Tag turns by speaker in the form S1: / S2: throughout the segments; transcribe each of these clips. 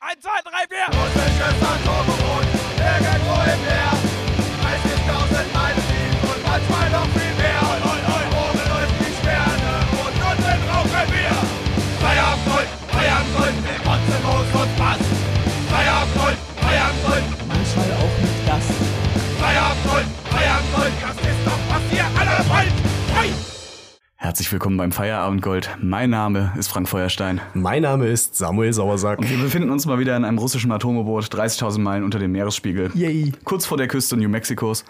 S1: 1, 2, 3, 4.
S2: Und mich ist ein Turbo-Rot irgendwo im Meer. 30.000 Meilen und manchmal noch viel mehr. Oben läuft die Sterne und unten rauchen wir. Feierabend, Feierabend, wir kotzen los und Spaß. Feierabend, Feierabend,
S3: Manchmal auch nicht das.
S2: Feierabend, Feierabend, das ist doch was ihr alle wollt. Hey!
S4: Herzlich willkommen beim Feierabendgold. Mein Name ist Frank Feuerstein.
S5: Mein Name ist Samuel Sauersack.
S4: Und wir befinden uns mal wieder in einem russischen Atomoboot, 30.000 Meilen unter dem Meeresspiegel.
S5: Yay.
S4: Kurz vor der Küste New Mexikos.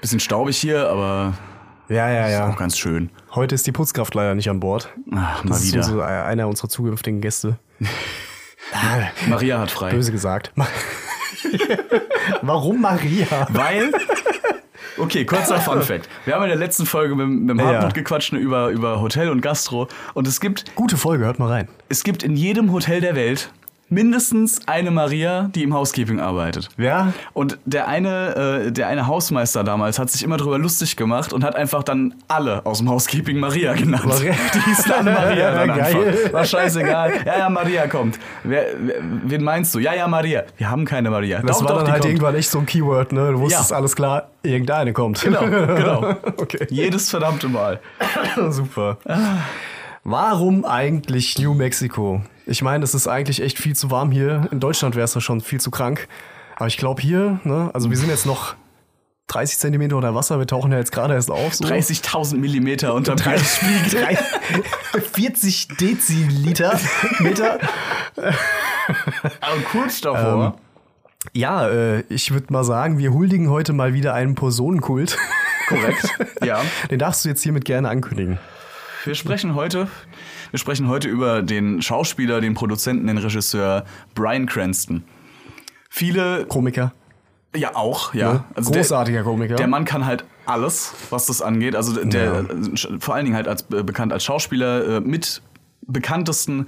S4: Bisschen staubig hier, aber
S5: Ja, ja,
S4: auch
S5: ja.
S4: ganz schön.
S5: Heute ist die Putzkraft leider nicht an Bord.
S4: Ach, mal
S5: Das ist
S4: wieder.
S5: so einer unserer zukünftigen Gäste. Ah,
S4: Maria hat frei.
S5: Böse gesagt. Ma- Warum Maria?
S4: Weil. Okay, kurzer Fun Fact. Wir haben in der letzten Folge mit, mit dem Hartmut
S5: Ja.
S4: gequatscht ne, über, über Hotel und Gastro. Und es gibt,
S5: Gute Folge, hört mal rein.
S4: es gibt in jedem Hotel der Welt mindestens eine Maria, die im Housekeeping arbeitet.
S5: Ja?
S4: Und der eine, äh, der eine Hausmeister damals hat sich immer drüber lustig gemacht und hat einfach dann alle aus dem Housekeeping Maria genannt.
S5: Maria.
S4: Die hieß dann Maria dann
S5: Geil.
S4: einfach. War scheißegal. Ja, ja, Maria kommt. Wer, wer, wen meinst du? Ja, ja, Maria. Wir haben keine Maria.
S5: Das
S4: doch,
S5: war
S4: doch, die
S5: dann halt
S4: kommt.
S5: irgendwann echt so ein Keyword, ne? Du wusstest
S4: Ja.
S5: alles klar, irgendeine kommt.
S4: Genau, genau.
S5: okay.
S4: Jedes verdammte Mal.
S5: Super. Warum eigentlich New Mexico? Ich meine, es ist eigentlich echt viel zu warm hier. In Deutschland wäre es ja schon viel zu krank. Aber ich glaube hier, ne, also wir sind jetzt noch 30 Zentimeter unter Wasser, wir tauchen ja jetzt gerade erst auf. So.
S4: 30.000 Millimeter unter dem Meeresspiegel.
S5: Drei- 40 Deziliter. Meter.
S4: Aber Äh, kurz davor.
S5: Ähm. Ja, äh, ich würde mal sagen, wir huldigen heute mal wieder einen Personenkult.
S4: Korrekt. Ja.
S5: Den darfst du jetzt hiermit gerne ankündigen.
S4: Wir sprechen heute, wir sprechen heute über den Schauspieler, den Produzenten, den Regisseur Brian Cranston. Viele
S5: Komiker.
S4: Ja, auch, ja. Also
S5: Ne? Großartiger
S4: der,
S5: Komiker.
S4: Der Mann kann halt alles, was das angeht. Also der,
S5: Ja.
S4: äh, sch- vor allen Dingen halt als äh, bekannt als Schauspieler äh, mit bekanntesten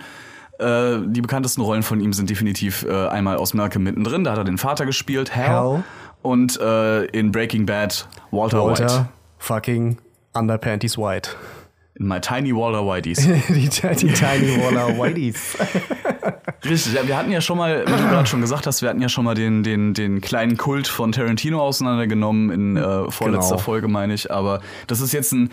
S4: äh, die bekanntesten Rollen von ihm sind definitiv äh, einmal aus Malcolm mittendrin, da hat er den Vater gespielt, Hal,
S5: Hal.
S4: und äh, in Breaking Bad Walter, White.
S5: Walter fucking Underpanties White.
S4: In My Tiny Walter Whiteys.
S5: die, ti- die Tiny Waller Whiteys.
S4: Richtig, ja, wir hatten ja schon mal, wie du gerade schon gesagt hast, wir hatten ja schon mal den, den, den kleinen Kult von Tarantino auseinandergenommen in äh, vorletzter
S5: Genau.
S4: Folge, meine ich. Aber das ist jetzt ein,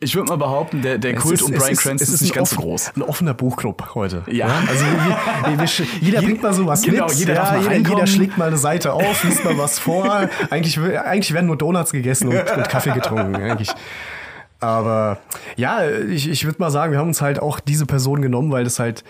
S4: ich würde mal behaupten, der, der Kult um Brian Cranston ist, nicht ganz so groß.
S5: Ein offener Buchclub heute.
S4: Ja.
S5: Also wir, wir, wir, sch- jeder bringt mal sowas
S4: genau,
S5: mit.
S4: jeder
S5: ja,
S4: darf mal
S5: jeder,
S4: reinkommen.
S5: jeder schlägt mal eine Seite auf, liest mal was vor. Eigentlich, will- eigentlich werden nur Donuts gegessen und, und Kaffee getrunken. Eigentlich. Aber ja, ich, ich würde mal sagen, wir haben uns halt auch diese Person genommen, weil das halt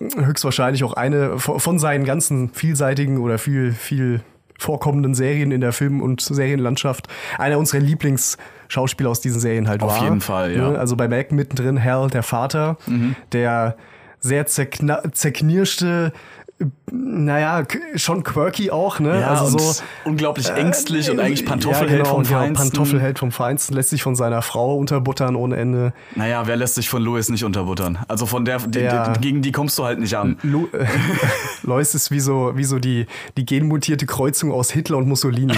S5: höchstwahrscheinlich auch eine von von seinen ganzen vielseitigen oder viel, viel vorkommenden Serien in der Film- und Serienlandschaft einer unserer Lieblingsschauspieler aus diesen Serien halt war.
S4: Auf jeden Fall, ja.
S5: Ne? Also bei Malcolm mittendrin Hal, der Vater,
S4: Mhm.
S5: der sehr zerkna zerknirschte, äh, naja, k- schon quirky auch, ne?
S4: Ja,
S5: also
S4: und
S5: so
S4: unglaublich ängstlich und eigentlich
S5: äh,
S4: Pantoffelheld
S5: ja, genau,
S4: vom
S5: genau,
S4: Feinsten.
S5: Pantoffelheld vom Feinsten, lässt sich von seiner Frau unterbuttern ohne Ende.
S4: Naja, wer lässt sich von Louis nicht unterbuttern? Also von der, die,
S5: Ja.
S4: die, gegen die kommst du halt nicht an.
S5: Lu äh, Lois ist wie so, wie so die, die genmutierte Kreuzung aus Hitler und Mussolini.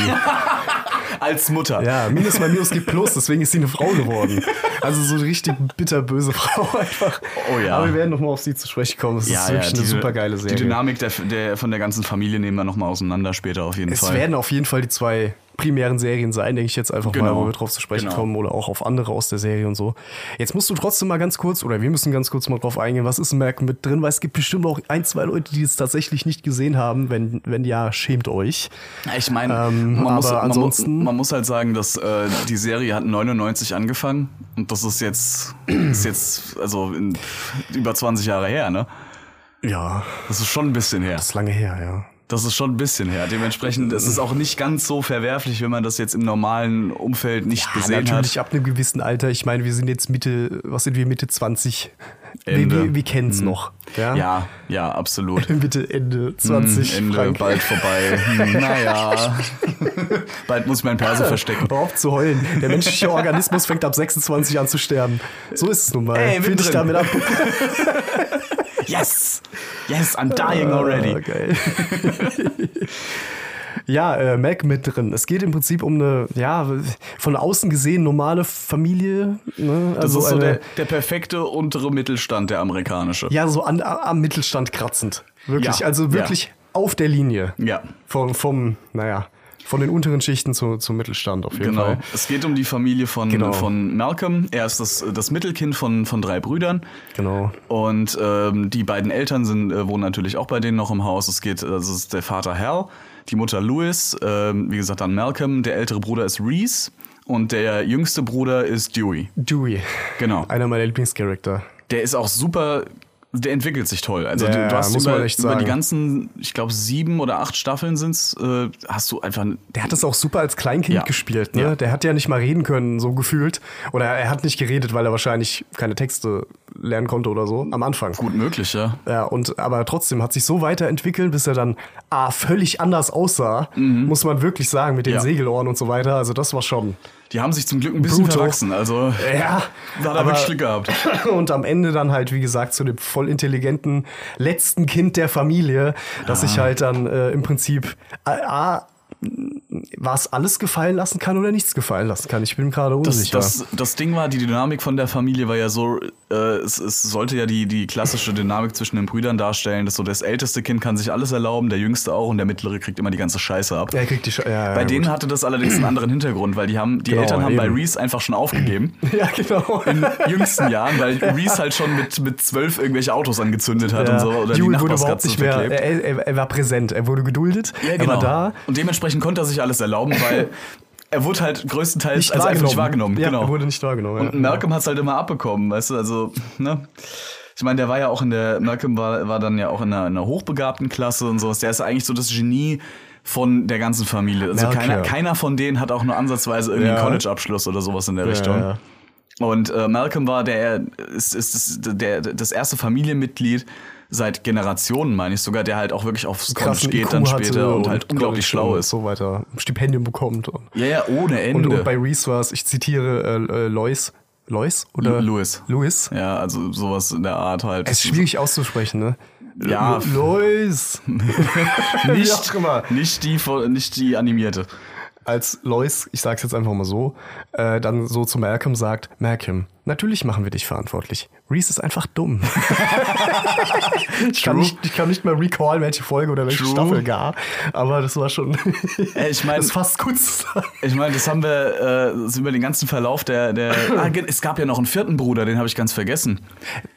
S4: Als Mutter.
S5: ja, Minus mal Minus gibt Plus, deswegen ist sie eine Frau geworden. Also so eine richtig bitterböse Frau einfach.
S4: Oh ja.
S5: Aber wir werden nochmal auf sie zu sprechen kommen. Das ist wirklich eine
S4: diese-
S5: super geile Serie.
S4: Die Dynamik der, der, von der ganzen Familie nehmen wir nochmal auseinander später auf jeden
S5: es
S4: Fall.
S5: werden auf jeden Fall die zwei primären Serien sein, denke ich jetzt einfach
S4: Genau.
S5: mal, wo wir drauf zu sprechen
S4: Genau.
S5: kommen oder auch auf andere aus der Serie und so. Jetzt musst du trotzdem mal ganz kurz, oder wir müssen ganz kurz mal drauf eingehen, was ist ein Merken mit drin, weil es gibt bestimmt auch ein, zwei Leute, die es tatsächlich nicht gesehen haben. Wenn, wenn ja, schämt euch.
S4: Ja, Ich meine,
S5: Ähm,
S4: man, muss,
S5: aber
S4: man, muss,
S5: ansonsten-
S4: man muss halt sagen, dass äh, die Serie hat 99 angefangen und das ist jetzt, ist jetzt also in, über 20 Jahre her, ne?
S5: Ja,
S4: Das ist schon ein bisschen her.
S5: ist lange her, ja.
S4: Das ist schon ein bisschen her. Dementsprechend ist es auch nicht ganz so verwerflich, wenn man das jetzt im normalen Umfeld nicht gesehen
S5: natürlich
S4: hat.
S5: ab einem gewissen Alter. Ich meine, wir sind jetzt Mitte, was sind wir, Mitte 20? Wir,
S4: Ende. Mhm.
S5: wir, wir kennen es noch. Ja?
S4: Ja, ja, absolut. Hm,
S5: Mitte, Ende 20.
S4: Ende,
S5: Frank.
S4: bald vorbei. Hm, naja. bald muss ich meinen Perso verstecken.
S5: Hör auf zu heulen. Der menschliche Organismus fängt ab 26 an zu sterben. So ist es nun mal.
S4: Ey,
S5: Find
S4: mit
S5: dich
S4: drin.
S5: damit ab.
S4: Yes! Yes, I'm dying already.
S5: Ah, geil. Ja, äh, Mac mit drin. Es geht im Prinzip um eine, ja, von außen gesehen normale Familie. Ne?
S4: Das
S5: Also
S4: ist so
S5: eine-
S4: der, der perfekte untere Mittelstand, der amerikanische.
S5: ja, so an, am Mittelstand kratzend. Wirklich,
S4: Ja,
S5: also
S4: ja.
S5: wirklich auf der Linie.
S4: Ja.
S5: Vom, vom, naja, von den unteren Schichten zu, zum Mittelstand auf jeden
S4: Genau.
S5: Fall.
S4: Es geht um die Familie von,
S5: Genau.
S4: von Malcolm. Er ist das, das Mittelkind von, von drei Brüdern.
S5: Genau.
S4: Und ähm, die beiden Eltern sind, äh, wohnen natürlich auch bei denen noch im Haus. Es geht, äh, das ist der Vater Hal, die Mutter Louis, ähm, wie gesagt dann Malcolm, der ältere Bruder ist Reese und der jüngste Bruder ist Dewey.
S5: Dewey.
S4: Genau.
S5: Einer meiner Lieblingscharakter.
S4: Der ist auch super, der entwickelt sich toll. Also
S5: Ja,
S4: du, du hast
S5: muss
S4: über,
S5: man echt
S4: über die
S5: sagen.
S4: ganzen, ich glaube sieben oder acht Staffeln sind's, äh, hast du einfach
S5: Der hat das auch super als Kleinkind
S4: Ja.
S5: gespielt, ne?
S4: Ja.
S5: Der hat ja nicht mal reden können, so gefühlt. Oder er hat nicht geredet, weil er wahrscheinlich keine Texte lernen konnte oder so am Anfang.
S4: gut möglich, ja.
S5: Ja, und aber trotzdem hat sich so weiterentwickelt, bis er dann A, völlig anders aussah, muss man wirklich sagen, mit den
S4: Mhm. Ja.
S5: Segelohren und so weiter. Also das war schon.
S4: Die haben sich zum Glück ein bisschen
S5: Brutal.
S4: verwachsen. Also
S5: Ja,
S4: da hat er
S5: aber-
S4: wirklich Glück gehabt.
S5: Und am Ende dann halt, wie gesagt, zu dem voll intelligenten letzten Kind der Familie, dass ich
S4: Ah.
S5: halt dann äh, im Prinzip äh, A, was alles gefallen lassen kann oder nichts gefallen lassen kann. Ich bin gerade
S4: Das,
S5: unsicher.
S4: das, das Ding war, die Dynamik von der Familie war ja so, äh, es, es sollte ja die, die klassische Dynamik zwischen den Brüdern darstellen, dass so das älteste Kind kann sich alles erlauben, der jüngste auch und der mittlere kriegt immer die ganze Scheiße ab.
S5: er kriegt die Sch ja, ja,
S4: Bei
S5: gut.
S4: denen hatte das allerdings einen anderen Hintergrund, weil die haben, die
S5: Genau,
S4: Eltern haben bei
S5: eben.
S4: Reese einfach schon aufgegeben.
S5: Ja, genau.
S4: In jüngsten Jahren, weil Reese halt schon mit, mit zwölf irgendwelche Autos angezündet hat und so. Oder die
S5: Jewel wurde überhaupt
S4: Nachbarskatze
S5: nicht mehr.
S4: verklebt. Genau.
S5: Er, er, er war präsent, er wurde geduldet, er war da.
S4: Und dementsprechend konnte er sich alles erlauben, weil er wurde halt größtenteils
S5: Nicht
S4: also einfach
S5: wahrgenommen.
S4: nicht wahrgenommen.
S5: Ja,
S4: genau.
S5: er wurde nicht wahrgenommen.
S4: Und
S5: ja.
S4: Malcolm hat's halt immer abbekommen, weißt du, also, ne? Ich meine, der war ja auch in der, Malcolm war, war dann ja auch in einer, in einer hochbegabten Klasse und sowas. Der ist ja eigentlich so das Genie von der ganzen Familie. Also
S5: Malcolm.
S4: keiner, keiner von denen hat auch nur ansatzweise irgendwie
S5: Ja.
S4: einen College-Abschluss oder sowas in der Richtung.
S5: ja.
S4: Und äh, Malcolm war der, ist, ist, ist der, das erste Familienmitglied seit Generationen, meine ich sogar, der halt auch wirklich aufs College
S5: krassen
S4: geht
S5: IQ
S4: dann
S5: hatte
S4: später und, halt
S5: College
S4: unglaublich schlau
S5: und
S4: ist.
S5: So weiter. Stipendium bekommt. Und,
S4: Ja, ja, ohne
S5: und,
S4: Ende.
S5: und bei Reese war es, ich zitiere äh, äh, Lois. Lois? Oder?
S4: Lu- Louis.
S5: Louis.
S4: ja, also sowas in der Art halt.
S5: Es ist schwierig auszusprechen, ne?
S4: Ja.
S5: Lu- Lois. Wie auch immer.
S4: Nicht die, von- nicht die animierte.
S5: Als Lois, ich sag's jetzt einfach mal so, äh, dann so zu Malcolm sagt, Malcolm, natürlich machen wir dich verantwortlich. Reese ist einfach dumm. ich, kann
S4: True.
S5: nicht, ich kann nicht mehr recallen, welche Folge oder welche
S4: True.
S5: Staffel gar, aber das war schon.
S4: Äh, ich mein-
S5: das fasst kurz zusammen.
S4: Ich meine, das haben wir äh, das über den ganzen Verlauf der. der ah, ge- es gab ja noch einen vierten Bruder, den habe ich ganz vergessen.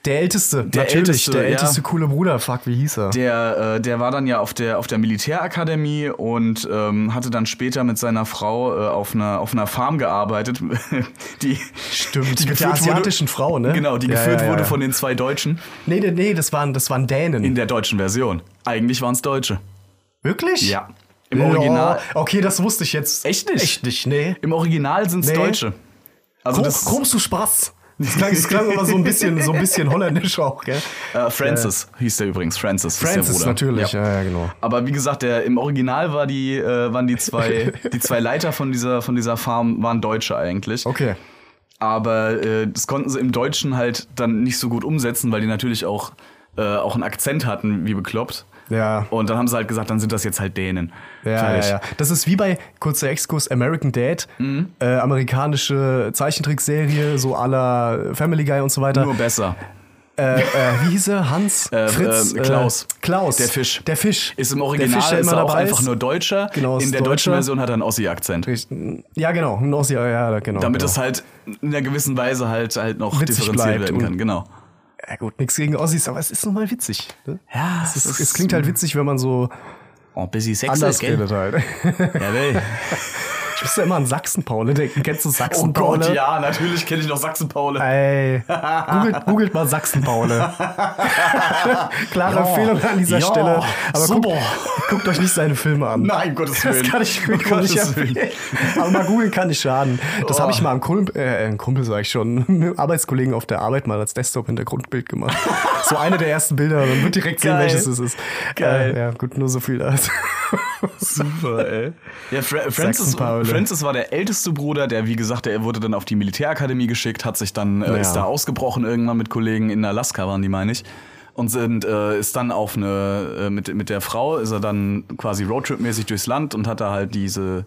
S5: Der älteste, der natürlich,
S4: Älteste,
S5: der
S4: ja.
S5: älteste coole Bruder, fuck, wie hieß er?
S4: Der, äh, der war dann ja auf der, auf der Militärakademie und ähm, hatte dann später mit seiner Frau äh, auf, einer, auf einer Farm gearbeitet. die,
S5: Stimmt,
S4: die
S5: mit der
S4: geführt wurde-
S5: asiatischen Frau, ne?
S4: Genau, die
S5: Ja,
S4: geführt
S5: ja, ja.
S4: wurde von den zwei Deutschen
S5: nee, nee, nee, das waren, das waren Dänen.
S4: in der deutschen Version. Eigentlich waren es Deutsche.
S5: Wirklich?
S4: Ja. Im
S5: Ja,
S4: Original.
S5: Okay, das wusste ich jetzt.
S4: Echt nicht?
S5: Echt nicht, nee.
S4: Im Original sind es
S5: Nee.
S4: Deutsche. Also
S5: Komm,
S4: das,
S5: kommst du Spaß? Das klang, das klang aber so ein bisschen, so ein bisschen holländisch auch, gell?
S4: Äh, Francis hieß der übrigens. Francis. ist der Bruder.
S5: ja, genau.
S4: Aber wie gesagt, der, im Original war die, äh, waren die zwei, die zwei Leiter von dieser, von dieser Farm waren Deutsche eigentlich.
S5: Okay.
S4: Aber äh, das konnten sie im Deutschen halt dann nicht so gut umsetzen, weil die natürlich auch, äh, auch einen Akzent hatten, wie bekloppt.
S5: Ja.
S4: Und dann haben sie halt gesagt, dann sind das jetzt halt Dänen.
S5: Ja, ja,
S4: Fertig.
S5: ja. Das ist wie bei, kurzer Exkurs, American Dad,
S4: Mhm.
S5: äh, amerikanische Zeichentrickserie, so aller Family Guy und so weiter.
S4: Nur besser.
S5: äh, äh, wie hieß er? Hans?
S4: Äh,
S5: Fritz?
S4: äh, Klaus.
S5: Klaus.
S4: Der Fisch.
S5: Der Fisch.
S4: Ist im
S5: der Fisch,
S4: Original
S5: der
S4: ist
S5: immer
S4: er auch
S5: dabei
S4: einfach
S5: ist.
S4: nur Deutscher.
S5: Genau,
S4: In
S5: ist
S4: der deutschen
S5: Deutscher.
S4: Version hat er einen Ossi-Akzent.
S5: Richtig. Ja, genau. Ein Aussie, ja, ja, genau.
S4: Damit
S5: genau.
S4: es halt in einer gewissen Weise halt, halt noch
S5: Witzig
S4: differenziert
S5: bleibt
S4: werden
S5: und-
S4: kann. Genau.
S5: Ja, gut, nichts gegen Ossis, aber es ist nun mal witzig. Ne?
S4: Ja,
S5: Es, ist, es klingt halt witzig, wenn man so
S4: Oh, busy sexy,
S5: anders redet halt.
S4: Jawohl.
S5: Ich muss ja immer an Sachsen-Paule denken. Kennst du
S4: Oh
S5: Sachsen-Paule?
S4: Gott, ja, natürlich kenne ich noch Sachsen-Paule.
S5: Ey, googelt, googelt mal Sachsen-Paule. Klare
S4: Ja.
S5: Empfehlung an dieser
S4: Ja,
S5: Stelle. Aber guckt,
S4: super.
S5: guckt euch nicht seine Filme an.
S4: Nein, Gottes Willen.
S5: Das kann ich mir
S4: Um
S5: nicht
S4: Gottes Willen.
S5: empfehlen. Aber mal googeln kann nicht schaden. Das
S4: Oh.
S5: habe ich mal einem Kumpel, äh, einem Kumpel sag ich schon, einem Arbeitskollegen auf der Arbeit mal als Desktop-Hintergrundbild gemacht. so eine der ersten Bilder. Man wird direkt sehen,
S4: Geil.
S5: welches es ist.
S4: Geil.
S5: Äh, ja, gut, nur so viel. Also.
S4: Super, ey. Ja, Fra Francis,
S5: Sachsen-Paule.
S4: Francis war der älteste Bruder, der, wie gesagt, der wurde dann auf die Militärakademie geschickt, hat sich dann, äh,
S5: Ja.
S4: ist da ausgebrochen irgendwann mit Kollegen in Alaska waren die, meine ich. und sind, äh, ist dann auf eine, äh, mit, mit der Frau ist er dann quasi Roadtrip-mäßig durchs Land und hat da halt diese,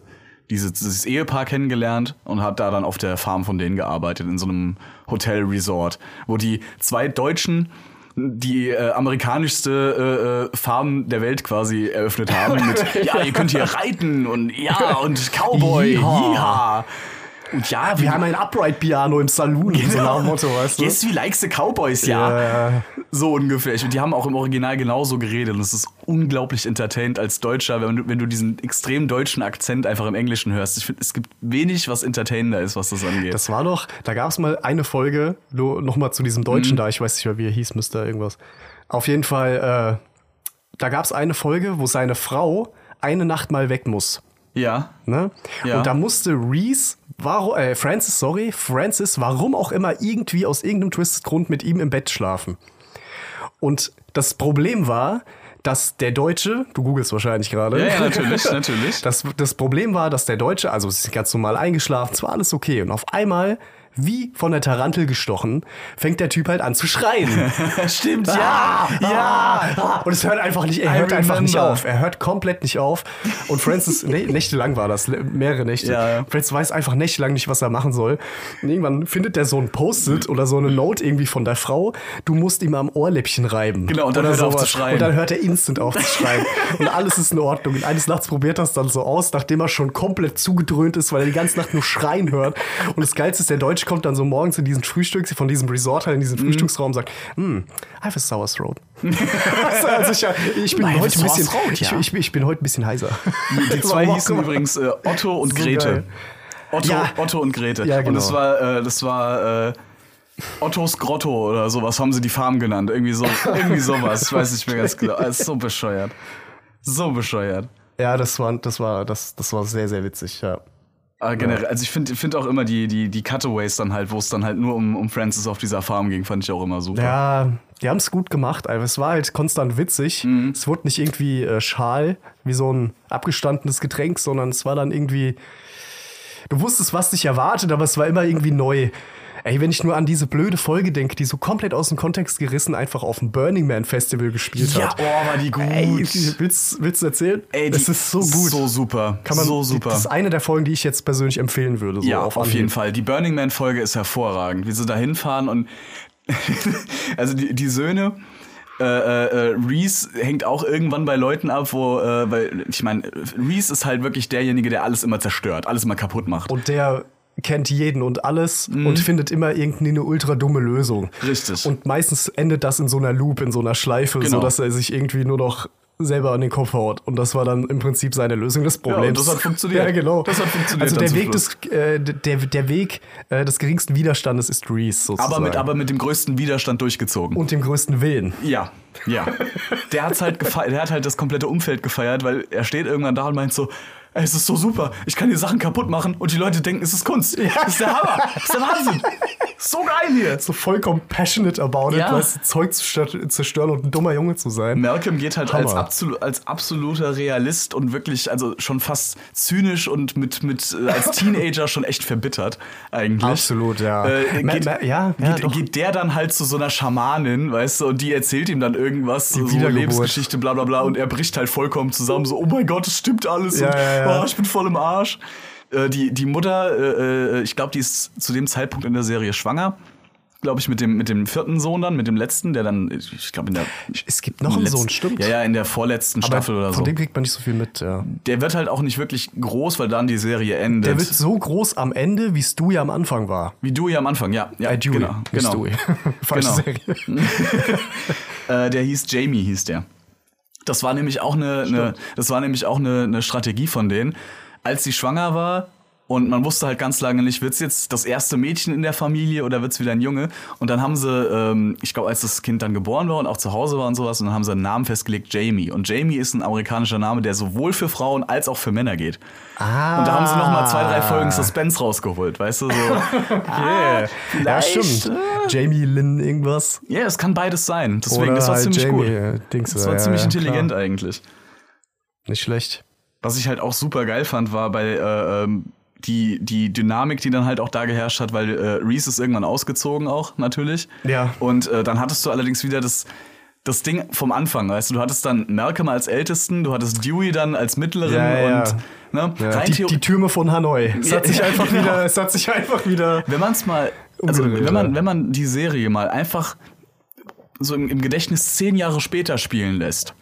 S4: diese, dieses Ehepaar kennengelernt und hat da dann auf der Farm von denen gearbeitet, in so einem Hotel-Resort, wo die zwei Deutschen die äh, amerikanischste äh, äh, Farm der Welt quasi eröffnet haben mit, ja, ihr könnt hier reiten und ja, und Cowboy,
S5: Yeehaw.
S4: ja. Und ja,
S5: Wir haben ein Upright-Piano im Saloon, so nach dem Motto, weißt du?
S4: Yes, wie likes the Cowboys, ja.
S5: Ja.
S4: So ungefähr. Ich, und die haben auch im Original genauso geredet und es ist unglaublich entertained als Deutscher, wenn du, wenn du diesen extrem deutschen Akzent einfach im Englischen hörst. Ich finde, es gibt wenig, was entertainender ist, was das angeht.
S5: Das war doch, da gab es mal eine Folge, nur noch mal zu diesem Deutschen da, ich weiß nicht mehr, wie er hieß, Mr. irgendwas. Auf jeden Fall, äh, da gab es eine Folge, wo seine Frau eine Nacht mal weg muss.
S4: ja.
S5: Ne?
S4: Ja.
S5: Und da musste Reese, warum, äh, Francis, sorry, Francis, warum auch immer, irgendwie aus irgendeinem Twisted-Grund mit ihm im Bett schlafen. Und das Problem war, dass der Deutsche, du googelst wahrscheinlich gerade,
S4: Ja, ja, natürlich, natürlich.
S5: das, das Problem war, dass der Deutsche, also es ist ganz normal eingeschlafen, es war alles okay. Und auf einmal, wie von der Tarantel gestochen, fängt der Typ halt an zu schreien.
S4: Stimmt, Ah.
S5: ja. Und es hört einfach nicht, er
S4: I
S5: hört einfach nicht
S4: remember.
S5: auf. Er hört komplett nicht auf. Und Francis, nee, nächtelang war das, le- mehrere Nächte.
S4: Ja, ja.
S5: Francis weiß einfach nächtelang nicht, was er machen soll. Und irgendwann findet er so ein Post-it oder so eine Note irgendwie von der Frau, du musst ihm am Ohrläppchen reiben.
S4: Genau, und dann
S5: Oder
S4: hört er auf zu
S5: sowas.
S4: schreien.
S5: Und dann hört er instant auf zu schreien. und alles ist in Ordnung. Und eines Nachts probiert das dann so aus, nachdem er schon komplett zugedröhnt ist, weil er die ganze Nacht nur schreien hört. Und das Geilste ist, der Deutsche kommt dann so morgens in diesen Frühstücks, von diesem Resort halt in
S4: Mhm.
S5: diesen Frühstücksraum und sagt, hm, I have a sour throat. also ich, ich bin
S4: I have a
S5: heute ein
S4: sour
S5: bisschen,
S4: throat,
S5: ich,
S4: ja.
S5: ich, ich bin heute ein bisschen heiser.
S4: Die zwei hießen übrigens äh, Otto und
S5: So
S4: Grete.
S5: geil.
S4: Otto,
S5: Ja.
S4: Otto und Grete.
S5: Ja,
S4: Und
S5: genau.
S4: das war, äh, das war äh, Ottos Grotto oder sowas, haben sie die Farm genannt. Irgendwie, so, irgendwie sowas. Ich weiß nicht mehr ganz genau. Es ist so bescheuert. So bescheuert.
S5: Ja, das war, das war, das, das war sehr, sehr witzig, ja.
S4: Aber generell, also ich finde find auch immer die, die, die Cutaways dann halt, wo es dann halt nur um, um Francis auf dieser Farm ging, fand ich auch immer super.
S5: Ja, die haben es gut gemacht. Also es war halt konstant witzig.
S4: Mhm.
S5: Es wurde nicht irgendwie äh, schal, wie so ein abgestandenes Getränk, sondern es war dann irgendwie. Du wusstest, was dich erwartet, aber es war immer irgendwie neu. Ey, wenn ich nur an diese blöde Folge denke, die so komplett aus dem Kontext gerissen einfach auf dem Burning Man Festival gespielt
S4: Ja,
S5: hat.
S4: oh, war die gut.
S5: Ey, die- willst, willst du erzählen?
S4: Ey, die
S5: das ist so gut.
S4: So super.
S5: Kann man,
S4: so
S5: die-
S4: super.
S5: Das ist eine der Folgen, die ich jetzt persönlich empfehlen würde. So
S4: Ja,
S5: auf,
S4: auf,
S5: Anhieb.
S4: jeden Fall. Die Burning Man-Folge ist hervorragend. Wie sie da hinfahren und also die, die Söhne. Äh, äh, äh, Reese hängt auch irgendwann bei Leuten ab, wo, äh, weil, ich meine, Reese ist halt wirklich derjenige, der alles immer zerstört, alles immer kaputt macht.
S5: Und der kennt jeden und alles und findet immer irgendwie eine ultra dumme Lösung.
S4: Mhm. Richtig.
S5: Und meistens endet das in so einer Loop, in so einer Schleife,
S4: Genau.
S5: sodass er sich irgendwie nur noch selber an den Kopf haut. Und das war dann im Prinzip seine Lösung des Problems.
S4: und das hat funktioniert.
S5: Ja, genau.
S4: Das hat funktioniert
S5: Also
S4: dann
S5: der
S4: zum
S5: Weg, des, äh, der, der Weg äh, des geringsten Widerstandes ist Reese sozusagen.
S4: aber, mit, aber mit dem größten Widerstand durchgezogen.
S5: und dem größten Willen.
S4: Ja, ja. Der hat's halt gefeiert, der hat halt das komplette Umfeld gefeiert, weil er steht irgendwann da und meint so, "Ey, es ist so super, ich kann hier Sachen kaputt machen und die Leute denken, es ist Kunst. Das ist der Hammer, das ist der Wahnsinn. So geil hier.
S5: So vollkommen passionate about it,
S4: Ja.
S5: weißt du, Zeug zu stör- zerstören und ein dummer Junge zu sein.
S4: Malcolm geht halt
S5: Hammer.
S4: als, absolu als absoluter Realist und wirklich, also schon fast zynisch und mit, mit äh, als Teenager schon echt verbittert eigentlich.
S5: Absolut, ja.
S4: Äh,
S5: Ma-
S4: geht,
S5: ma- ja, ja,
S4: geht,
S5: doch.
S4: geht der dann halt zu so einer Schamanin, weißt du, und die erzählt ihm dann irgendwas, so
S5: Wiedergeburt.
S4: Lebensgeschichte, bla bla bla, und er bricht halt vollkommen zusammen, so, oh mein Gott, es stimmt alles
S5: Ja,
S4: und
S5: ja, ja.
S4: Oh, ich bin voll im Arsch. Äh, die, die Mutter, äh, äh, ich glaube, die ist zu dem Zeitpunkt in der Serie schwanger. Glaube ich, mit dem, mit dem vierten Sohn dann, mit dem letzten, der dann, ich glaube, in der
S5: Es gibt noch einen
S4: letzten-
S5: Sohn, stimmt.
S4: Ja, ja, in der vorletzten
S5: Aber
S4: Staffel oder
S5: Von
S4: so.
S5: dem kriegt man nicht so viel mit, ja.
S4: Der wird halt auch nicht wirklich groß, weil dann die Serie endet.
S5: Der wird so groß am Ende, wie Stewie am Anfang war.
S4: wie Dewey am Anfang, ja. ja
S5: Äh, Dewey,
S4: genau.
S5: nicht
S4: genau.
S5: Stewie. Falsche Serie.
S4: äh, der hieß Jamie, hieß der. Das war nämlich auch eine, eine das war nämlich auch eine, eine Strategie von denen, als sie schwanger war und man wusste halt ganz lange nicht, wird's jetzt das erste Mädchen in der Familie oder wird's wieder ein Junge? Und dann haben sie, ähm, ich glaube, als das Kind dann geboren war und auch zu Hause war und sowas, und dann haben sie einen Namen festgelegt, Jamie. Und Jamie ist ein amerikanischer Name, der sowohl für Frauen als auch für Männer geht.
S5: Ah.
S4: Und da haben sie noch mal zwei, drei Folgen Suspense rausgeholt, weißt du so. yeah.
S5: Ja,
S4: vielleicht,
S5: stimmt. Jamie Lynn irgendwas.
S4: Ja, es kann beides sein. Deswegen,
S5: Oder
S4: das war
S5: halt
S4: ziemlich
S5: Jamie,
S4: gut.
S5: äh, Dings,
S4: das war
S5: ja,
S4: ziemlich
S5: ja,
S4: intelligent
S5: klar.
S4: eigentlich.
S5: Nicht schlecht.
S4: Was ich halt auch super geil fand, war bei äh, ähm, die, die Dynamik, die dann halt auch da geherrscht hat, weil äh, Reese ist irgendwann ausgezogen auch, natürlich.
S5: Ja.
S4: Und äh, dann hattest du allerdings wieder das das Ding vom Anfang, weißt du, du hattest dann Malcolm als Ältesten, du hattest Dewey dann als Mittleren
S5: Ja, ja,
S4: und ne,
S5: Ja,
S4: rein
S5: die,
S4: theo-
S5: die Türme von Hanoi. Es hat
S4: Ja,
S5: sich einfach
S4: genau.
S5: wieder, es hat sich einfach wieder.
S4: wenn man es mal, also
S5: Umgedreht,
S4: wenn man,
S5: ja.
S4: wenn man die Serie mal einfach so im, im Gedächtnis zehn Jahre später spielen lässt,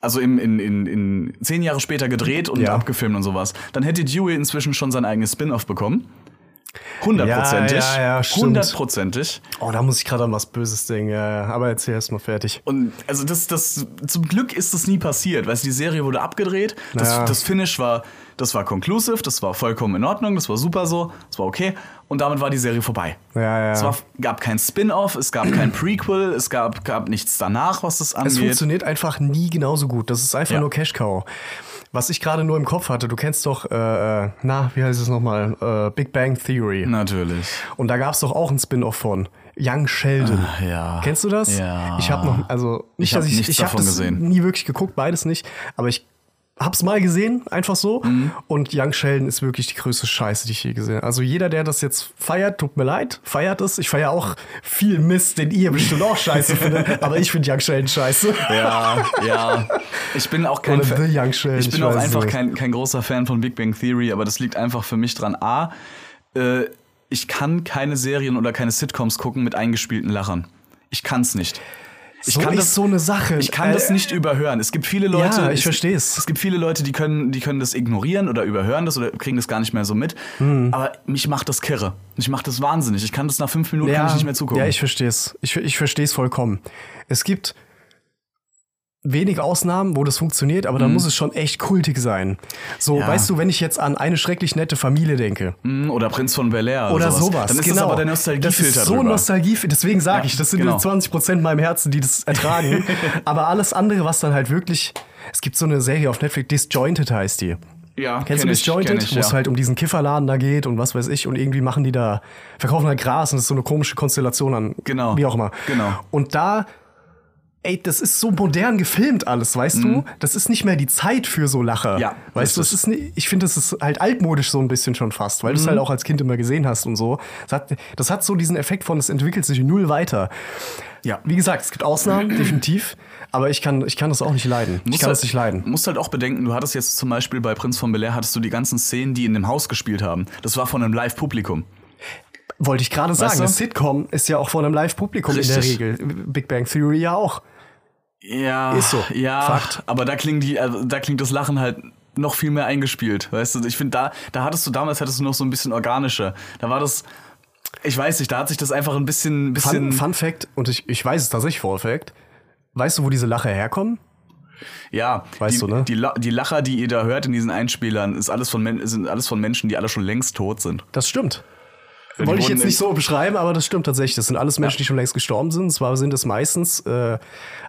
S4: also im, in, in, in zehn Jahre später gedreht und
S5: Ja.
S4: abgefilmt und sowas, dann hätte Dewey inzwischen schon sein eigenes Spin-off bekommen. Hundertprozentig.
S5: Ja, ja, ja, stimmt.
S4: Hundertprozentig.
S5: Oh, da muss ich gerade an was Böses denken. Ja, ja. aber erzähl erst mal fertig.
S4: Und also das, das, zum Glück ist das nie passiert, weil die Serie wurde abgedreht, das,
S5: Ja.
S4: das Finish war, das war conclusive, das war vollkommen in Ordnung, das war super so, das war okay und damit war die Serie vorbei.
S5: Ja, ja.
S4: Es war, gab kein Spin-off, es gab kein Prequel, es gab, gab nichts danach, was das
S5: Es
S4: angeht.
S5: funktioniert einfach nie genauso gut. Das ist einfach
S4: Ja.
S5: nur Cash Cow. Was ich gerade nur im Kopf hatte, du kennst doch, äh, äh, na, wie heißt es nochmal? Äh, Big Bang Theory.
S4: Natürlich.
S5: Und da gab es doch auch einen Spin-off von Young Sheldon.
S4: Ah, ja.
S5: Kennst du das?
S4: Ja.
S5: Ich habe noch, also nicht,
S4: Ich hab
S5: dass ich,
S4: nichts
S5: ich hab
S4: davon
S5: das
S4: gesehen.
S5: nie wirklich geguckt, beides nicht, aber ich hab's mal gesehen, einfach so.
S4: Mhm.
S5: Und Young Sheldon ist wirklich die größte Scheiße, die ich je gesehen habe. Also jeder, der das jetzt feiert, tut mir leid, feiert es. Ich feiere auch viel Mist, den ihr bestimmt auch scheiße findet, aber ich finde Young Sheldon scheiße.
S4: Ja, ja. Ich bin auch kein
S5: Oder
S4: Fa-
S5: The Young Sheldon,
S4: Ich bin
S5: ich
S4: auch
S5: weiß
S4: einfach
S5: nicht.
S4: kein, kein großer Fan von Big Bang Theory, aber das liegt einfach für mich dran. A, äh, ich kann keine Serien oder keine Sitcoms gucken mit eingespielten Lachern. Ich kann's nicht. Ich
S5: So
S4: kann
S5: ist
S4: das
S5: so eine Sache.
S4: Ich kann das
S5: Äh,
S4: nicht überhören. Es gibt viele Leute.
S5: Ja, ich
S4: es-
S5: versteh's.
S4: Es gibt viele Leute, die können, die können das ignorieren oder überhören das oder kriegen das gar nicht mehr so mit.
S5: Hm.
S4: Aber mich macht das kirre. Mich macht das wahnsinnig. Ich kann das nach fünf Minuten kann ich nicht mehr zugucken.
S5: Ja, ich verstehe es. Ich, ich verstehe es vollkommen. Es gibt wenig Ausnahmen, wo das funktioniert, aber dann muss es schon echt kultig sein. So,
S4: Mhm. Ja.
S5: weißt du, wenn ich jetzt an eine schrecklich nette Familie denke
S4: Mm, oder Prinz von Bel Air
S5: oder sowas,
S4: Dann ist
S5: genau.
S4: das aber der
S5: das
S4: Nostalgiefilter
S5: ist so
S4: drüber.
S5: Nostalgie, deswegen sage ich, das sind
S4: genau.
S5: die 20 Prozent in meinem Herzen, die das ertragen. aber alles andere, was dann halt wirklich, es gibt so eine Serie auf Netflix, Disjointed heißt die.
S4: Ja,
S5: Kennst du
S4: kenn
S5: das
S4: ich,
S5: Jointed,
S4: kenn ich,
S5: wo es
S4: ja.
S5: halt um diesen Kifferladen da geht und was weiß ich und irgendwie machen die da, verkaufen halt Gras und das ist so eine komische Konstellation an,
S4: Genau.
S5: wie auch immer.
S4: Genau.
S5: Und da, ey, das ist so modern gefilmt alles, weißt du? Das ist nicht mehr die Zeit für so Lacher.
S4: Mhm. Ja,
S5: Weißt du, das ist, ni- ich finde, das ist halt altmodisch so ein bisschen schon fast, weil du es
S4: Mhm.
S5: halt auch als Kind immer gesehen hast und so. Das hat, das hat so diesen Effekt von, es entwickelt sich null weiter.
S4: Ja.
S5: Wie gesagt, es gibt Ausnahmen, definitiv, aber ich kann, ich kann das auch nicht leiden. ich kann
S4: halt,
S5: das nicht leiden.
S4: Musst halt auch bedenken, du hattest jetzt zum Beispiel bei Prinz von Bel Air hattest du die ganzen Szenen, die in dem Haus gespielt haben. Das war von einem Live-Publikum.
S5: Wollte ich gerade sagen,
S4: du?
S5: eine Sitcom ist ja auch vor einem Live-Publikum in der
S4: Richtig.
S5: Regel. Big Bang Theory ja auch.
S4: Ja.
S5: Ist so.
S4: Ja.
S5: Fakt.
S4: Aber da klingt die, also da klingt das Lachen halt noch viel mehr eingespielt. Weißt du, ich finde, da, da hattest du damals hattest du noch so ein bisschen organischer. Da war das, ich weiß nicht, da hat sich das einfach ein bisschen, ein bisschen.
S5: Fun, Fun Fact, und ich, ich weiß es tatsächlich vor Fact, weißt du, wo diese Lacher herkommen?
S4: Ja,
S5: Weißt
S4: die,
S5: du, ne?
S4: die, La- die Lacher, die ihr da hört in diesen Einspielern, ist alles von Men sind alles von Menschen, die alle schon längst tot sind.
S5: Das stimmt.
S4: Die
S5: Wollte ich
S4: wurden
S5: jetzt
S4: in-
S5: nicht so beschreiben, aber das stimmt tatsächlich. Das sind alles Menschen, die schon längst gestorben sind. Und zwar sind es meistens äh,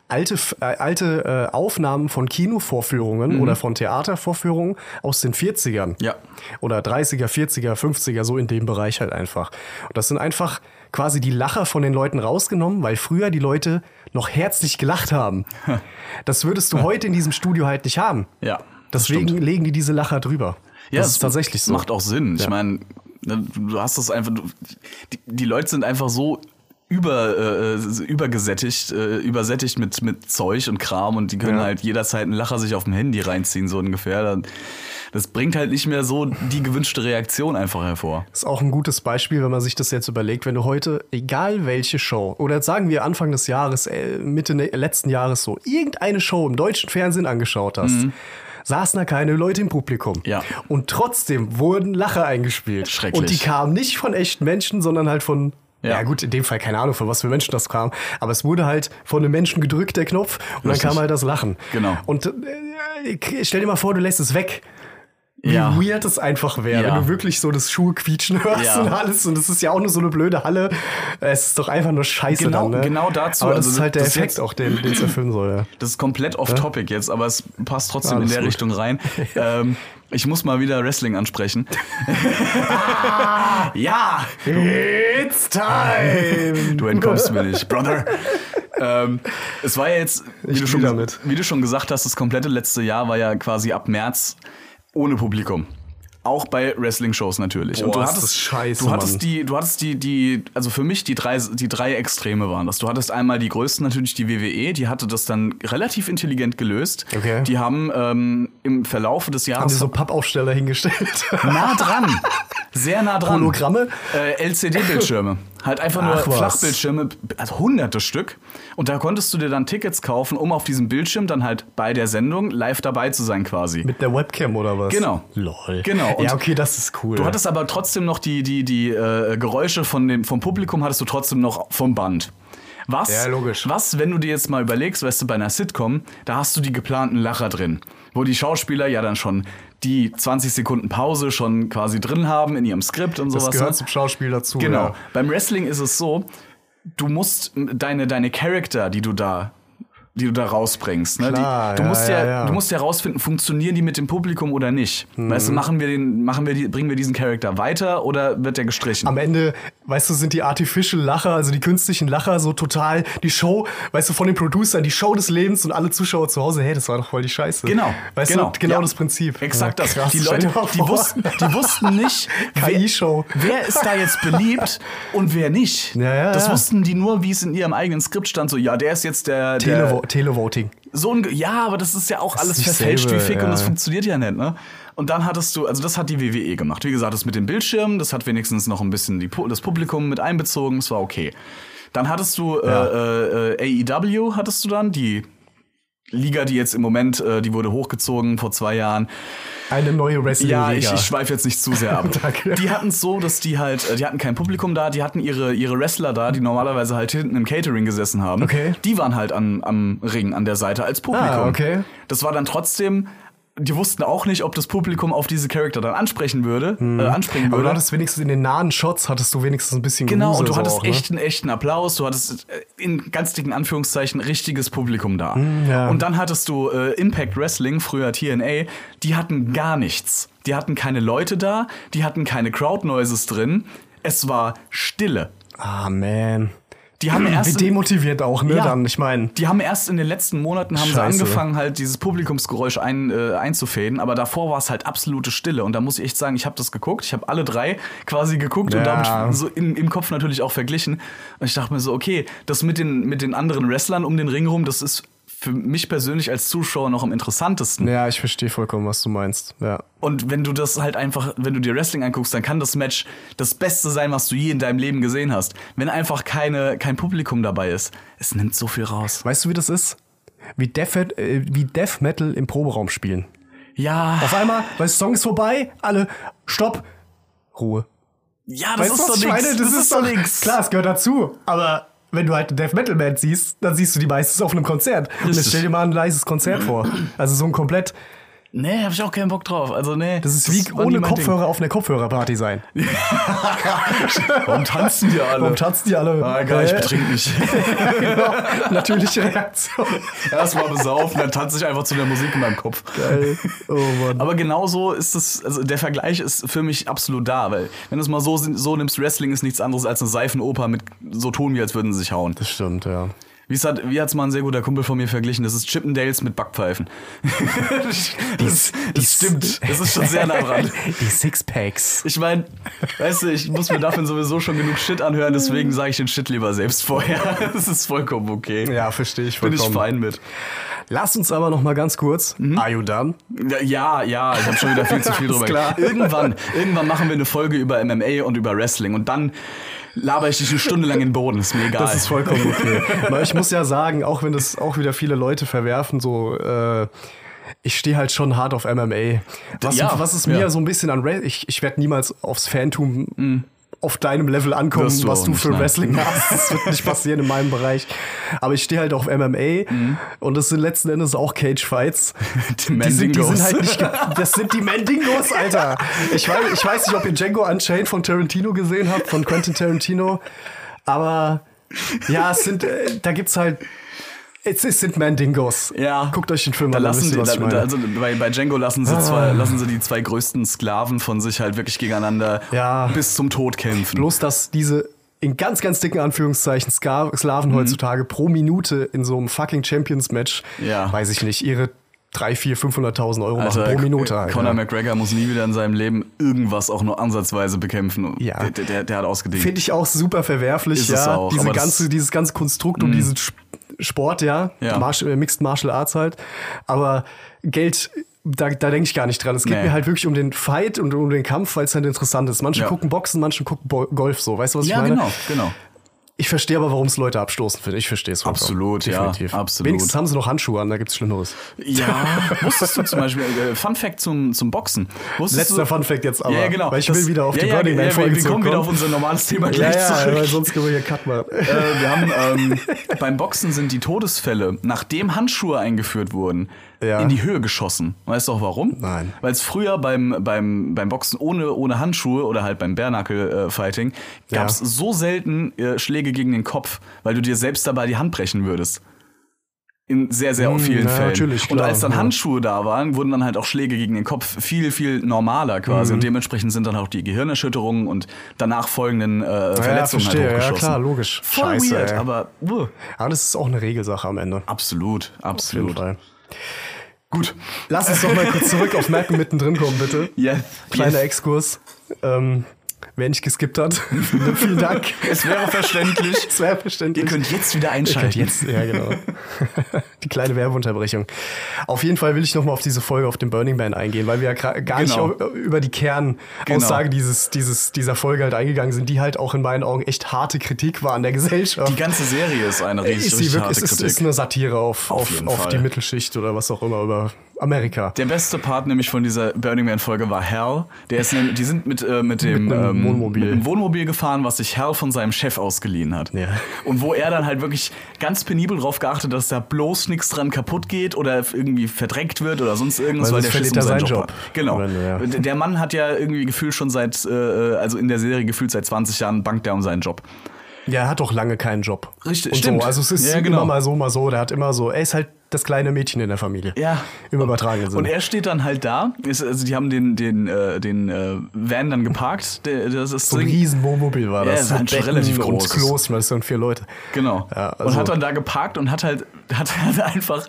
S5: alte, F- äh, alte äh, Aufnahmen von Kinovorführungen oder von Theatervorführungen aus den 40ern.
S4: Mhm. Ja.
S5: Oder 30er, 40er, 50er, so in dem Bereich halt einfach. Und das sind einfach quasi die Lacher von den Leuten rausgenommen, weil früher die Leute noch herzlich gelacht haben. Das würdest du heute in diesem Studio halt nicht haben.
S4: Ja. das
S5: Deswegen
S4: stimmt.
S5: legen die diese Lacher drüber.
S4: Ja,
S5: das
S4: es
S5: ist tatsächlich so.
S4: Macht auch Sinn. Ich
S5: Ja.
S4: meine, ne, du hast das einfach. Du, die, die Leute sind einfach so über, äh, äh, übergesättigt, äh, übersättigt mit, mit Zeug und Kram und die können
S5: Ja.
S4: halt jederzeit einen Lacher sich auf dem Handy reinziehen, so ungefähr. Dann- Das bringt halt nicht mehr so die gewünschte Reaktion einfach hervor.
S5: Ist auch ein gutes Beispiel, wenn man sich das jetzt überlegt, wenn du heute, egal welche Show, oder jetzt sagen wir Anfang des Jahres, äh, Mitte ne- letzten Jahres so, irgendeine Show im deutschen Fernsehen angeschaut hast, saßen da keine Leute im Publikum.
S4: Mhm. Ja.
S5: Und trotzdem wurden Lacher eingespielt.
S4: Schrecklich.
S5: Und die kamen nicht von echten Menschen, sondern halt von.
S4: Ja.
S5: Ja. gut, in dem Fall keine Ahnung, von was für Menschen das kam, aber es wurde halt von einem Menschen gedrückt, der Knopf, und
S4: Richtig.
S5: dann kam halt das Lachen.
S4: Genau.
S5: Und äh, stell dir mal vor, du lässt es weg. Wie
S4: Ja.
S5: weird es einfach wäre,
S4: Ja.
S5: wenn du wirklich so das Schuhe quietschen hörst
S4: Ja.
S5: und alles. Und es ist ja auch nur so eine blöde Halle. Es ist doch einfach nur scheiße
S4: Genau-
S5: dann, ne?
S4: genau dazu.
S5: Aber das
S4: Also
S5: ist halt der
S4: das
S5: Effekt
S4: jetzt-
S5: auch, den den es erfüllen soll.
S4: Das ist komplett off-topic jetzt, aber es passt trotzdem
S5: Alles
S4: in der
S5: gut.
S4: Richtung rein. ähm, ich muss mal wieder Wrestling ansprechen.
S5: Ah.
S4: ja!
S5: Ja. It's time!
S4: Du entkommst mir nicht, Brother. ähm, es war ja jetzt, wie
S5: Ich
S4: du,
S5: spiel
S4: schon,
S5: damit.
S4: wie du schon gesagt hast, das komplette letzte Jahr war ja quasi ab März ohne Publikum. Auch bei Wrestling-Shows natürlich.
S5: Boah,
S4: und du
S5: ist
S4: hattest,
S5: das scheiße,
S4: du hattest
S5: Mann.
S4: die, du hattest die, die, also für mich die drei, die drei Extreme waren das. Du hattest einmal die größten natürlich die WWE, die hatte das dann relativ intelligent gelöst.
S5: Okay.
S4: Die haben ähm, im Verlaufe des
S5: Haben
S4: Jahres
S5: sie so Pappaufsteller hingestellt?
S4: nah dran, sehr nah dran.
S5: Hologramme?
S4: Äh, LCD-Bildschirme. Halt einfach nur
S5: Ach was.
S4: Flachbildschirme, also hunderte Stück. Und da konntest du dir dann Tickets kaufen, um auf diesem Bildschirm dann halt bei der Sendung live dabei zu sein quasi.
S5: Mit der Webcam oder was?
S4: Genau.
S5: Lol.
S4: Genau. Und
S5: ja, okay, das ist cool.
S4: Du hattest aber trotzdem noch die, die, die äh, Geräusche von dem, vom Publikum, hattest du trotzdem noch vom Band. Was,
S5: Ja, logisch.
S4: was, wenn du dir jetzt mal überlegst, weißt du, bei einer Sitcom, da hast du die geplanten Lacher drin, wo die Schauspieler ja dann schon die 20 Sekunden Pause schon quasi drin haben in ihrem Skript und
S5: das
S4: sowas.
S5: gehört
S4: ne?
S5: zum Schauspiel dazu.
S4: Genau.
S5: Ja.
S4: Beim Wrestling ist es so, du musst m, deine, deine Charakter, die du da die du da rausbringst. Ne?
S5: Klar,
S4: die, du,
S5: ja,
S4: musst
S5: ja,
S4: ja,
S5: ja. Mhm.
S4: du musst ja rausfinden, funktionieren die mit dem Publikum oder nicht. Weißt du, machen wir den, machen wir die, bringen wir diesen Charakter weiter oder wird der gestrichen?
S5: Am Ende, weißt du, sind die artificial Lacher, also die künstlichen Lacher, so total die Show, weißt du, von den Producern, die Show des Lebens und alle Zuschauer zu Hause, hey, das war doch voll die Scheiße.
S4: Genau,
S5: Weißt
S4: genau,
S5: du, genau
S4: ja.
S5: das Prinzip.
S4: Exakt
S5: Ja,
S4: das.
S5: krass,
S4: die
S5: stell
S4: Leute,
S5: dir mal
S4: die
S5: vor.
S4: wussten, die wussten nicht,
S5: KI-Show.
S4: wer, wer ist da jetzt beliebt und wer nicht.
S5: Ja, ja,
S4: das
S5: ja.
S4: wussten die nur, wie es in ihrem eigenen Skript stand. So, ja, der ist jetzt der, der
S5: Televo Televoting.
S4: so ein, Ge- ja, aber das ist ja auch alles
S5: nicht
S4: verfälscht wie
S5: selber,
S4: Fick
S5: ja.
S4: und das funktioniert ja nicht, ne? Und dann hattest du, also das hat die WWE gemacht. Wie gesagt, das mit den Bildschirmen, das hat wenigstens noch ein bisschen die, Pu- das Publikum mit einbezogen, es war okay. Dann hattest du äh, äh, äh, AEW, hattest du dann die Liga, die jetzt im Moment, äh, die wurde hochgezogen vor zwei Jahren.
S5: Eine neue wrestling
S4: Ja, ich, ich schweife jetzt nicht zu sehr ab.
S5: Danke.
S4: Die hatten es so, dass die halt, äh, die hatten kein Publikum da, die hatten ihre, ihre Wrestler da, die normalerweise halt hinten im Catering gesessen haben.
S5: Okay.
S4: Die waren halt an, am Ring an der Seite als Publikum.
S5: Ah, okay.
S4: Das war dann trotzdem. Die wussten auch nicht, ob das Publikum auf diese Charakter dann ansprechen würde, äh, anspringen
S5: Hm. Aber
S4: würde.
S5: du hattest wenigstens in den nahen Shots, hattest du wenigstens ein bisschen
S4: Genau,
S5: Grusel
S4: und du
S5: so
S4: hattest
S5: auch, ne?
S4: echt einen echten Applaus, du hattest äh, in ganz dicken Anführungszeichen richtiges Publikum da.
S5: Hm, ja.
S4: Und dann hattest du äh, Impact Wrestling, früher TNA, die hatten gar nichts. Die hatten keine Leute da, die hatten keine Crowd Noises drin. Es war Stille.
S5: Ah, man.
S4: Die haben
S5: Wie
S4: erst in,
S5: demotiviert auch, ne,
S4: Ja.
S5: dann, ich meine.
S4: die haben erst in den letzten Monaten haben
S5: Scheiße.
S4: sie angefangen halt dieses Publikumsgeräusch ein, äh, einzufäden, aber davor war es halt absolute Stille und da muss ich echt sagen, ich habe das geguckt, ich habe alle drei quasi geguckt und
S5: Ja.
S4: damit so im, im Kopf natürlich auch verglichen und ich dachte mir so, okay, das mit den mit den anderen Wrestlern um den Ring rum, das ist für mich persönlich als Zuschauer noch am interessantesten.
S5: Ja, ich verstehe vollkommen, was du meinst. Ja.
S4: Und wenn du das halt einfach, wenn du dir Wrestling anguckst, dann kann das Match das Beste sein, was du je in deinem Leben gesehen hast. Wenn einfach keine, kein Publikum dabei ist, es nimmt so viel raus.
S5: Weißt du, wie das ist? Wie Death, äh, wie Death Metal im Proberaum spielen.
S4: Ja.
S5: Auf einmal, weißt du, Song ist vorbei, alle, stopp, Ruhe.
S4: Ja, das
S5: weißt
S4: ist
S5: du, was
S4: doch
S5: ich
S4: nix.
S5: meine? Das, ist doch nix. Klar, es gehört dazu, aber wenn du halt eine Death Metal Band siehst, dann siehst du die meistens auf einem Konzert. Und
S4: Richtig.
S5: jetzt stell dir mal ein leises Konzert vor. Also so ein komplett,
S4: Nee, hab ich auch keinen Bock drauf. Also, nee.
S5: das ist wie
S4: war nie
S5: ohne
S4: mein
S5: Kopfhörer auf einer Kopfhörerparty sein.
S4: Ding. Warum tanzen die alle?
S5: Warum tanzen die alle?
S4: Ah, geil, ich
S5: Äh,
S4: betrink mich.
S5: genau, natürliche Reaktion.
S4: Erstmal besaufen, dann tanze ich einfach zu der Musik in meinem Kopf.
S5: Geil. Oh Mann.
S4: Aber genauso ist es, also der Vergleich ist für mich absolut da, weil wenn du es mal so, so nimmst, Wrestling ist nichts anderes als eine Seifenoper mit so tun wir, als würden sie sich hauen.
S5: das stimmt, ja.
S4: Wie es hat, wie hat's mal ein sehr guter Kumpel von mir verglichen, das ist Chippendales mit Backpfeifen. das, das stimmt, das ist schon sehr nah dran.
S5: Die Sixpacks.
S4: Ich meine, weißt du, ich muss mir dafür sowieso schon genug Shit anhören, deswegen sage ich den Shit lieber selbst vorher. Das ist vollkommen okay.
S5: Mhm. Ja, verstehe ich
S4: Bin ich
S5: vollkommen.
S4: fein mit.
S5: Lass uns aber noch mal ganz kurz.
S4: Mhm.
S5: Are you done?
S4: Ja, ja, ich habe schon wieder viel zu viel
S5: Alles
S4: drüber.
S5: klar.
S4: Irgendwann, irgendwann machen wir eine Folge über MMA und über Wrestling und dann laber ich dich eine Stunde lang in den Boden, ist mir egal.
S5: Das ist vollkommen okay. Aber ich muss ja sagen, auch wenn das auch wieder viele Leute verwerfen, so äh, ich stehe halt schon hart auf MMA. Was,
S4: Ja,
S5: was ist mir
S4: ja.
S5: so ein bisschen an Re ich, ich werde niemals aufs Fantum auf deinem Level ankommen,
S4: Mhm. Wirst du
S5: was
S4: auch
S5: du
S4: nicht,
S5: für
S4: nein.
S5: Wrestling machst. Das wird nicht passieren in meinem Bereich. Aber ich stehe halt auf MMA
S4: Mhm.
S5: und das sind letzten Endes auch Cage-Fights.
S4: Die
S5: Die sind, die
S4: Mandingos.
S5: sind halt nicht. ge- Das sind die Mandingos, Alter. Ich weiß, ich weiß nicht, ob ihr Django Unchained von Tarantino gesehen habt, von Quentin Tarantino. Aber ja, es sind, äh, da gibt's halt. Es, es sind Mandingos.
S4: Ja.
S5: Guckt euch den Film
S4: Da
S5: an, dann
S4: lassen
S5: wisst ihr,
S4: die,
S5: was
S4: da,
S5: ich meine. Ah.
S4: da, also bei, bei Django lassen sie, zwei, lassen sie die zwei größten Sklaven von sich halt wirklich gegeneinander
S5: Ja.
S4: bis zum Tod kämpfen.
S5: Bloß, dass diese in ganz, ganz dicken Anführungszeichen
S4: Mhm.
S5: Ska Sklaven heutzutage pro Minute in so einem fucking Champions-Match,
S4: Ja.
S5: weiß ich nicht, ihre 3, 4, 500.000 Euro machen
S4: Alter,
S5: pro Minute.
S4: Con-
S5: Alter.
S4: Also, äh, Conor McGregor muss nie wieder in seinem Leben irgendwas auch nur ansatzweise bekämpfen.
S5: Ja.
S4: Der, der- der, der hat ausgedient.
S5: Finde ich auch super verwerflich,
S4: Ist es
S5: ja.
S4: auch,
S5: Diese
S4: aber das- Mhm.
S5: ganze, dieses ganze Konstrukt um diesen Sp- Sport, ja.
S4: Ja.
S5: Martial- äh, Mixed Martial Arts halt. Aber Geld, da, da denke ich gar nicht dran. Es geht
S4: Nee.
S5: mir halt wirklich um den Fight und um den Kampf, weil es halt interessant ist. Manche
S4: Ja.
S5: gucken Boxen, manche gucken Bo Golf so. Weißt du, was ich
S4: ja,
S5: meine?
S4: genau, genau.
S5: Ich verstehe aber, warum es Leute abstoßen finden. Ich verstehe es vollkommen.
S4: Absolut, ja, absolut.
S5: Wenigstens haben sie noch Handschuhe an, da gibt es Schlimmeres.
S4: Ja, wusstest du zum Beispiel, äh, Fun Fact zum, zum Boxen. Wusstest
S5: Letzter
S4: du,
S5: Fun Fact jetzt aber.
S4: ja, ja, genau.
S5: Weil ich will
S4: Das-
S5: wieder auf
S4: ja,
S5: die
S4: ja,
S5: Burning
S4: ja,
S5: Man-Folge
S4: wir, wir kommen wieder auf
S5: zurückkommen.
S4: unser normales Thema gleich
S5: ja, ja,
S4: zurück.
S5: weil sonst können wir hier Cut machen.
S4: äh, wir haben ähm, beim Boxen sind die Todesfälle, nachdem Handschuhe eingeführt wurden,
S5: Ja.
S4: in die Höhe geschossen. Weißt du auch warum?
S5: Nein.
S4: Weil es früher beim, beim, beim Boxen ohne, ohne Handschuhe oder halt beim Bärnackel-Fighting
S5: Ja.
S4: gab es so selten äh, Schläge gegen den Kopf, weil du dir selbst dabei die Hand brechen würdest. In sehr, sehr vielen
S5: Hm, na,
S4: Fällen.
S5: natürlich,
S4: und
S5: klar,
S4: als dann
S5: ja.
S4: Handschuhe da waren, wurden dann halt auch Schläge gegen den Kopf viel, viel normaler quasi.
S5: Mhm.
S4: Und dementsprechend sind dann auch die Gehirnerschütterungen und danach folgenden äh, Verletzungen
S5: verstehe,
S4: halt
S5: ja,
S4: hochgeschossen.
S5: klar, logisch.
S4: Voll
S5: Scheiße,
S4: weird,
S5: ey.
S4: aber uh,
S5: Aber das ist auch eine Regelsache am Ende.
S4: absolut,
S5: Auf jeden
S4: absolut.
S5: Fall.
S4: Gut.
S5: Lass uns doch mal kurz zurück auf Malcolm mittendrin kommen, bitte.
S4: Ja,
S5: Kleiner
S4: yes.
S5: Exkurs. Ähm, wer nicht geskippt hat, vielen Dank.
S4: Es wäre verständlich.
S5: Es wäre verständlich.
S4: Ihr könnt jetzt wieder
S5: Ihr könnt
S4: einschalten.
S5: jetzt, ja genau. die kleine Werbeunterbrechung. Auf jeden Fall will ich nochmal auf diese Folge auf dem Burning Man eingehen, weil wir ja gra- gar
S4: Genau.
S5: nicht au- über die Kernaussage dieses, dieses, dieser Folge halt eingegangen sind, die halt auch in meinen Augen echt harte Kritik war an der Gesellschaft.
S4: Die ganze Serie ist eine richtig,
S5: ist, sie
S4: richtig
S5: wirklich,
S4: harte
S5: ist, ist,
S4: Kritik.
S5: ist eine Satire auf,
S4: Auf
S5: auf,
S4: jeden
S5: auf
S4: Fall.
S5: die Mittelschicht oder was auch immer über Amerika.
S4: der beste Part nämlich von dieser Burning Man Folge war Hal. Der ist, nämlich- die sind mit, äh, mit dem
S5: Mit einem
S4: ähm,
S5: Wohnmobil.
S4: mit einem Wohnmobil gefahren, was sich Hal von seinem Chef ausgeliehen hat.
S5: Ja.
S4: Und wo er dann halt wirklich ganz penibel drauf geachtet, dass da bloß nichts dran kaputt geht oder irgendwie verdreckt wird oder sonst irgendwas, weil,
S5: Weil sonst
S4: der Schiss um
S5: verliert
S4: seinen
S5: er seinen
S4: Job,
S5: Job.
S4: hat. Genau.
S5: Wenn, ja.
S4: D- Der Mann hat ja irgendwie gefühlt schon seit, äh, also in der Serie gefühlt seit 20 Jahren bangt er um seinen Job.
S5: Ja, er hat doch lange keinen Job.
S4: Richtig,
S5: und
S4: stimmt.
S5: So. Also es ist
S4: Ja, genau.
S5: immer mal so, mal so. Der hat immer so, er ist halt das kleine Mädchen in der Familie.
S4: Ja.
S5: Im übertragenen Sinne.
S4: Und er steht dann halt da. Ist, also die haben den, den, äh, den äh, Van dann geparkt. Der, das ist
S5: so ein riesen Wohnmobil war
S4: Ja,
S5: das.
S4: es war
S5: Mit
S4: schon
S5: Betten
S4: relativ
S5: Und
S4: groß.
S5: Klos, ich meine, das sind vier Leute.
S4: Genau.
S5: Ja,
S4: und
S5: also-
S4: hat dann da geparkt und hat halt, hat halt einfach,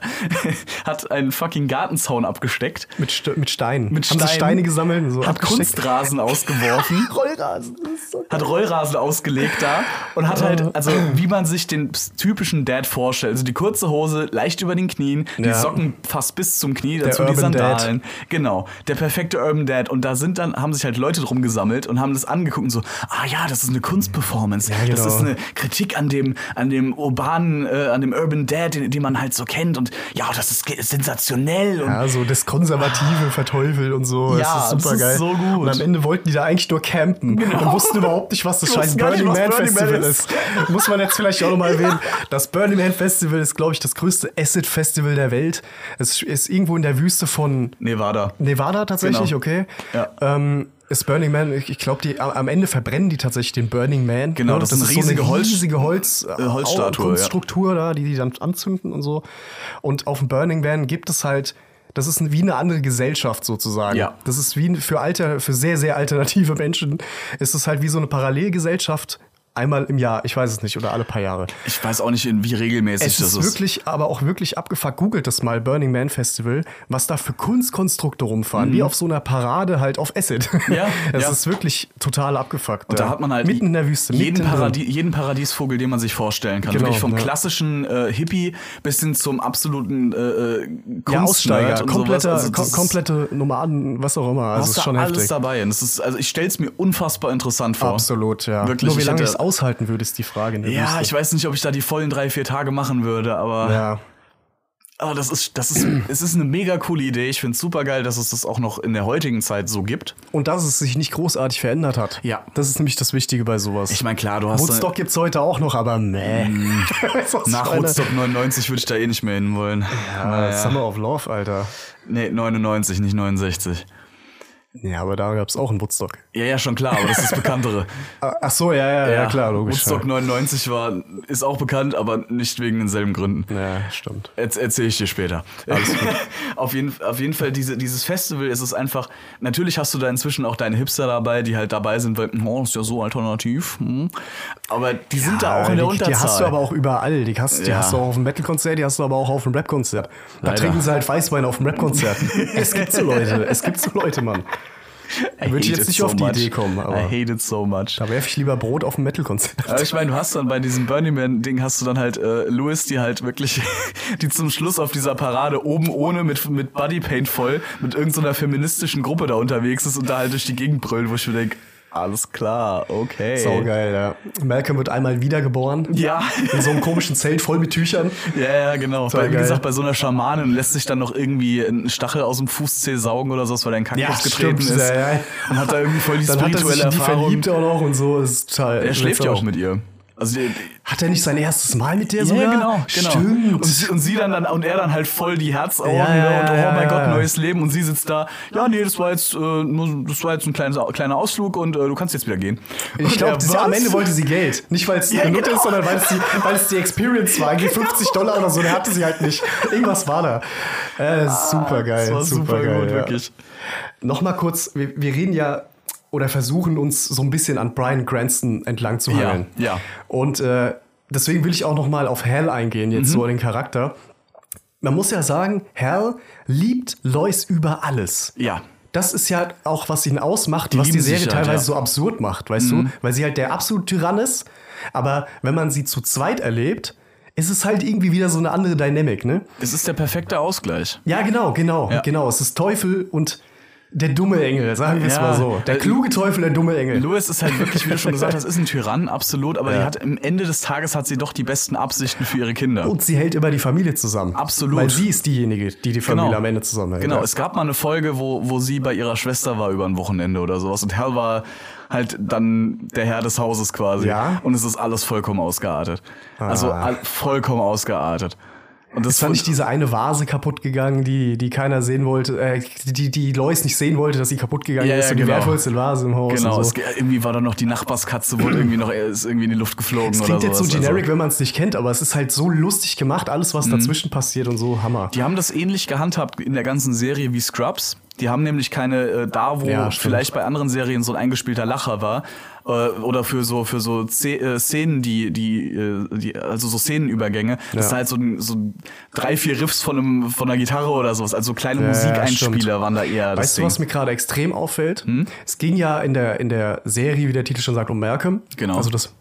S4: hat einen fucking Gartenzaun abgesteckt.
S5: Mit, Ste mit Steinen.
S4: Mit
S5: Haben sie
S4: Steinen.
S5: Steine gesammelt und so
S4: Hat
S5: abgesteckt.
S4: Kunstrasen ausgeworfen,
S5: Rollrasen. das ist so-
S4: hat Rollrasen ausgelegt da und hat halt, also wie man sich den typischen Dad vorstellt, also die kurze Hose leicht über den Knien, die
S5: Ja.
S4: Socken fast bis zum Knie, dazu die
S5: Urban Dad.
S4: Sandalen. Genau, der perfekte Urban Dad. Und da sind dann, haben sich halt Leute drum gesammelt und haben das angeguckt und so, ah ja, das ist eine Kunstperformance, das
S5: genau.
S4: ist eine Kritik an dem, an dem urbanen, äh, an dem Urban Dad, den, den man halt so kennt und ja, das ist ge- sensationell und
S5: Ja, so das Konservative verteufelt und so.
S4: Ja,
S5: das ist super
S4: das
S5: geil.
S4: ist so gut.
S5: Und am Ende wollten die da eigentlich nur campen und wussten überhaupt nicht, was das
S4: Die
S5: scheiß
S4: wussten gar nicht,
S5: Burning
S4: was
S5: Man
S4: Burning Man
S5: Festival
S4: ist.
S5: ist. Muss man jetzt vielleicht auch nochmal erwähnen. Das Burning Man Festival ist, glaube ich, das größte Acid-Festival der Welt. Es ist irgendwo in der Wüste von
S4: Nevada.
S5: Nevada tatsächlich,
S4: Genau.
S5: okay.
S4: Ja.
S5: Ähm, ist Burning Man, ich, ich glaube, die am- am Ende verbrennen die tatsächlich den Burning Man. ne?
S4: Genau, das ist eine riesige
S5: so eine
S4: Holz-
S5: riesige Holz,
S4: äh, Holzstatue,
S5: Kunststruktur da, die die dann anzünden und so. Und auf dem Burning Man gibt es halt, das ist wie eine andere Gesellschaft sozusagen.
S4: Ja.
S5: Das ist wie ein- für alter, für sehr sehr alternative Menschen ist es halt wie so eine Parallelgesellschaft. Einmal im Jahr, ich weiß es nicht, oder alle paar Jahre.
S4: Ich weiß auch nicht, in wie regelmäßig
S5: Es
S4: das
S5: ist
S4: ist.
S5: wirklich, aber auch wirklich abgefuckt. Googelt das mal, Burning Man Festival, was da für Kunstkonstrukte rumfahren, wie auf so einer Parade halt auf Acid.
S4: Mhm. Ja,
S5: Es
S4: ja.
S5: ist wirklich total abgefuckt.
S4: Und da hat man halt
S5: mitten in der Wüste.
S4: jeden,
S5: mitten
S4: Paradie jeden Paradiesvogel, den man sich vorstellen kann.
S5: Genau,
S4: Wirklich vom
S5: ja.
S4: klassischen äh, Hippie bis hin zum absoluten äh, äh,
S5: Ja, Aussteiger,
S4: Kunstnerd und
S5: komplette,
S4: sowas. Also das
S5: kom
S4: ist-
S5: komplette Nomaden, was auch immer. Also
S4: was
S5: es
S4: da
S5: ist schon
S4: alles
S5: heftig.
S4: dabei. Und das ist, also ich stell's mir unfassbar interessant vor.
S5: Absolut, ja.
S4: Wirklich,
S5: Nur wie
S4: ich
S5: lange ich
S4: hätte-
S5: es aushalten würde, ist die Frage. In der
S4: Ja,
S5: Wüste.
S4: ich weiß nicht, ob ich da die vollen drei, vier Tage machen würde, aber,
S5: Ja.
S4: aber das ist, das ist, es ist eine mega coole Idee. Ich find's super geil, dass es das auch noch in der heutigen Zeit so gibt.
S5: Und dass es sich nicht großartig verändert hat.
S4: Ja.
S5: Das ist nämlich das Wichtige bei sowas.
S4: Ich meine, klar, du hast. Mhm.
S5: Woodstock gibt's heute auch noch, aber meh. Weißt du, was ich
S4: nach
S5: meine?
S4: Woodstock 99 würde ich da eh nicht mehr hin wollen.
S5: Ja, Summer of Love, Alter.
S4: Nee, 99, nicht 69.
S5: Ja, aber da gab es auch einen Woodstock.
S4: Ja, ja, schon klar, aber das ist das Bekanntere.
S5: Ah, Ach so, ja, ja, ja, klar, logisch.
S4: Woodstock 99 war, ist auch bekannt, aber nicht wegen denselben Gründen.
S5: Ja, stimmt.
S4: Jetzt erzähle ich dir später. auf, jeden, auf jeden Fall, diese, dieses Festival ist es einfach. Natürlich hast du da inzwischen auch deine Hipster dabei, die halt dabei sind, weil, oh, ist ja so alternativ. Hm. Aber die sind da auch in der
S5: Ah, die,
S4: Unterzahl.
S5: die hast du aber auch überall. Die hast, die
S4: Ja.
S5: hast du auch auf dem Metal-Konzert, die hast du aber auch auf dem Rap-Konzert. Da
S4: Leider.
S5: trinken sie halt Weißwein auf dem Rap-Konzert. es gibt so Leute, es gibt so Leute, Mann.
S4: I
S5: Würde ich
S4: hate
S5: jetzt
S4: it
S5: nicht
S4: so
S5: auf die
S4: much.
S5: Idee kommen, aber-
S4: I hate it so much.
S5: Da werfe ich lieber Brot auf dem Metal-Konzert.
S4: Aber ich meine, du hast dann bei diesem Burning Man-Ding hast du dann halt äh, Louis, die halt wirklich, die zum Schluss auf dieser Parade oben ohne mit, mit Bodypaint voll, mit irgendeiner feministischen Gruppe da unterwegs ist und da halt durch die Gegend brüllt, wo ich mir denke, alles klar, okay.
S5: Saugeil, ja. Malcolm wird einmal wiedergeboren.
S4: Ja.
S5: In so einem komischen Zelt voll mit Tüchern.
S4: Ja, ja, genau. Weil, wie
S5: geil.
S4: gesagt, bei so einer Schamanin lässt sich dann noch irgendwie ein Stachel aus dem Fußzeh saugen oder sowas, weil er in den Kackkopf getreten
S5: stimmt,
S4: ist.
S5: ja, ja.
S4: Und hat da irgendwie voll die
S5: Dann hat er sich
S4: spirituelle
S5: in die
S4: Erfahrung.
S5: verliebt auch noch und so. Das Ist total
S4: Er schläft ja auch mit ihr. Also, die, die,
S5: Hat er nicht sein erstes Mal mit der
S4: Ja,
S5: sogar?
S4: genau, genau.
S5: Stimmt.
S4: Und, sie- und sie dann, dann und er dann halt voll die Herzaugen
S5: Ja, ja,
S4: ne, und
S5: ja,
S4: oh mein
S5: ja,
S4: Gott,
S5: ja.
S4: neues Leben und sie sitzt da. Ja, nee, das war jetzt äh, nur, das war jetzt ein kleines, kleiner Ausflug und äh, du kannst jetzt wieder gehen.
S5: Ich
S4: Und
S5: glaube,
S4: er,
S5: sie- am
S4: was?
S5: Ende wollte sie Geld. Nicht, weil es
S4: Ja,
S5: genug
S4: genau.
S5: ist, sondern weil es die, weil es die Experience war. Die 50 Dollar oder so, der hatte sie halt nicht. Irgendwas war da. Äh, super geil.
S4: Ah, Das war super
S5: geil,
S4: gut,
S5: ja.
S4: wirklich.
S5: Nochmal kurz, wir, wir reden ja oder versuchen uns so ein bisschen an Brian Cranston entlang zu hangeln.
S4: ja.
S5: Und äh, deswegen will ich auch nochmal auf Hal eingehen,
S4: Mhm.
S5: jetzt so den Charakter. Man muss ja sagen, Hal liebt Lois über alles.
S4: Ja.
S5: Das ist ja halt auch, was ihn ausmacht, was
S4: lieben
S5: die Serie
S4: sich halt,
S5: teilweise
S4: ja. Mhm.
S5: so absurd macht, weißt du? Weil sie halt der absolute Tyrann ist. Aber wenn man sie zu zweit erlebt, ist es halt irgendwie wieder so eine andere Dynamik, ne?
S4: Es ist der perfekte Ausgleich.
S5: Ja, genau, genau,
S4: Ja.
S5: genau. Es ist Teufel und der dumme Engel, sagen wir es
S4: Ja,
S5: mal so. Der
S4: äh,
S5: kluge Teufel, der dumme Engel.
S4: Louis ist halt wirklich, wie du schon gesagt hast, ist ein Tyrann, absolut, aber die hat, am Ende des Tages hat sie doch die besten Absichten für ihre Kinder.
S5: Und sie hält immer die Familie zusammen.
S4: Absolut.
S5: Weil sie ist diejenige, die die Familie am Ende zusammenhält.
S4: Genau,
S5: Ja.
S4: es gab mal eine Folge, wo, wo sie bei ihrer Schwester war über ein Wochenende oder sowas und Hal war halt dann der Herr des Hauses quasi.
S5: Ja. Ah.
S4: Und es ist alles vollkommen ausgeartet. Also all, vollkommen ausgeartet. Und das
S5: Ist da nicht diese eine Vase kaputt gegangen, die, die keiner sehen wollte, äh, die, die Lois nicht sehen wollte, dass sie kaputt gegangen
S4: Ja,
S5: ist
S4: ja,
S5: und die
S4: genau.
S5: wertvollste Vase im Haus?
S4: Genau,
S5: und so.
S4: es, ge- irgendwie war da noch die Nachbarskatze, wurde irgendwie noch ist irgendwie in die Luft geflogen
S5: Es
S4: oder
S5: klingt jetzt
S4: sowas.
S5: so generic,
S4: Also, Mhm.
S5: wenn man es nicht kennt, aber es ist halt so lustig gemacht, alles, was dazwischen passiert und so, Hammer.
S4: die haben das ähnlich gehandhabt in der ganzen Serie wie Scrubs. Die haben nämlich keine äh, da, wo
S5: Ja, stimmt.
S4: vielleicht bei anderen Serien so ein eingespielter Lacher war äh, oder für so für so Ze- äh, Szenen, die die, äh, die also so Szenenübergänge. Das
S5: Ja.
S4: ist halt so, ein- so drei vier Riffs von einem von einer Gitarre oder sowas. Also kleine
S5: ja,
S4: Musikeinspieler
S5: stimmt.
S4: waren da eher. das
S5: Weißt du,
S4: Ding. Mhm.
S5: was mir gerade extrem auffällt? Es ging ja in der, in der Serie, wie der Titel schon sagt, um Malcolm.
S4: Genau.
S5: Also das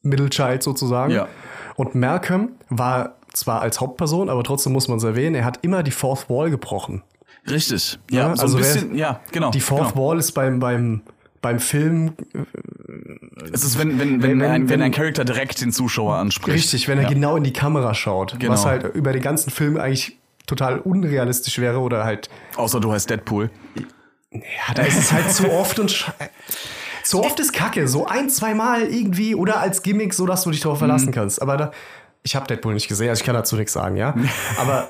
S5: Mittelchild sozusagen.
S4: Ja.
S5: Und Malcolm war zwar als Hauptperson, aber trotzdem muss man es erwähnen, er hat immer die Fourth Wall gebrochen.
S4: Richtig. Ja,
S5: Ja,
S4: so
S5: also
S4: ein
S5: wer-
S4: bisschen. Ja, genau.
S5: Die Fourth
S4: genau.
S5: Wall ist beim, beim, beim Film
S4: Es ist, wenn, wenn, wenn,
S5: Wenn-
S4: ein, wenn
S5: wenn-
S4: ein Charakter direkt den Zuschauer anspricht.
S5: richtig, wenn er genau in die Kamera schaut.
S4: Genau.
S5: Was halt über den ganzen Film eigentlich total unrealistisch wäre oder halt
S4: Außer du heißt Deadpool.
S5: Ja, da ist es halt zu oft und sch- zu oft ist Kacke. So ein, zweimal irgendwie oder als Gimmick, so dass du dich darauf
S4: Mhm.
S5: verlassen kannst. Aber da, ich habe Deadpool nicht gesehen, also ich kann dazu nichts sagen, ja. Aber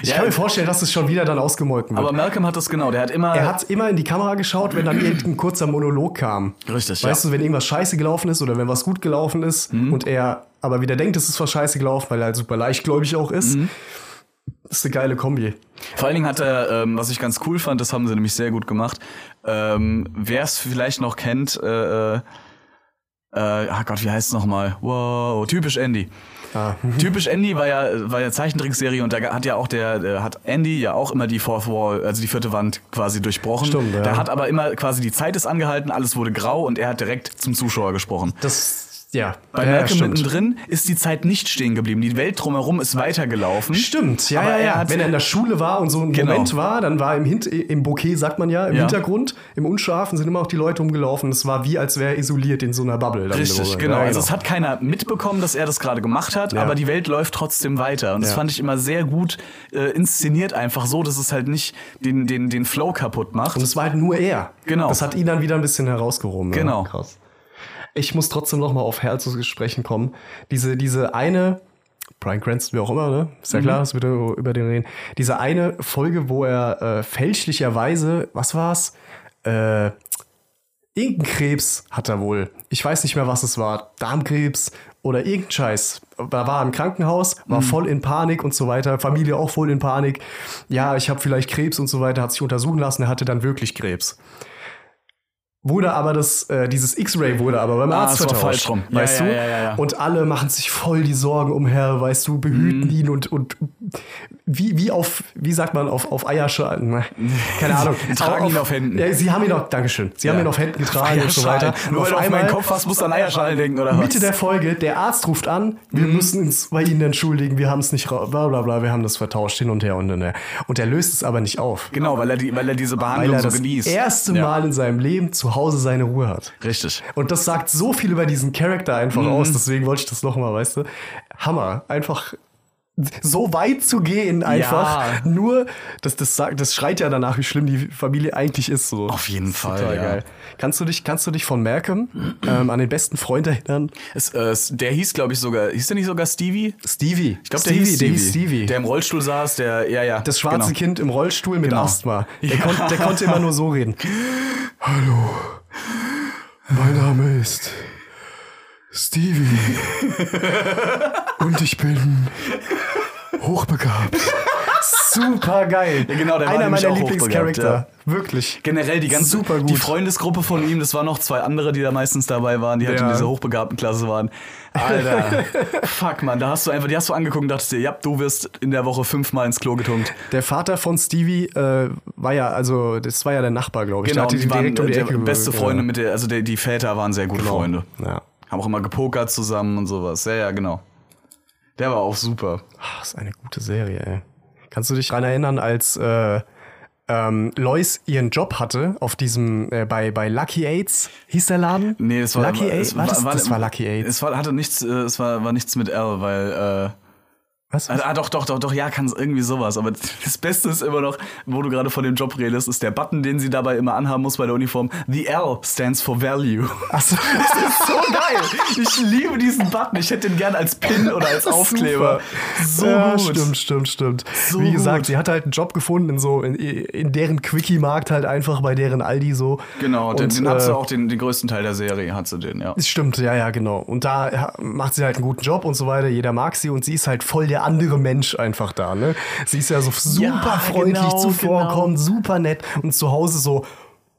S5: ich
S4: Ja, äh,
S5: kann mir vorstellen, dass es schon wieder dann ausgemolken wird.
S4: Aber Malcolm hat das genau. Der hat immer.
S5: er hat immer in die Kamera geschaut, wenn dann irgendein kurzer Monolog kam.
S4: Richtig,
S5: Weißt
S4: ja. Mhm.
S5: du, wenn irgendwas scheiße gelaufen ist oder wenn was gut gelaufen ist und er aber wieder denkt, es ist was scheiße gelaufen, weil er halt super leichtgläubig auch ist.
S4: Mhm.
S5: Das ist eine geile Kombi.
S4: Vor allen Dingen hat er, ähm, was ich ganz cool fand, das haben sie nämlich sehr gut gemacht. Ähm, Wer es vielleicht noch kennt, äh, äh, äh, ah Gott, wie heißt es nochmal? Wow, typisch Andy.
S5: Ah.
S4: Typisch Andy war ja, war ja Zeichentrickserie und da hat ja auch der, der hat Andy ja auch immer die Fourth Wall, also die vierte Wand quasi durchbrochen.
S5: Stimmt, ja.
S4: Da hat aber immer quasi die Zeit ist angehalten, alles wurde grau und er hat direkt zum Zuschauer gesprochen.
S5: Das, ja.
S4: Bei
S5: ja,
S4: Malcolm
S5: stimmt.
S4: mittendrin ist die Zeit nicht stehen geblieben. Die Welt drumherum ist weitergelaufen.
S5: Stimmt, ja,
S4: Aber
S5: ja,
S4: er
S5: ja.
S4: hat-
S5: Wenn er in der Schule war und so ein
S4: Genau.
S5: Moment war, dann war im, Hint im Bokeh, sagt man ja, im
S4: Ja.
S5: Hintergrund, im Unscharfen sind immer auch die Leute umgelaufen. Es war wie, als wäre er isoliert in so einer Bubble. dann
S4: Richtig,
S5: wiederum.
S4: genau.
S5: Ja,
S4: Also es hat keiner mitbekommen, dass er das gerade gemacht hat, aber die Welt läuft trotzdem weiter. Und das
S5: Ja.
S4: fand ich immer sehr gut äh, inszeniert, einfach so, dass es halt nicht den, den, den Flow kaputt macht.
S5: und es war halt nur er.
S4: Genau.
S5: Das hat ihn dann wieder ein bisschen herausgehoben.
S4: Genau.
S5: Ja. Krass. Ich muss trotzdem noch mal auf Herr zu sprechen kommen. Diese, diese eine, Brian Cranston, wie auch immer, ne?
S4: Mhm.
S5: Ist ja klar, dass wir da über den reden. Diese eine Folge, wo er äh, fälschlicherweise, was war's? äh, irgendeinen Krebs hat er wohl. Ich weiß nicht mehr, was es war. Darmkrebs oder irgendein Scheiß. Er war im Krankenhaus,
S4: Mhm.
S5: war voll in Panik und so weiter. Familie auch voll in Panik. Ja, ich habe vielleicht Krebs und so weiter. Hat sich untersuchen lassen. Er hatte dann wirklich Krebs. Wurde aber das, äh, dieses X-Ray wurde aber beim
S4: Ah,
S5: Arzt
S4: es war
S5: vertauscht.
S4: falsch rum. Ja,
S5: Weißt
S4: ja,
S5: du?
S4: ja, ja, ja.
S5: Und alle machen sich voll die Sorgen umher, weißt du, behüten
S4: Mhm.
S5: ihn und, und wie, wie auf, wie sagt man, auf, auf Eierschalen. ne? Keine Ahnung.
S4: Sie tragen ihn auf Händen.
S5: Ja, sie haben ihn auf, Dankeschön. Sie haben ihn auf Händen getragen und so weiter. Und
S4: Nur weil du auf meinen Kopf hast, musst du an Eierschalen denken, oder was? Mhm.
S5: Mitte der Folge, der Arzt ruft an, wir müssen uns bei Ihnen entschuldigen, wir haben es nicht, ra- bla bla bla, wir haben das vertauscht hin und her und hin und her. Und er löst es aber nicht auf,
S4: genau, weil er, die, weil er diese
S5: weil
S4: Behandlung
S5: er
S4: so
S5: das
S4: genießt.
S5: erste
S4: Ja.
S5: Mal in seinem Leben zu Hause seine Ruhe hat.
S4: Richtig.
S5: Und das sagt so viel über diesen Charakter einfach
S4: Mhm.
S5: aus, deswegen wollte ich das nochmal, weißt du? Hammer. Einfach so weit zu gehen, einfach. Nur, das, das, sagt, das schreit ja danach, wie schlimm die Familie eigentlich ist. So.
S4: Auf jeden Fall,
S5: Total
S4: ja.
S5: geil. Kannst du dich, kannst du dich von Malcolm ähm, an den besten Freund erinnern?
S4: Es, äh, es- der hieß, glaube ich, sogar, hieß der nicht sogar Stevie?
S5: Stevie.
S4: Ich glaube, der
S5: Stevie,
S4: hieß Stevie.
S5: der hieß Stevie.
S4: Der im Rollstuhl saß, der, ja, ja.
S5: das schwarze
S4: genau.
S5: Kind im Rollstuhl mit
S4: Genau.
S5: Asthma. Der,
S4: Ja.
S5: kon der konnte immer nur so reden. Hallo, mein Name ist Stevie. Und ich bin hochbegabt. Super geil.
S4: genau, der war
S5: Einer
S4: nämlich
S5: meiner
S4: auch hochbegabt,
S5: Lieblingscharakter. Wirklich.
S4: Generell die ganze
S5: Super gut.
S4: die Freundesgruppe von ihm, das waren noch zwei andere, die da meistens dabei waren, die halt
S5: Ja.
S4: in dieser hochbegabten Klasse waren. Alter, fuck man, da hast du einfach, die hast du angeguckt und dachtest dir, ja, du wirst in der Woche fünfmal ins Klo getunkt.
S5: Der Vater von Stevie äh, war ja, also das war ja der Nachbar, glaube ich. Der hatte
S4: die,
S5: ihn
S4: waren
S5: direkt um die
S4: äh,
S5: Ecke. Genau.
S4: beste
S5: gewohnt.
S4: Freunde mit der, also der, die Väter waren sehr gute Freunde.
S5: Ja.
S4: Haben auch immer gepokert zusammen und sowas. Ja, ja, genau. Der war auch super.
S5: Ach, Ah, ist eine gute Serie, ey. Kannst du dich daran erinnern, als äh, ähm, Lois ihren Job hatte auf diesem, äh, bei, bei Lucky Aids, hieß der Laden?
S4: Nee, das war
S5: Lucky Aids.
S4: es
S5: War, das, das war Lucky Aids.
S4: Es war, hatte nichts, äh, es war, war nichts mit L, weil äh,
S5: Was?
S4: Ah, ah, doch, doch, doch, doch, ja, kann irgendwie sowas. Aber das Beste ist immer noch, wo du gerade von dem Job redest, ist der Button, den sie dabei immer anhaben muss bei der Uniform. The L stands for Value.
S5: Ach so.
S4: Das ist so geil. Ich liebe diesen Button. Ich hätte den gern als Pin oder als
S5: Das ist
S4: Aufkleber.
S5: super.
S4: So
S5: ja,
S4: gut.
S5: Stimmt, stimmt, stimmt.
S4: So
S5: Wie gesagt,
S4: gut.
S5: sie hat halt einen Job gefunden in so in, in deren Quickie-Markt halt einfach bei deren Aldi so.
S4: Genau, den,
S5: Und,
S4: den hat
S5: äh,
S4: sie auch den, den größten Teil der Serie, hat sie den, ja.
S5: Das Stimmt, ja, ja, genau. Und da ha- macht sie halt einen guten Job und so weiter. Jeder mag sie und sie ist halt voll der andere Mensch einfach da, ne? Sie ist ja so super freundlich
S4: genau,
S5: zuvorkommend, super nett und zu Hause so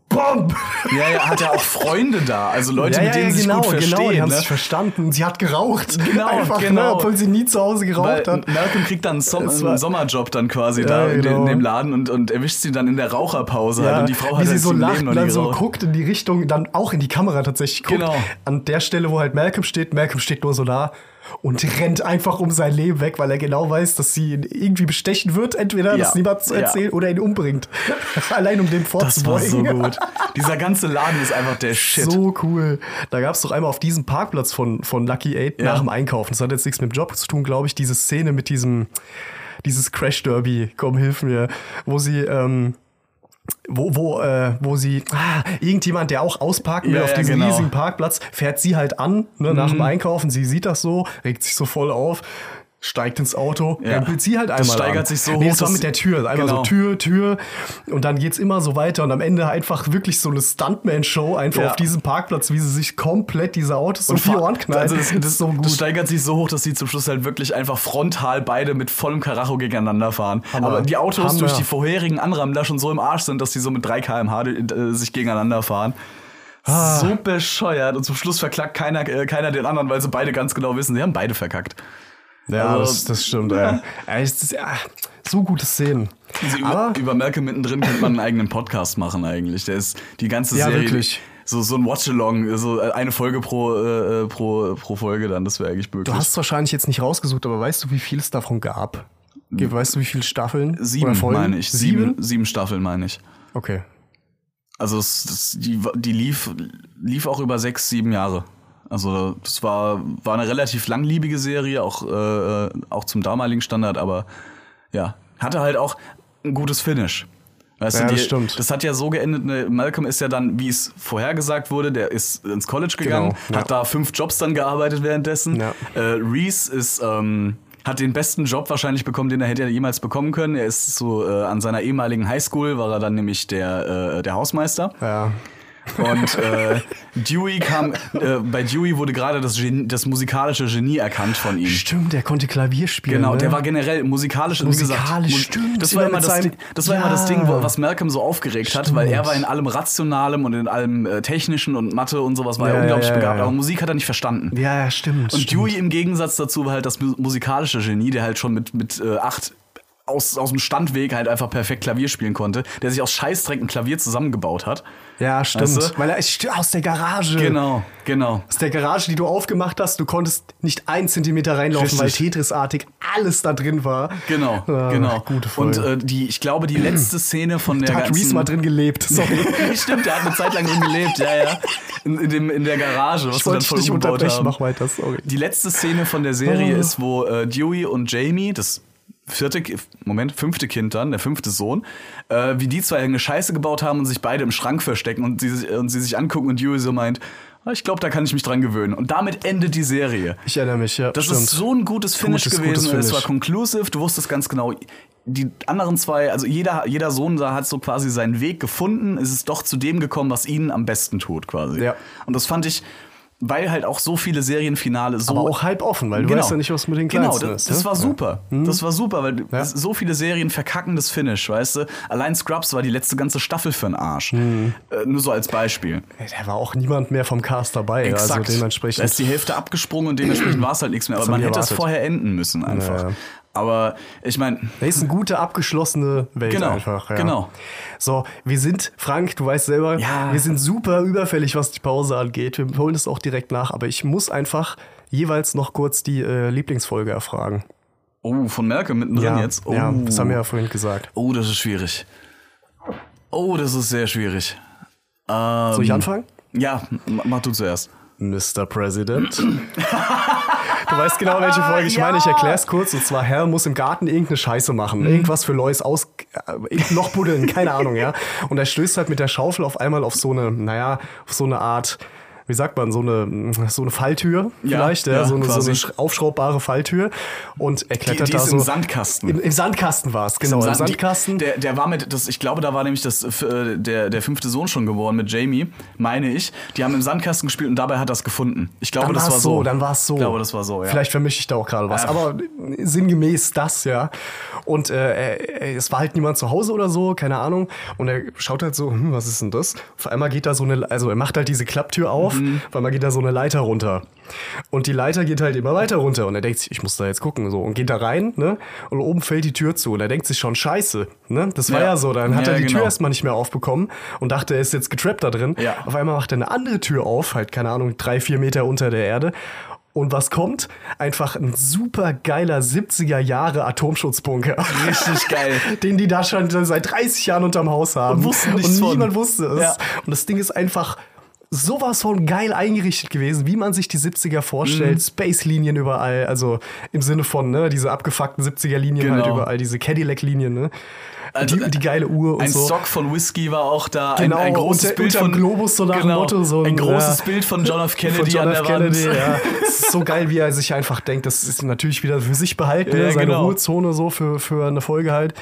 S5: BOMB!
S4: Ja, ja, hat ja auch Freunde da. Also Leute,
S5: ja,
S4: mit denen
S5: ja,
S4: sie
S5: genau,
S4: sich gut
S5: genau,
S4: verstehen.
S5: die haben
S4: ne?
S5: sich verstanden. Sie hat geraucht.
S4: Genau,
S5: einfach, Ne,
S4: genau.
S5: obwohl sie nie zu Hause geraucht
S4: Weil
S5: hat.
S4: Malcolm kriegt dann einen, Som
S5: Es war-
S4: einen Sommerjob dann quasi
S5: Ja,
S4: da in, den,
S5: genau.
S4: in dem Laden und, und erwischt sie dann in der Raucherpause halt.
S5: Ja,
S4: Und die Frau hat
S5: wie sie
S4: halt
S5: so
S4: im
S5: lacht
S4: Leben
S5: und
S4: noch
S5: dann
S4: nie
S5: so
S4: geraucht.
S5: guckt in die Richtung, dann auch in die Kamera tatsächlich guckt.
S4: Genau.
S5: An der Stelle, wo halt Malcolm steht, Malcolm steht nur so da und rennt einfach um sein Leben weg, weil er genau weiß, dass sie ihn irgendwie bestechen wird, entweder
S4: Ja.
S5: das niemand zu
S4: Ja.
S5: erzählen oder ihn umbringt. Allein um dem
S4: Das war so
S5: vorzubeugen.
S4: gut. Dieser ganze Laden ist einfach der Shit.
S5: So cool. Da gab es doch einmal auf diesem Parkplatz von, von Lucky Eight
S4: Ja.
S5: nach dem Einkaufen. Das hat jetzt nichts mit dem Job zu tun, glaube ich, diese Szene mit diesem dieses Crash Derby, komm, hilf mir, wo sie, ähm, wo, wo, äh, wo sie, ah, irgendjemand, der auch ausparken will
S4: Ja,
S5: auf
S4: ja,
S5: diesem
S4: genau. Mhm.
S5: riesigen Parkplatz, fährt sie halt an, ne, nach dem Einkaufen, sie sieht das so, regt sich so voll auf, steigt ins Auto,
S4: Ja.
S5: rempelt sie halt einmal
S4: Das steigert
S5: an.
S4: sich so
S5: nee,
S4: hoch,
S5: das war
S4: dass-
S5: mit der Tür, einmal so
S4: Genau.
S5: Tür, Tür und dann geht's immer so weiter und am Ende einfach wirklich so eine Stuntman-Show einfach
S4: Ja.
S5: auf diesem Parkplatz, wie sie sich komplett diese Autos um die
S4: Fa-
S5: Ohren knallen.
S4: Also das, das,
S5: ist so gut.
S4: das steigert sich so hoch, dass sie zum Schluss halt wirklich einfach frontal beide mit vollem Karacho gegeneinander fahren.
S5: Hammer.
S4: Aber die Autos
S5: Hammer.
S4: durch die vorherigen Anrammler schon so im Arsch sind, dass die so mit 3 km/h äh, sich gegeneinander fahren.
S5: Ah.
S4: So bescheuert. Und zum Schluss verklagt keiner, äh, keiner den anderen, weil sie beide ganz genau wissen, sie haben beide verkackt.
S5: Ja,
S4: Also-
S5: das, das stimmt, ey. ey es ist, ah, so gute Szenen.
S4: Also über,
S5: Aber
S4: über Malcolm mittendrin könnte man einen eigenen Podcast machen eigentlich. Der ist die ganze
S5: Ja,
S4: Serie.
S5: wirklich.
S4: So, so ein Watch-Along, so eine Folge pro, äh, pro, pro Folge dann, das wäre eigentlich möglich.
S5: du hast es wahrscheinlich jetzt nicht rausgesucht, aber weißt du, wie viel es davon gab? Ge- Weißt du, wie viele Staffeln?
S4: sieben,
S5: oder Folgen?
S4: meine ich. Sieben,
S5: Sieben?
S4: sieben, Staffeln, meine ich.
S5: Okay.
S4: Also es, das, die, die lief, lief auch über sechs, sieben Jahre. Also das war, war eine relativ langlebige Serie, auch, äh, auch zum damaligen Standard, aber ja, hatte halt auch ein gutes Finish. Weißt
S5: Ja,
S4: du, die,
S5: das stimmt.
S4: Das hat ja so geendet, ne, Malcolm ist ja dann, wie es vorhergesagt wurde, der ist ins College gegangen,
S5: Genau, ja.
S4: hat da fünf Jobs dann gearbeitet währenddessen.
S5: Ja.
S4: Äh, Reese ist ähm, hat den besten Job wahrscheinlich bekommen, den er hätte jemals bekommen können. Er ist so äh, an seiner ehemaligen Highschool, war er dann nämlich der, äh, der Hausmeister.
S5: Ja.
S4: Und äh, Dewey kam, äh, bei Dewey wurde gerade das, Gen das musikalische Genie erkannt von ihm.
S5: Stimmt, der konnte Klavier spielen.
S4: Genau,
S5: ne?
S4: der war generell musikalisch, und wie gesagt,
S5: Musikalisch,
S4: mu-
S5: stimmt,
S4: Das war
S5: immer
S4: immer
S5: mit
S4: das,
S5: seinem-
S4: Ding- das war immer das
S5: Ja.
S4: Ding, wo- was Malcolm so aufgeregt hat, weil er
S5: Stimmt.
S4: war in allem Rationalem und in allem äh, Technischen und Mathe und sowas war
S5: Ja,
S4: er
S5: ja,
S4: unglaublich
S5: ja, ja,
S4: begabt,
S5: ja.
S4: aber Musik hat er nicht verstanden.
S5: Ja, ja, stimmt.
S4: Und
S5: stimmt.
S4: Dewey im Gegensatz dazu war halt das mu- musikalische Genie, der halt schon mit, mit äh, acht aus, aus dem Standweg halt einfach perfekt Klavier spielen konnte, der sich aus Scheißdreck ein Klavier zusammengebaut hat.
S5: Ja, stimmt.
S4: Weißt du?
S5: Weil er ist st- aus der Garage.
S4: Genau, genau.
S5: Aus der Garage, die du aufgemacht hast, du konntest nicht einen Zentimeter reinlaufen,
S4: Richtig.
S5: weil Tetris-artig alles da drin war.
S4: Genau,
S5: Ah,
S4: genau.
S5: Gute
S4: Und
S5: Folge.
S4: äh, die, ich glaube, die letzte Szene von der
S5: da hat
S4: ganzen
S5: Reese mal drin gelebt. Sorry.
S4: Stimmt, der hat eine Zeit lang drin gelebt, ja, ja. In, in, dem, in der Garage, was
S5: ich
S4: wir dann
S5: wollte dich
S4: voll
S5: nicht
S4: umgebaut
S5: unterbrechen,
S4: haben.
S5: mach weiter, sorry.
S4: Die letzte Szene von der Serie
S5: Oh.
S4: ist, wo äh, Dewey und Jamie, das vierte, Ki- Moment, fünfte Kind dann, der fünfte Sohn, äh, wie die zwei eine Scheiße gebaut haben und sich beide im Schrank verstecken und sie, sich- und sie sich angucken und Dewey so meint, "Ah, ich glaube, da kann ich mich dran gewöhnen. Und damit endet die Serie.
S5: Ich erinnere mich, ja.
S4: Das
S5: stimmt.
S4: ist so ein gutes Finish
S5: Gutes,
S4: gewesen.
S5: gutes
S4: Es
S5: Finish.
S4: war conclusive, du wusstest ganz genau, die anderen zwei, also jeder, jeder Sohn da hat so quasi seinen Weg gefunden, es ist doch zu dem gekommen, was ihnen am besten tut, quasi.
S5: Ja.
S4: Und das fand ich, weil halt auch so viele Serienfinale so.
S5: Aber auch halb offen, weil du weißt ja nicht, was mit den
S4: Genau,
S5: Kleinsten
S4: das,
S5: ist.
S4: das
S5: ne?
S4: war super. Das war super, weil
S5: Ja.
S4: so viele Serien verkacken das Finish, weißt du? Allein Scrubs war die letzte ganze Staffel für den Arsch.
S5: Mhm.
S4: Äh, nur so als Beispiel.
S5: Ja. Da war auch niemand mehr vom Cast dabei. Also
S4: Da ist
S5: dementsprechend.
S4: die Hälfte abgesprungen und dementsprechend war es halt nichts mehr. Aber
S5: haben
S4: man
S5: die
S4: hätte es
S5: erwartet.
S4: vorher enden müssen einfach.
S5: Ja, ja.
S4: Aber ich meine,
S5: Das ist eine gute, abgeschlossene Welt
S4: Genau,
S5: einfach. Ja.
S4: genau.
S5: So, wir sind, Frank, du weißt selber,
S4: Ja.
S5: wir sind super überfällig, was die Pause angeht. Wir holen es auch direkt nach, aber ich muss einfach jeweils noch kurz die äh, Lieblingsfolge erfragen.
S4: oh, von Merkel mittendrin
S5: ja,
S4: jetzt. Oh.
S5: ja, das haben wir ja vorhin gesagt.
S4: oh, das ist schwierig. Oh, das ist sehr schwierig. Ähm,
S5: Soll ich anfangen?
S4: Ja, ma- mach du zuerst.
S5: Mr. President. du weißt genau, welche Folge ich meine. Ich erklär's kurz. Und zwar, Herr muss im Garten irgendeine Scheiße machen. Irgendwas für Lois aus... Äh, irgendein Loch buddeln, keine Ahnung, ja. Und er stößt halt mit der Schaufel auf einmal auf so eine, naja, auf so eine Art... Wie sagt man, so eine, so eine Falltür
S4: Ja,
S5: vielleicht, ja,
S4: ja,
S5: so, eine, so
S4: quasi.
S5: eine sch- aufschraubbare Falltür. Und er klettert
S4: die
S5: da
S4: ist
S5: so.
S4: im Sandkasten.
S5: Im, im Sandkasten war es, genau. Im,
S4: Sand-
S5: Sandkasten.
S4: Der, der war mit, das, ich glaube, da war nämlich das, äh, der, der fünfte Sohn schon geboren mit Jamie, meine ich. Die haben im Sandkasten gespielt und dabei hat das gefunden. Ich glaube,
S5: dann
S4: das
S5: war's
S4: war so.
S5: Dann war es so.
S4: Ich glaube, das war so, ja. Äh.
S5: Vielleicht vermische ich da auch gerade was.
S4: Ja.
S5: Aber sinngemäß das, ja. Und äh, äh, es war halt niemand zu Hause oder so, keine Ahnung. Und er schaut halt so, hm, was ist denn das? Auf einmal geht da so eine, also er macht halt diese Klapptür auf,
S4: Mhm.
S5: auf einmal geht da so eine Leiter runter. Und die Leiter geht halt immer weiter runter. Und er denkt sich, ich muss da jetzt gucken, so. Und geht da rein, ne? Und oben fällt die Tür zu. Und er denkt sich schon, scheiße, ne? Das war
S4: Ja.
S5: ja, so. Dann hat
S4: Ja,
S5: er die
S4: genau.
S5: Tür erstmal nicht mehr aufbekommen und dachte, er ist jetzt getrappt da drin.
S4: Ja.
S5: Auf einmal macht er eine andere Tür auf, halt, keine Ahnung, drei, vier Meter unter der Erde. Und was kommt? Einfach ein super geiler 70er Jahre Atomschutzbunker.
S4: Richtig geil.
S5: Den die da schon seit 30 Jahren unterm Haus haben.
S4: Und wussten nichts
S5: Und niemand
S4: von.
S5: wusste es.
S4: Ja.
S5: Und das Ding ist einfach sowas von geil eingerichtet gewesen, wie man sich die 70er
S4: Mhm.
S5: vorstellt. Space-Linien überall, also im Sinne von, ne, diese abgefuckten 70er-Linien halt
S4: Genau.
S5: überall, diese Cadillac-Linien, ne.
S4: Also,
S5: die, die geile Uhr und
S4: Ein
S5: so.
S4: Stock von Whisky war auch da. Ein,
S5: Genau,
S4: ein großes
S5: unter-
S4: Bild
S5: unterm
S4: von genau,
S5: Globus so nach dem Motto, so
S4: ein
S5: ein,
S4: großes
S5: ja,
S4: Bild von John F. Kennedy
S5: von John
S4: an
S5: F.
S4: der
S5: Kennedy,
S4: Wand.
S5: ja. Es ist so geil, wie er sich einfach denkt, das ist natürlich wieder für sich behalten,
S4: Ja,
S5: ne? seine
S4: genau.
S5: Ruhezone so für, für eine Folge halt.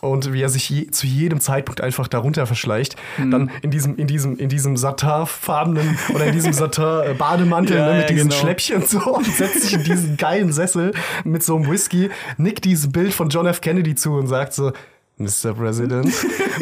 S5: Und wie er sich je, zu jedem Zeitpunkt einfach darunter verschleicht.
S4: Mhm.
S5: Dann in diesem, in diesem, in diesem satinfarbenen oder in diesem satin-Bademantel
S4: Ja,
S5: ne, mit
S4: ja,
S5: diesen
S4: genau.
S5: Schläppchen so und setzt sich in diesen geilen Sessel mit so einem Whisky, nickt dieses Bild von John F. Kennedy zu und sagt so, Mr. President.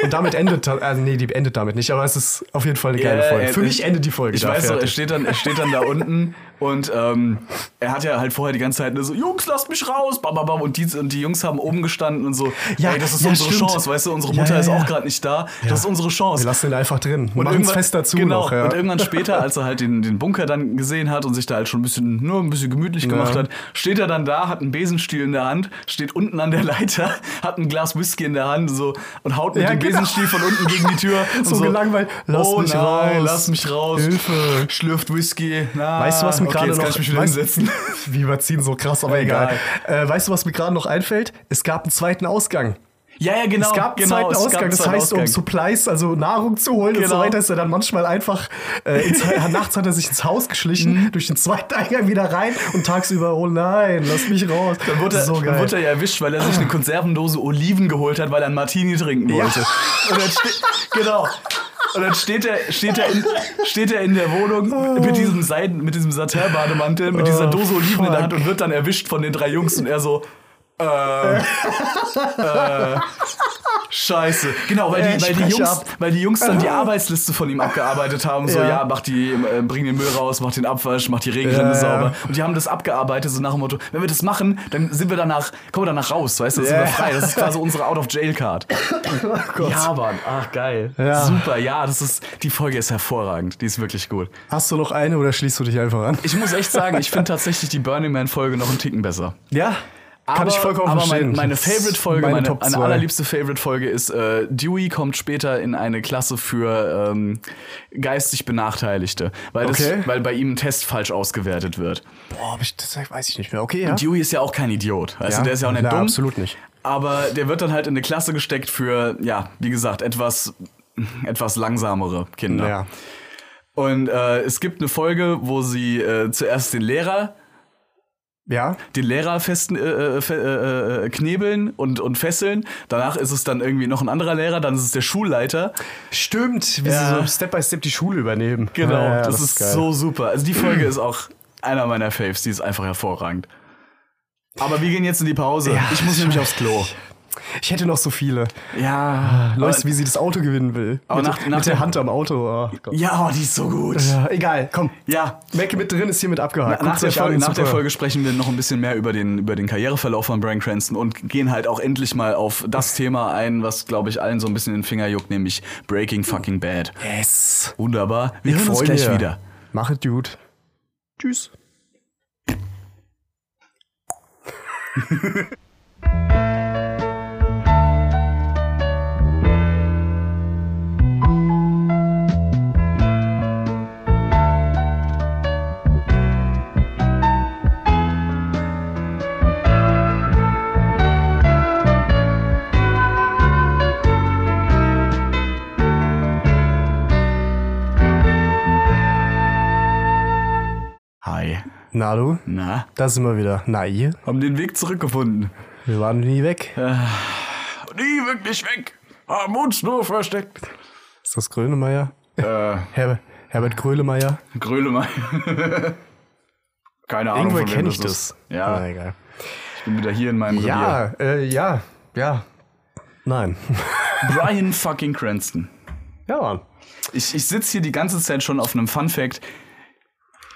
S5: Und damit endet, ta- also nee, die endet damit nicht, aber es ist auf jeden Fall eine geile
S4: Ja,
S5: Folge.
S4: er-
S5: Für mich endet die Folge
S4: Ich
S5: da
S4: weiß noch, er
S5: fertig.
S4: steht, dann, er steht dann da unten und ähm, er hat ja halt vorher die ganze Zeit nur so, Jungs, lasst mich raus, bam, bam, bam. Und die, und die Jungs haben oben gestanden und so,
S5: Ja,
S4: ey, das ist
S5: ja,
S4: unsere
S5: stimmt.
S4: Chance, weißt du, unsere
S5: Ja,
S4: Mutter
S5: ja,
S4: ist
S5: ja.
S4: auch gerade nicht da, das ist unsere Chance.
S5: Wir lassen ihn einfach drin. Und machen es
S4: irgendwann-
S5: fest dazu
S4: genau,
S5: noch. Ja.
S4: Und irgendwann später, als er halt den, den Bunker dann gesehen hat und sich da halt schon ein bisschen, nur ein bisschen gemütlich gemacht
S5: Ja.
S4: hat, steht er dann da, hat einen Besenstiel in der Hand, steht unten an der Leiter, hat ein Glas Whisky in der Hand so, und haut mit
S5: Ja,
S4: dem
S5: genau.
S4: Besenstiel von unten gegen die Tür. und
S5: So gelangweilt, lass
S4: oh,
S5: mich
S4: nein,
S5: raus.
S4: lass mich raus.
S5: Hilfe.
S4: Schlürft Whisky. Na,
S5: Weißt du, was mir
S4: okay,
S5: gerade
S4: jetzt
S5: noch.
S4: Kann ich mich wieder
S5: weißt-
S4: hinsetzen.
S5: Wir überziehen so krass, aber
S4: Egal.
S5: egal. Äh, weißt du, was mir gerade noch einfällt? Es gab einen zweiten Ausgang.
S4: Ja, ja, genau.
S5: es gab
S4: genau,
S5: einen zweiten
S4: es gab
S5: Ausgang.
S4: einen
S5: Das
S4: zweiten
S5: heißt, um
S4: Ausgang.
S5: Supplies, also Nahrung zu holen und so
S4: Genau.
S5: weiter, ist er dann manchmal einfach äh, ins, nachts hat er sich ins Haus
S4: Mhm.
S5: geschlichen, durch den zweiten Eingang wieder rein und tagsüber, oh nein, lass mich raus.
S4: Dann wurde, er,
S5: so geil.
S4: dann wurde er ja erwischt, weil er sich eine Konservendose Oliven geholt hat, weil er einen Martini trinken wollte. Und dann ste- genau. Und dann steht er, steht, er in, steht er in der Wohnung mit diesem Seiden, mit diesem Satin-Bademantel, mit dieser
S5: Oh,
S4: Dose Oliven in
S5: fuck.
S4: der Hand und wird dann erwischt von den drei Jungs und er so, äh, äh, scheiße. Genau, weil
S5: Ich
S4: die, weil, die
S5: breche
S4: Jungs,
S5: ab.
S4: weil die Jungs dann die Arbeitsliste von ihm abgearbeitet haben. So,
S5: Ja.
S4: ja, mach die, äh, bring den Müll raus, mach den Abwasch, mach die Regenrinne
S5: Ja, ja.
S4: sauber. Und die haben das abgearbeitet, so nach dem Motto, wenn wir das machen, dann sind wir danach, kommen wir danach raus, weißt du, dann
S5: Ja. Oh
S4: sind wir frei. Das ist quasi unsere Out-of-Jail-Card. ja, Mann, ach geil.
S5: Ja.
S4: Super, ja, das ist, die Folge ist hervorragend, die ist wirklich gut.
S5: Hast du noch eine oder schließt du dich einfach an?
S4: Ich muss echt sagen, ich finde tatsächlich die Burning Man-Folge noch einen Ticken besser.
S5: ja. Kann
S4: aber,
S5: ich vollkommen
S4: aber
S5: verstehen.
S4: Meine, meine
S5: Das ist
S4: Favorite-Folge, meine,
S5: meine
S4: meine,
S5: Top 2.
S4: allerliebste Favorite-Folge ist, äh, Dewey kommt später in eine Klasse für ähm, geistig Benachteiligte, weil,
S5: Okay.
S4: das, weil bei ihm ein Test falsch ausgewertet wird.
S5: Boah, hab ich, das weiß ich nicht mehr. Okay, ja.
S4: Dewey ist ja auch kein Idiot. Also
S5: Ja,
S4: der ist ja auch nicht
S5: na,
S4: dumm.
S5: absolut nicht.
S4: Aber der wird dann halt in eine Klasse gesteckt für, ja, wie gesagt, etwas, etwas langsamere Kinder.
S5: Ja.
S4: Und äh, es gibt eine Folge, wo sie äh, zuerst den Lehrer
S5: Ja.
S4: den Lehrer festen, äh, äh, fe- äh, äh, knebeln und, und fesseln. Danach ist es dann irgendwie noch ein anderer Lehrer, dann ist es der Schulleiter.
S5: Stimmt, wie
S4: Ja.
S5: sie so Step by Step die Schule übernehmen.
S4: Genau,
S5: Ja, ja,
S4: das, ist
S5: geil.
S4: so super. Also die Folge ist auch einer meiner Faves, die ist einfach hervorragend. Aber wir gehen jetzt in die Pause.
S5: Ja.
S4: ich muss nämlich aufs Klo.
S5: Ich hätte noch so viele.
S4: Ja,
S5: Läuft, wie sie das Auto gewinnen will.
S4: Aber
S5: mit,
S4: nach- nach
S5: mit der
S4: dem-
S5: Hand am Auto. Oh Gott.
S4: Ja, oh, die ist so gut.
S5: Ja, egal, komm.
S4: Ja.
S5: Weg mit drin ist hiermit abgehakt.
S4: Nach
S5: Guckt's
S4: der,
S5: euch an,
S4: Folge, nach der
S5: super.
S4: Folge sprechen wir noch ein bisschen mehr über den, über den Karriereverlauf von Brian Cranston und gehen halt auch endlich mal auf das Thema ein, was, glaube ich, allen so ein bisschen den Finger juckt, nämlich Breaking Fucking Bad.
S5: Yes.
S4: Wunderbar. Wir hören uns
S5: Freunde.
S4: gleich wieder.
S5: Mach es gut. Tschüss.
S4: Hi.
S5: Na du,
S4: Na?
S5: da sind wir wieder. Na ihr?
S4: Haben den Weg zurückgefunden.
S5: Wir waren nie weg.
S4: Nie wirklich weg. Haben uns nur versteckt.
S5: Ist das Grönemeyer?
S4: äh,
S5: Herber- Herbert Grönemeyer?
S4: Grölemeyer. Keine Ahnung,
S5: Irgendwoher
S4: von wem
S5: kenne ich
S4: ist.
S5: das.
S4: Ja,
S5: Na, egal.
S4: ich bin wieder hier in meinem Revier.
S5: Ja, äh, ja, ja. Nein.
S4: Brian fucking Cranston.
S5: ja, Mann.
S4: Ich, ich sitze hier die ganze Zeit schon auf einem Fun-Fact,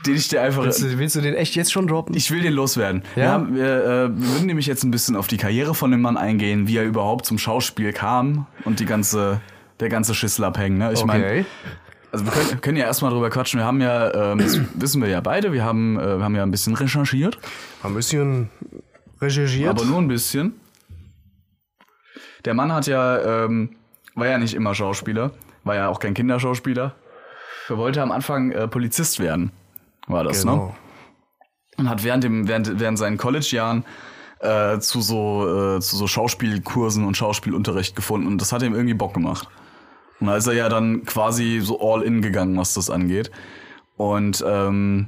S4: den ich dir einfach...
S5: Willst du, willst du den echt jetzt schon droppen?
S4: Ich will den loswerden. Wir,
S5: Ja?
S4: haben, wir, äh, wir würden nämlich jetzt ein bisschen auf die Karriere von dem Mann eingehen, wie er überhaupt zum Schauspiel kam und die ganze, der ganze Schissel abhängen. Ne? Ich meine, Also wir können, können ja erstmal drüber quatschen. Wir haben ja, ähm, das wissen wir ja beide, wir haben, äh, wir haben ja ein bisschen recherchiert,
S5: Ein bisschen recherchiert.
S4: aber nur ein bisschen. Der Mann hat ja, ähm, war ja nicht immer Schauspieler, war ja auch kein Kinderschauspieler. Er wollte am Anfang äh, Polizist werden, war das, ne?
S5: genau.
S4: und hat während, dem, während, während seinen College-Jahren äh, zu, so, äh, zu so Schauspielkursen und Schauspielunterricht gefunden und das hat ihm irgendwie Bock gemacht. Und da ist er ja dann quasi so all in gegangen, was das angeht. Und ähm,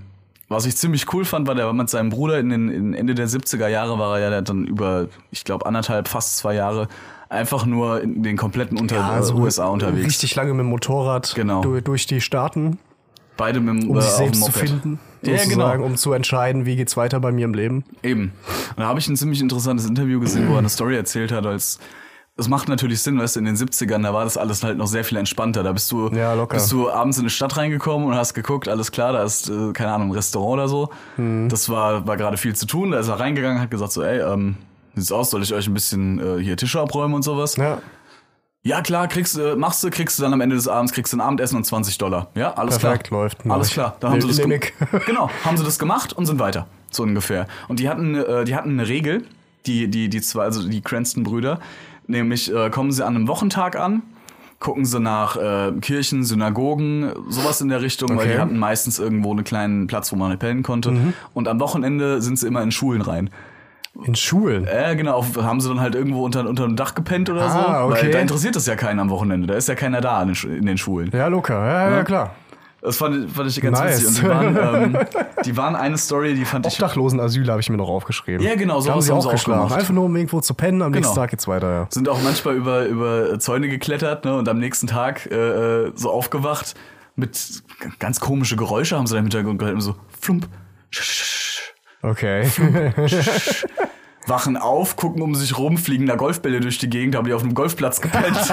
S4: was ich ziemlich cool fand, war, der war mit seinem Bruder in den in Ende der 70er Jahre, war er ja dann über, ich glaube, anderthalb, fast zwei Jahre einfach nur in den kompletten Unter
S5: Also
S4: USA unterwegs.
S5: Richtig lange mit dem Motorrad
S4: Genau.
S5: du- durch die Staaten,
S4: Beide mit dem
S5: um
S4: äh,
S5: sich
S4: auf dem
S5: selbst zu
S4: Moped.
S5: finden,
S4: Ja,
S5: sozusagen,
S4: genau.
S5: um zu entscheiden, wie geht's weiter bei mir im Leben.
S4: Eben. Und da habe ich ein ziemlich interessantes Interview gesehen, wo er eine Story erzählt hat, als es macht natürlich Sinn, weißt du, in den 70ern, da war das alles halt noch sehr viel entspannter. Da bist du,
S5: Ja, locker.
S4: bist du abends in eine Stadt reingekommen und hast geguckt, alles klar, da ist, äh, keine Ahnung, ein Restaurant oder so.
S5: Mhm.
S4: Das war, war gerade viel zu tun. Da ist er reingegangen, hat gesagt so, ey, ähm, wie sieht's aus, soll ich euch ein bisschen äh, hier Tische abräumen und sowas?
S5: Ja,
S4: Ja, klar, kriegst, äh, machst du, kriegst du dann am Ende des Abends, kriegst du ein Abendessen und 20 Dollar. Ja, alles
S5: Perfekt,
S4: klar.
S5: läuft. Mach
S4: Alles
S5: ich.
S4: klar. Da haben sie das
S5: Nee,
S4: gem-
S5: nee.
S4: genau, haben sie das gemacht und sind weiter. So ungefähr. Und die hatten, äh, die hatten eine Regel, die, die, die zwei, also die Cranston-Brüder, nämlich äh, kommen sie an einem Wochentag an, gucken sie nach äh, Kirchen, Synagogen, sowas in der Richtung, weil
S5: Okay. Mhm.
S4: die hatten meistens irgendwo einen kleinen Platz, wo man pellen konnte. Und am Wochenende sind sie immer in Schulen rein.
S5: In Schulen.
S4: Äh, genau, auf, haben sie dann halt irgendwo unter, unter dem Dach gepennt oder
S5: Ah,
S4: so.
S5: okay.
S4: Weil da interessiert das ja keinen am Wochenende. Da ist ja keiner da in den, Schu- in den Schulen.
S5: Ja, locker. Ja, ja,
S4: Ja.
S5: klar.
S4: Das fand, fand ich ganz
S5: Nice.
S4: witzig. Und die waren, ähm, die waren eine Story, die fand ich.
S5: Obdachlosenasyl habe ich mir noch aufgeschrieben.
S4: Ja, genau,
S5: So haben
S4: sowas
S5: sie
S4: haben
S5: auch
S4: sie auch
S5: geschlafen.
S4: gemacht. Genau.
S5: Einfach nur, um irgendwo zu pennen. Am nächsten Tag geht's weiter. Ja.
S4: Sind auch manchmal über, über Zäune geklettert ne, und am nächsten Tag äh, äh, so aufgewacht mit g- ganz komische Geräusche haben sie da im Hintergrund gehalten. So flump.
S5: Okay.
S4: Wachen auf, gucken um sich rum, fliegen da Golfbälle durch die Gegend, haben die auf einem Golfplatz gepennt.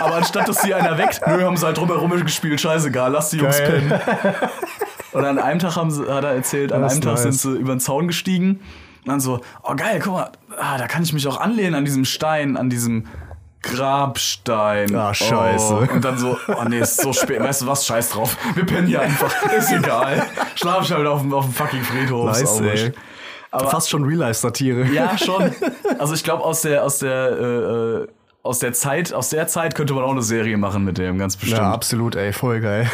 S4: Aber anstatt, dass sie einer weckt, nö, haben sie halt drumherum gespielt, scheißegal, lass die Jungs
S5: Geil.
S4: pennen. Und an einem Tag haben sie, hat er erzählt, an
S5: Das
S4: einem
S5: ist
S4: Tag
S5: nice.
S4: sind sie über den Zaun gestiegen und dann so, oh geil, guck mal, ah, da kann ich mich auch anlehnen an diesem Stein, an diesem Grabstein.
S5: Ah, scheiße.
S4: Oh. Und dann so, oh nee, ist so spät, weißt du was, scheiß drauf, wir pennen hier einfach, ist egal. Schlaf ich halt auf dem, auf dem fucking Friedhof. ist
S5: Nice,
S4: auch
S5: ey.
S4: wurscht. Aber
S5: Fast schon Real-Life-Satire.
S4: ja, schon. Also ich glaube, aus der, aus der, äh, äh, aus der Zeit, aus der Zeit könnte man auch eine Serie machen mit dem, ganz bestimmt.
S5: Ja, absolut, ey. Voll geil.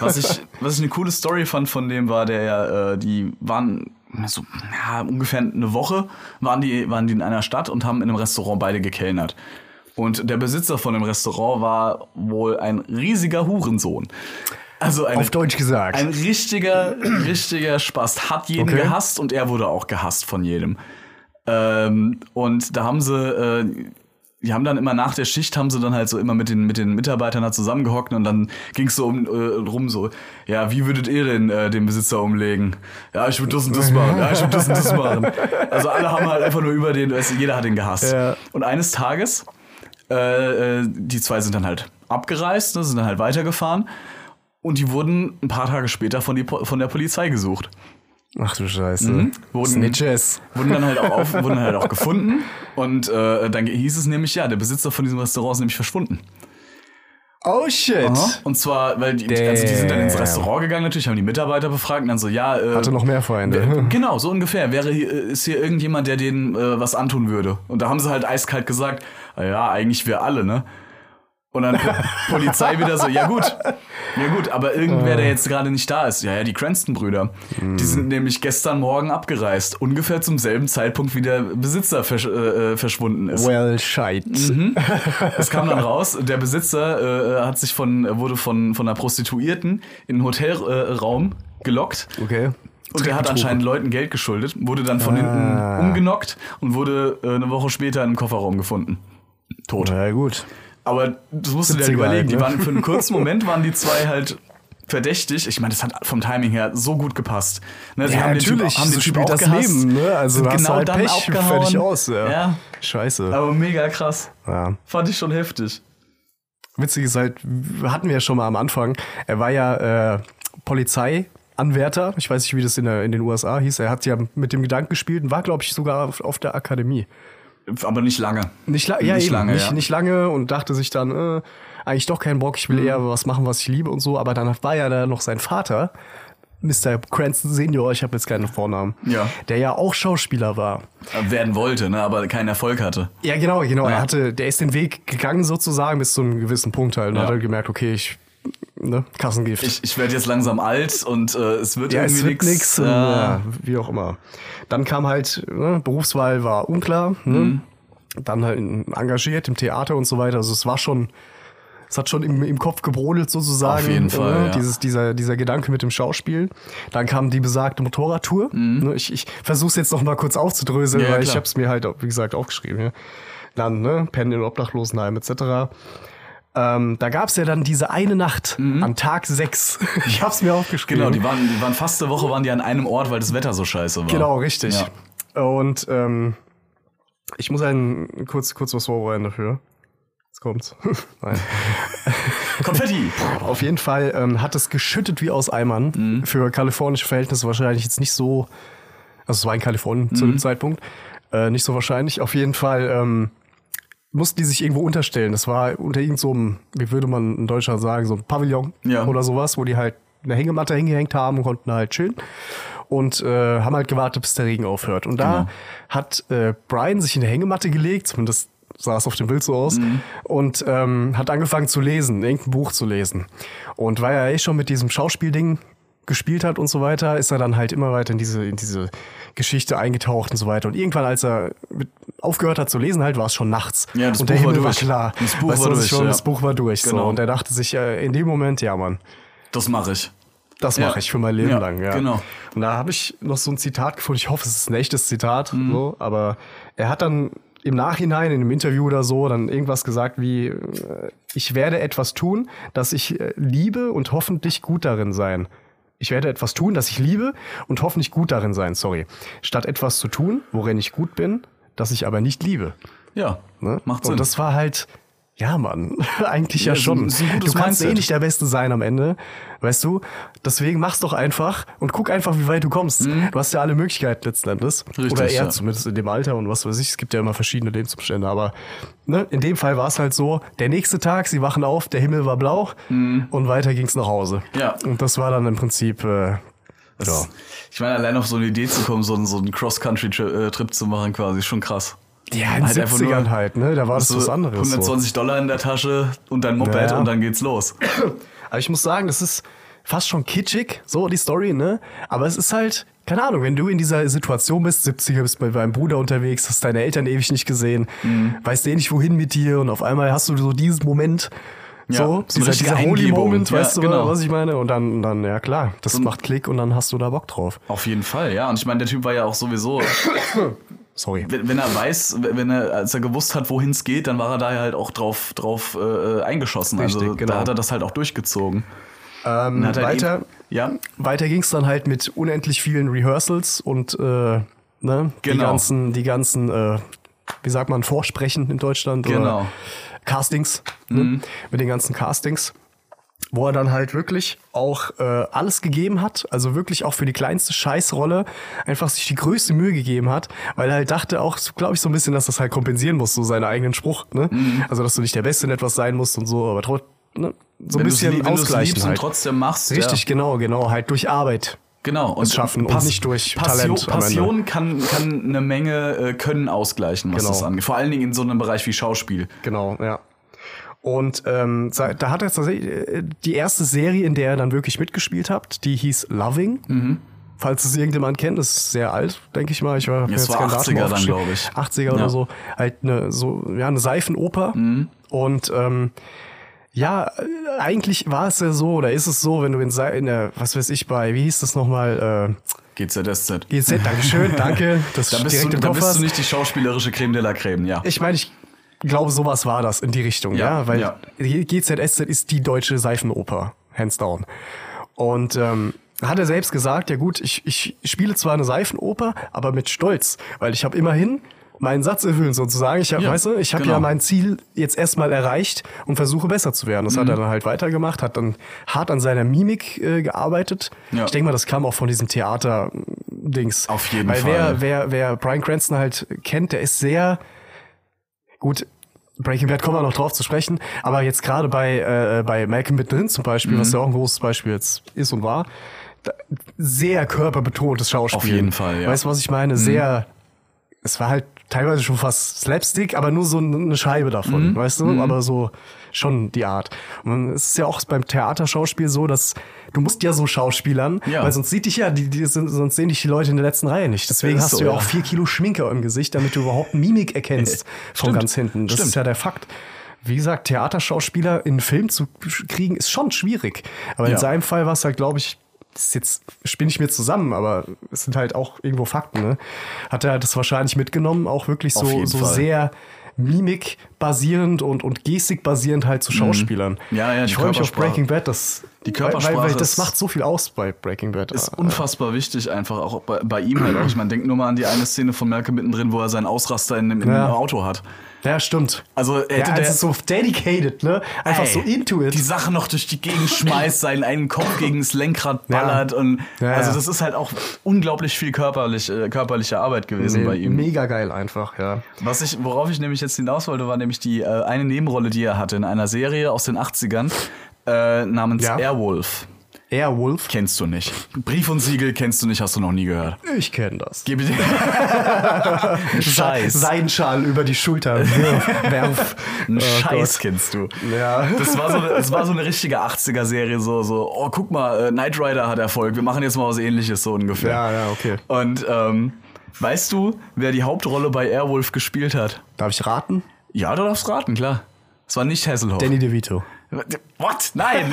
S4: Was ich, was ich eine coole Story fand von dem war, der, ja, äh, die waren so ja, ungefähr eine Woche waren die, waren die in einer Stadt und haben in einem Restaurant beide gekellnert. Und der Besitzer von dem Restaurant war wohl ein riesiger Hurensohn. Also ein,
S5: Auf Deutsch gesagt.
S4: ein richtiger, richtiger Spaß. Hat jeden
S5: Okay.
S4: gehasst und er wurde auch gehasst von jedem. Ähm, und da haben sie, äh, die haben dann immer nach der Schicht, haben sie dann halt so immer mit den, mit den Mitarbeitern da zusammengehockt und dann ging es so um, äh, rum so, ja, wie würdet ihr denn äh, den Besitzer umlegen? Ja, ich würde das und das machen, ja, ich würde das und das machen. Also alle haben halt einfach nur über den, weißt du, jeder hat den gehasst.
S5: Ja.
S4: Und eines Tages, äh, äh, die zwei sind dann halt abgereist, ne, sind dann halt weitergefahren und die wurden ein paar Tage später von, die, Po- von der Polizei gesucht.
S5: Ach du Scheiße.
S4: Mhm. Wurden-
S5: Snitches.
S4: Wurden dann halt auch, auf, wurden dann halt auch gefunden. Und äh, dann hieß es nämlich, ja, der Besitzer von diesem Restaurant ist nämlich verschwunden.
S5: Oh shit.
S4: Und zwar, weil die, also die sind dann ins
S5: Damn.
S4: Restaurant gegangen natürlich, haben die Mitarbeiter befragt und dann so, ja, äh,
S5: Hatte noch mehr Freunde.
S4: Genau, so ungefähr. Wäre hier, äh, ist hier irgendjemand, der denen äh, was antun würde? Und da haben sie halt eiskalt gesagt, "Ah ja, eigentlich wir alle, ne? Und dann Polizei wieder so, ja gut, ja gut, aber irgendwer, der jetzt gerade nicht da ist, ja, ja, die Cranston-Brüder, die sind nämlich gestern Morgen abgereist, ungefähr zum selben Zeitpunkt, wie der Besitzer versch äh, äh, verschwunden ist.
S5: Well, shite.
S4: Mhm. Es kam dann raus, der Besitzer äh, hat sich von, wurde von, von einer Prostituierten in einen Hotelraum gelockt
S5: Okay.
S4: und der hat anscheinend Leuten Geld geschuldet, wurde dann von
S5: Ah.
S4: hinten umgenockt und wurde äh, eine Woche später in einem Kofferraum gefunden. Tot.
S5: Na gut.
S4: Aber das musst du dir halt
S5: 70er
S4: überlegen.
S5: halt, ne?
S4: Die waren für einen kurzen Moment waren die zwei halt verdächtig. Ich meine, das hat vom Timing her so gut gepasst. Ne, sie
S5: Ja,
S4: haben den Typ-
S5: natürlich.
S4: haben den
S5: so
S4: Typ
S5: spielt das
S4: aufgehasst,
S5: Leben, ne? Also
S4: sind
S5: hast
S4: genau
S5: du halt
S4: dann
S5: Pech,
S4: abgehauen.
S5: fertig aus, ja.
S4: ja.
S5: Scheiße.
S4: Aber mega krass.
S5: Ja.
S4: Fand ich schon heftig.
S5: Witzig ist halt, hatten wir ja schon mal am Anfang, er war ja äh, Polizeianwärter, ich weiß nicht, wie das in, der, in den USA hieß, er hat ja mit dem Gedanken gespielt und war, glaube ich, sogar auf, auf der Akademie.
S4: Aber nicht lange. äh,
S5: Nicht, la ja,
S4: Nicht
S5: eben,
S4: lange,
S5: nicht,
S4: ja.
S5: nicht lange und dachte sich dann, äh, eigentlich doch keinen Bock, ich will eher was machen, was ich liebe und so, aber dann war ja da noch sein Vater, Mr. Cranston Senior, ich habe jetzt keinen Vornamen,
S4: Ja.
S5: der ja auch Schauspieler war.
S4: Werden wollte, ne? aber keinen Erfolg hatte.
S5: Ja, genau, genau. Er
S4: Ja.
S5: hatte, der ist den Weg gegangen sozusagen bis zu einem gewissen Punkt halt und
S4: Ja.
S5: hat halt gemerkt, okay, ich, ne, Kassengift.
S4: Ich, ich werde jetzt langsam alt und äh, es wird
S5: ja,
S4: irgendwie
S5: es wird
S4: nix.
S5: nix, und,
S4: Äh,
S5: ja, wie auch immer. Dann kam halt, ne, Berufswahl war unklar, ne?
S4: Mhm.
S5: dann halt engagiert im Theater und so weiter. Also es war schon, es hat schon im, im Kopf gebrodelt sozusagen.
S4: Auf jeden Fall,
S5: ne?
S4: ja.
S5: Dieses, dieser, dieser Gedanke mit dem Schauspiel. Dann kam die besagte Motorradtour. Ne, Ich, ich versuche es jetzt noch mal kurz aufzudröseln,
S4: Mhm. Ja, ja,
S5: weil ich
S4: klar.
S5: habe es mir halt, wie gesagt, aufgeschrieben. Ja. Dann, ne, Pennen in Obdachlosenheim etc. Ähm, da gab es ja dann diese eine Nacht an Tag 6. Ich habe es mir aufgeschrieben.
S4: Mhm. Genau, die waren, die waren fast eine Woche waren die an einem Ort, weil das Wetter so scheiße war.
S5: Genau, richtig.
S4: Ja.
S5: Und ähm, ich muss einen kurz, kurz was vorbereiten dafür. Jetzt kommt's. Nein.
S4: Konfetti!
S5: Auf jeden Fall ähm, hat es geschüttet wie aus Eimern. Für kalifornische Verhältnisse wahrscheinlich jetzt nicht so. Also es war in Kalifornien zu dem Zeitpunkt. Äh, nicht so wahrscheinlich. Auf jeden Fall ähm, mussten die sich irgendwo unterstellen. Das war unter irgendeinem, so einem, wie würde man in Deutschland sagen, so ein Pavillon
S4: Ja.
S5: oder sowas, wo die halt eine Hängematte hingehängt haben und konnten halt chillen. Und äh, haben halt gewartet, bis der Regen aufhört. Und da hat äh, Brian sich in eine Hängematte gelegt, zumindest sah es auf dem Bild so aus, und ähm, hat angefangen zu lesen, irgendein Buch zu lesen. Und war ja eh schon mit diesem Schauspielding gespielt hat und so weiter, ist er dann halt immer weiter in diese, in diese Geschichte eingetaucht und so weiter. Und irgendwann, als er mit aufgehört hat zu lesen, halt war es schon nachts.
S4: Ja, das
S5: und
S4: Buch war
S5: Himmel
S4: durch.
S5: klar.
S4: Das Buch
S5: Weißt
S4: war
S5: du, was ich
S4: durch,
S5: schon,
S4: ja.
S5: Das Buch war durch.
S4: Genau.
S5: So. Und er dachte sich äh, in dem Moment, ja Mann,
S4: Das mache ich.
S5: das
S4: Ja.
S5: mache ich für mein Leben
S4: Ja,
S5: lang. Ja.
S4: genau.
S5: Und da habe ich noch so ein Zitat gefunden. Ich hoffe, es ist ein echtes Zitat.
S4: Mhm.
S5: So, aber er hat dann im Nachhinein in einem Interview oder so dann irgendwas gesagt wie äh, ich werde etwas tun, das ich äh, liebe und hoffentlich gut darin sein. Ich werde etwas tun, das ich liebe und hoffentlich gut darin sein. Sorry. Statt etwas zu tun, worin ich gut bin, das ich aber nicht liebe.
S4: Ja,
S5: Ne?
S4: macht
S5: und
S4: Sinn.
S5: das war halt, ja, Mann, eigentlich
S4: Ja,
S5: ja,
S4: ist ein-
S5: schon.
S4: ist ein
S5: du
S4: gutes
S5: kannst
S4: Mindset.
S5: eh nicht der Beste sein am Ende, weißt du? Deswegen mach's doch einfach und guck einfach, wie weit du kommst. Du hast ja alle Möglichkeiten letzten Endes.
S4: Mhm. Richtig,
S5: Oder er
S4: ja.
S5: zumindest in dem Alter und was weiß ich. Es gibt ja immer verschiedene Lebensumstände, aber ne, in dem Fall war es halt so, der nächste Tag, sie wachen auf, der Himmel war blau und weiter ging's nach Hause.
S4: Mhm. Ja.
S5: Und das war dann im Prinzip, äh,
S4: Das, Ich meine, allein auf so eine Idee zu kommen, so, einen- so einen Cross-Country-Trip zu machen, quasi, ist schon krass.
S5: ja, in den
S4: Halt einfach nur-
S5: 70ern halt, ne? Da war das
S4: So
S5: was anderes. so.
S4: 120 Dollar in der Tasche und dein Moped
S5: Ja.
S4: und dann geht's los.
S5: Aber ich muss sagen, das ist fast schon kitschig, so die Story, ne? Aber es ist halt, keine Ahnung, wenn du in dieser Situation bist, 70er, bist bei deinem Bruder unterwegs, hast deine Eltern ewig nicht gesehen,
S4: Mhm.
S5: weißt eh nicht wohin mit dir und auf einmal hast du so diesen Moment,
S4: Ja,
S5: so,
S4: so eine
S5: dieser,
S4: richtige
S5: dieser Holy
S4: Eingebung.
S5: Moment,
S4: Ja,
S5: weißt du,
S4: genau.
S5: was ich meine? Und dann, dann, ja klar, das macht Klick und dann hast du da Bock drauf.
S4: Auf jeden Fall, ja. Und ich meine, der Typ war ja auch sowieso,
S5: Sorry.
S4: wenn, wenn er weiß, wenn er, als er gewusst hat, wohin es geht, dann war er da ja halt auch drauf, drauf äh, eingeschossen. also
S5: Richtig, genau.
S4: da hat er das halt auch durchgezogen.
S5: Ähm,
S4: Und hat halt
S5: weiter.
S4: eben- ja,
S5: Weiter ging's dann halt mit unendlich vielen Rehearsals und äh, ne, die
S4: Genau.
S5: ganzen, die ganzen, äh, wie sagt man, Vorsprechen in Deutschland
S4: Genau. Mhm.
S5: oder Castings, ne, mit den ganzen Castings, wo er dann halt wirklich auch äh, alles gegeben hat, also wirklich auch für die kleinste Scheißrolle einfach sich die größte Mühe gegeben hat, weil er halt dachte auch, glaube ich, so ein bisschen, dass das halt kompensieren muss, so seinen eigenen Spruch, ne?
S4: Mhm.
S5: Also dass du nicht der Beste in etwas sein musst und so, aber trotzdem. Ne? So ein
S4: Wenn du's
S5: bisschen
S4: lieb- wenn du's
S5: ausgleichen
S4: liebst und
S5: halt.
S4: trotzdem machst, ja.
S5: Richtig, genau, genau. Halt durch Arbeit.
S4: Genau, und
S5: schaffen und nicht durch
S4: Passion,
S5: Talent am
S4: Passion kann, kann eine Menge äh, Können ausgleichen, was
S5: Genau.
S4: das angeht. Vor allen Dingen in so einem Bereich wie Schauspiel.
S5: Genau, ja. Und ähm, da da hat er jetzt tatsächlich äh, die erste Serie, in der er dann wirklich mitgespielt hat, die hieß Loving.
S4: Mhm.
S5: Falls es irgendjemand kennt, ist sehr alt, denke ich mal. Ich war
S4: es war 80er dann,
S5: aufgeschrieben.
S4: glaub ich.
S5: 80er
S4: Ja. Mhm.
S5: oder so. Halt eine, so, ja, eine Seifenoper. Und ähm, ja, äh, eigentlich war es ja so, oder ist es so, wenn du in, Sei- in der, was weiß ich, bei, wie hieß das nochmal,
S4: GZSZ.
S5: äh, GZ, Dankeschön, danke, das
S4: Da bist, du,
S5: direkt im
S4: da
S5: Kopf
S4: bist
S5: hast.
S4: du nicht die schauspielerische Creme de la Creme, ja.
S5: Ich meine, ich glaube, sowas war das in die Richtung,
S4: Ja,
S5: ja, weil
S4: ja.
S5: GZSZ ist die deutsche Seifenoper, hands down. Und ähm, hat er selbst gesagt, ja gut, ich, ich spiele zwar eine Seifenoper, aber mit Stolz, weil ich habe immerhin meinen Satz erfüllen sozusagen. Ich habe,
S4: Ja,
S5: weißt du, ich habe
S4: genau.
S5: ja mein Ziel jetzt erstmal erreicht und versuche besser zu werden.
S4: Mhm.
S5: Das hat er dann halt weitergemacht, hat dann hart an seiner Mimik äh, gearbeitet.
S4: Ja.
S5: Ich denke mal, das kam auch von diesem Theater-Dings.
S4: Auf jeden
S5: weil
S4: Fall.
S5: Wer, wer, wer Brian Cranston halt kennt, der ist sehr, gut, Breaking Bad kommen wir noch drauf zu sprechen, aber jetzt gerade bei, äh, bei Malcolm mittendrin zum Beispiel,
S4: Mhm.
S5: was ja auch ein großes Beispiel jetzt ist und war, da, sehr körperbetontes Schauspiel.
S4: Auf jeden Fall, ja. Mhm.
S5: Weißt du, was ich meine? Sehr, es war halt teilweise schon fast Slapstick, aber nur so eine Scheibe davon,
S4: Mhm.
S5: weißt du? Aber so schon die Art. Und es ist ja auch beim Theaterschauspiel so, dass du musst ja so Schauspielern,
S4: Ja.
S5: weil sonst sieht dich ja, die, die, sonst sehen dich die Leute in der letzten Reihe nicht. Deswegen
S4: Ist
S5: hast
S4: so,
S5: du ja
S4: ja.
S5: auch vier Kilo Schminke im Gesicht, damit du überhaupt Mimik erkennst von
S4: Stimmt.
S5: ganz hinten. Das
S4: Stimmt.
S5: ist ja der Fakt. Wie gesagt, Theaterschauspieler in einen Film zu kriegen, ist schon schwierig. Aber
S4: Ja.
S5: in seinem Fall war es halt, glaube ich, das ist jetzt spinne ich mir zusammen, aber es sind halt auch irgendwo Fakten. Ne? Hat er das wahrscheinlich mitgenommen, auch wirklich
S4: Auf
S5: so,
S4: jeden
S5: so
S4: Fall.
S5: sehr Mimik basierend und, und Gestik basierend halt zu Schauspielern.
S4: Mhm. Ja, ja, die
S5: ich freue mich auf
S4: Körpersprache.
S5: Breaking Bad. Das,
S4: Die
S5: weil-
S4: Körpersprache
S5: Weil, weil
S4: ist-
S5: das macht so viel aus bei Breaking Bad.
S4: ist unfassbar wichtig, einfach auch bei, bei ihm halt auch. Ich meine, denk nur mal an die eine Szene von Merkel mittendrin, wo er seinen Ausraster in dem, in
S5: Ja.
S4: dem Auto hat.
S5: ja, stimmt.
S4: Also hätte
S5: Ja,
S4: der
S5: also so dedicated, ne? Einfach
S4: Ey,
S5: so into it.
S4: Die Sache noch durch die Gegend schmeißt, seinen einen Kopf gegen das Lenkrad ballert und
S5: Ja, ja.
S4: also das ist halt auch unglaublich viel körperlich, äh, körperliche Arbeit gewesen
S5: Nee,
S4: bei ihm.
S5: Mega geil einfach, ja.
S4: Was ich, worauf ich nämlich jetzt hinaus wollte, war nämlich die äh, eine Nebenrolle, die er hatte in einer Serie aus den 80ern äh, namens
S5: Ja.
S4: Airwolf.
S5: Airwolf.
S4: Kennst du nicht. Brief und Siegel kennst du nicht, hast du noch nie gehört.
S5: Ich kenne das.
S4: Gib dir. Scheiß.
S5: Seidenschal über die Schulter wirf. werf.
S4: Einen
S5: Oh
S4: Scheiß
S5: Gott.
S4: kennst du.
S5: Ja.
S4: Das war so, das war so eine richtige 80er-Serie, so, so, oh, guck mal, äh, Knight Rider hat Erfolg, wir machen jetzt mal was ähnliches, so ungefähr.
S5: Ja, ja, okay.
S4: Und ähm, weißt du, wer die Hauptrolle bei Airwolf gespielt hat?
S5: Darf ich raten?
S4: Ja, du darfst raten, klar. Es war nicht Hasselhoff.
S5: Danny DeVito.
S4: What? Nein!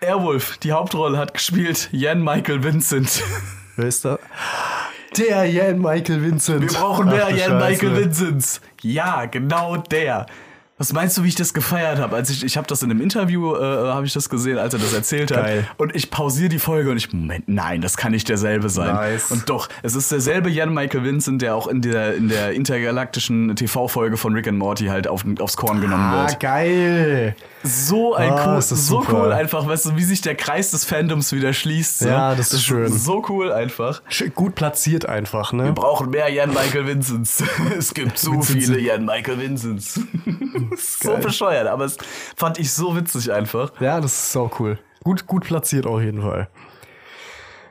S4: Airwolf, die Hauptrolle hat gespielt Jan Michael Vincent.
S5: Wer ist da? Der Jan Michael Vincent.
S4: Wir brauchen
S5: Ach,
S4: mehr
S5: du
S4: Jan Michael
S5: Scheiße.
S4: Vincents. Ja, genau der. Was meinst du, wie ich das gefeiert habe? Als ich ich habe das in einem Interview äh, habe ich das gesehen, als er das erzählt hat.
S5: Geil.
S4: Und ich pausiere die Folge und ich Moment, nein, das kann nicht derselbe sein.
S5: Nice.
S4: Und doch, es ist derselbe Jan Michael Vincent, der auch in der in der intergalaktischen TV-Folge von Rick and Morty halt auf, aufs Korn genommen
S5: Ah,
S4: wird.
S5: geil.
S4: So ein
S5: Ah,
S4: cool,
S5: ist das
S4: so
S5: super.
S4: cool einfach, weißt du, wie sich der Kreis des Fandoms wieder schließt. so.
S5: Ja, das ist schön.
S4: So cool einfach.
S5: Sch- Gut platziert einfach, ne?
S4: Wir brauchen mehr Jan Michael Vincents. Es gibt so viele Jan Michael Vincents. so
S5: geil.
S4: bescheuert, aber es fand ich so witzig einfach.
S5: Ja, das ist auch cool. Gut, gut platziert auf jeden Fall.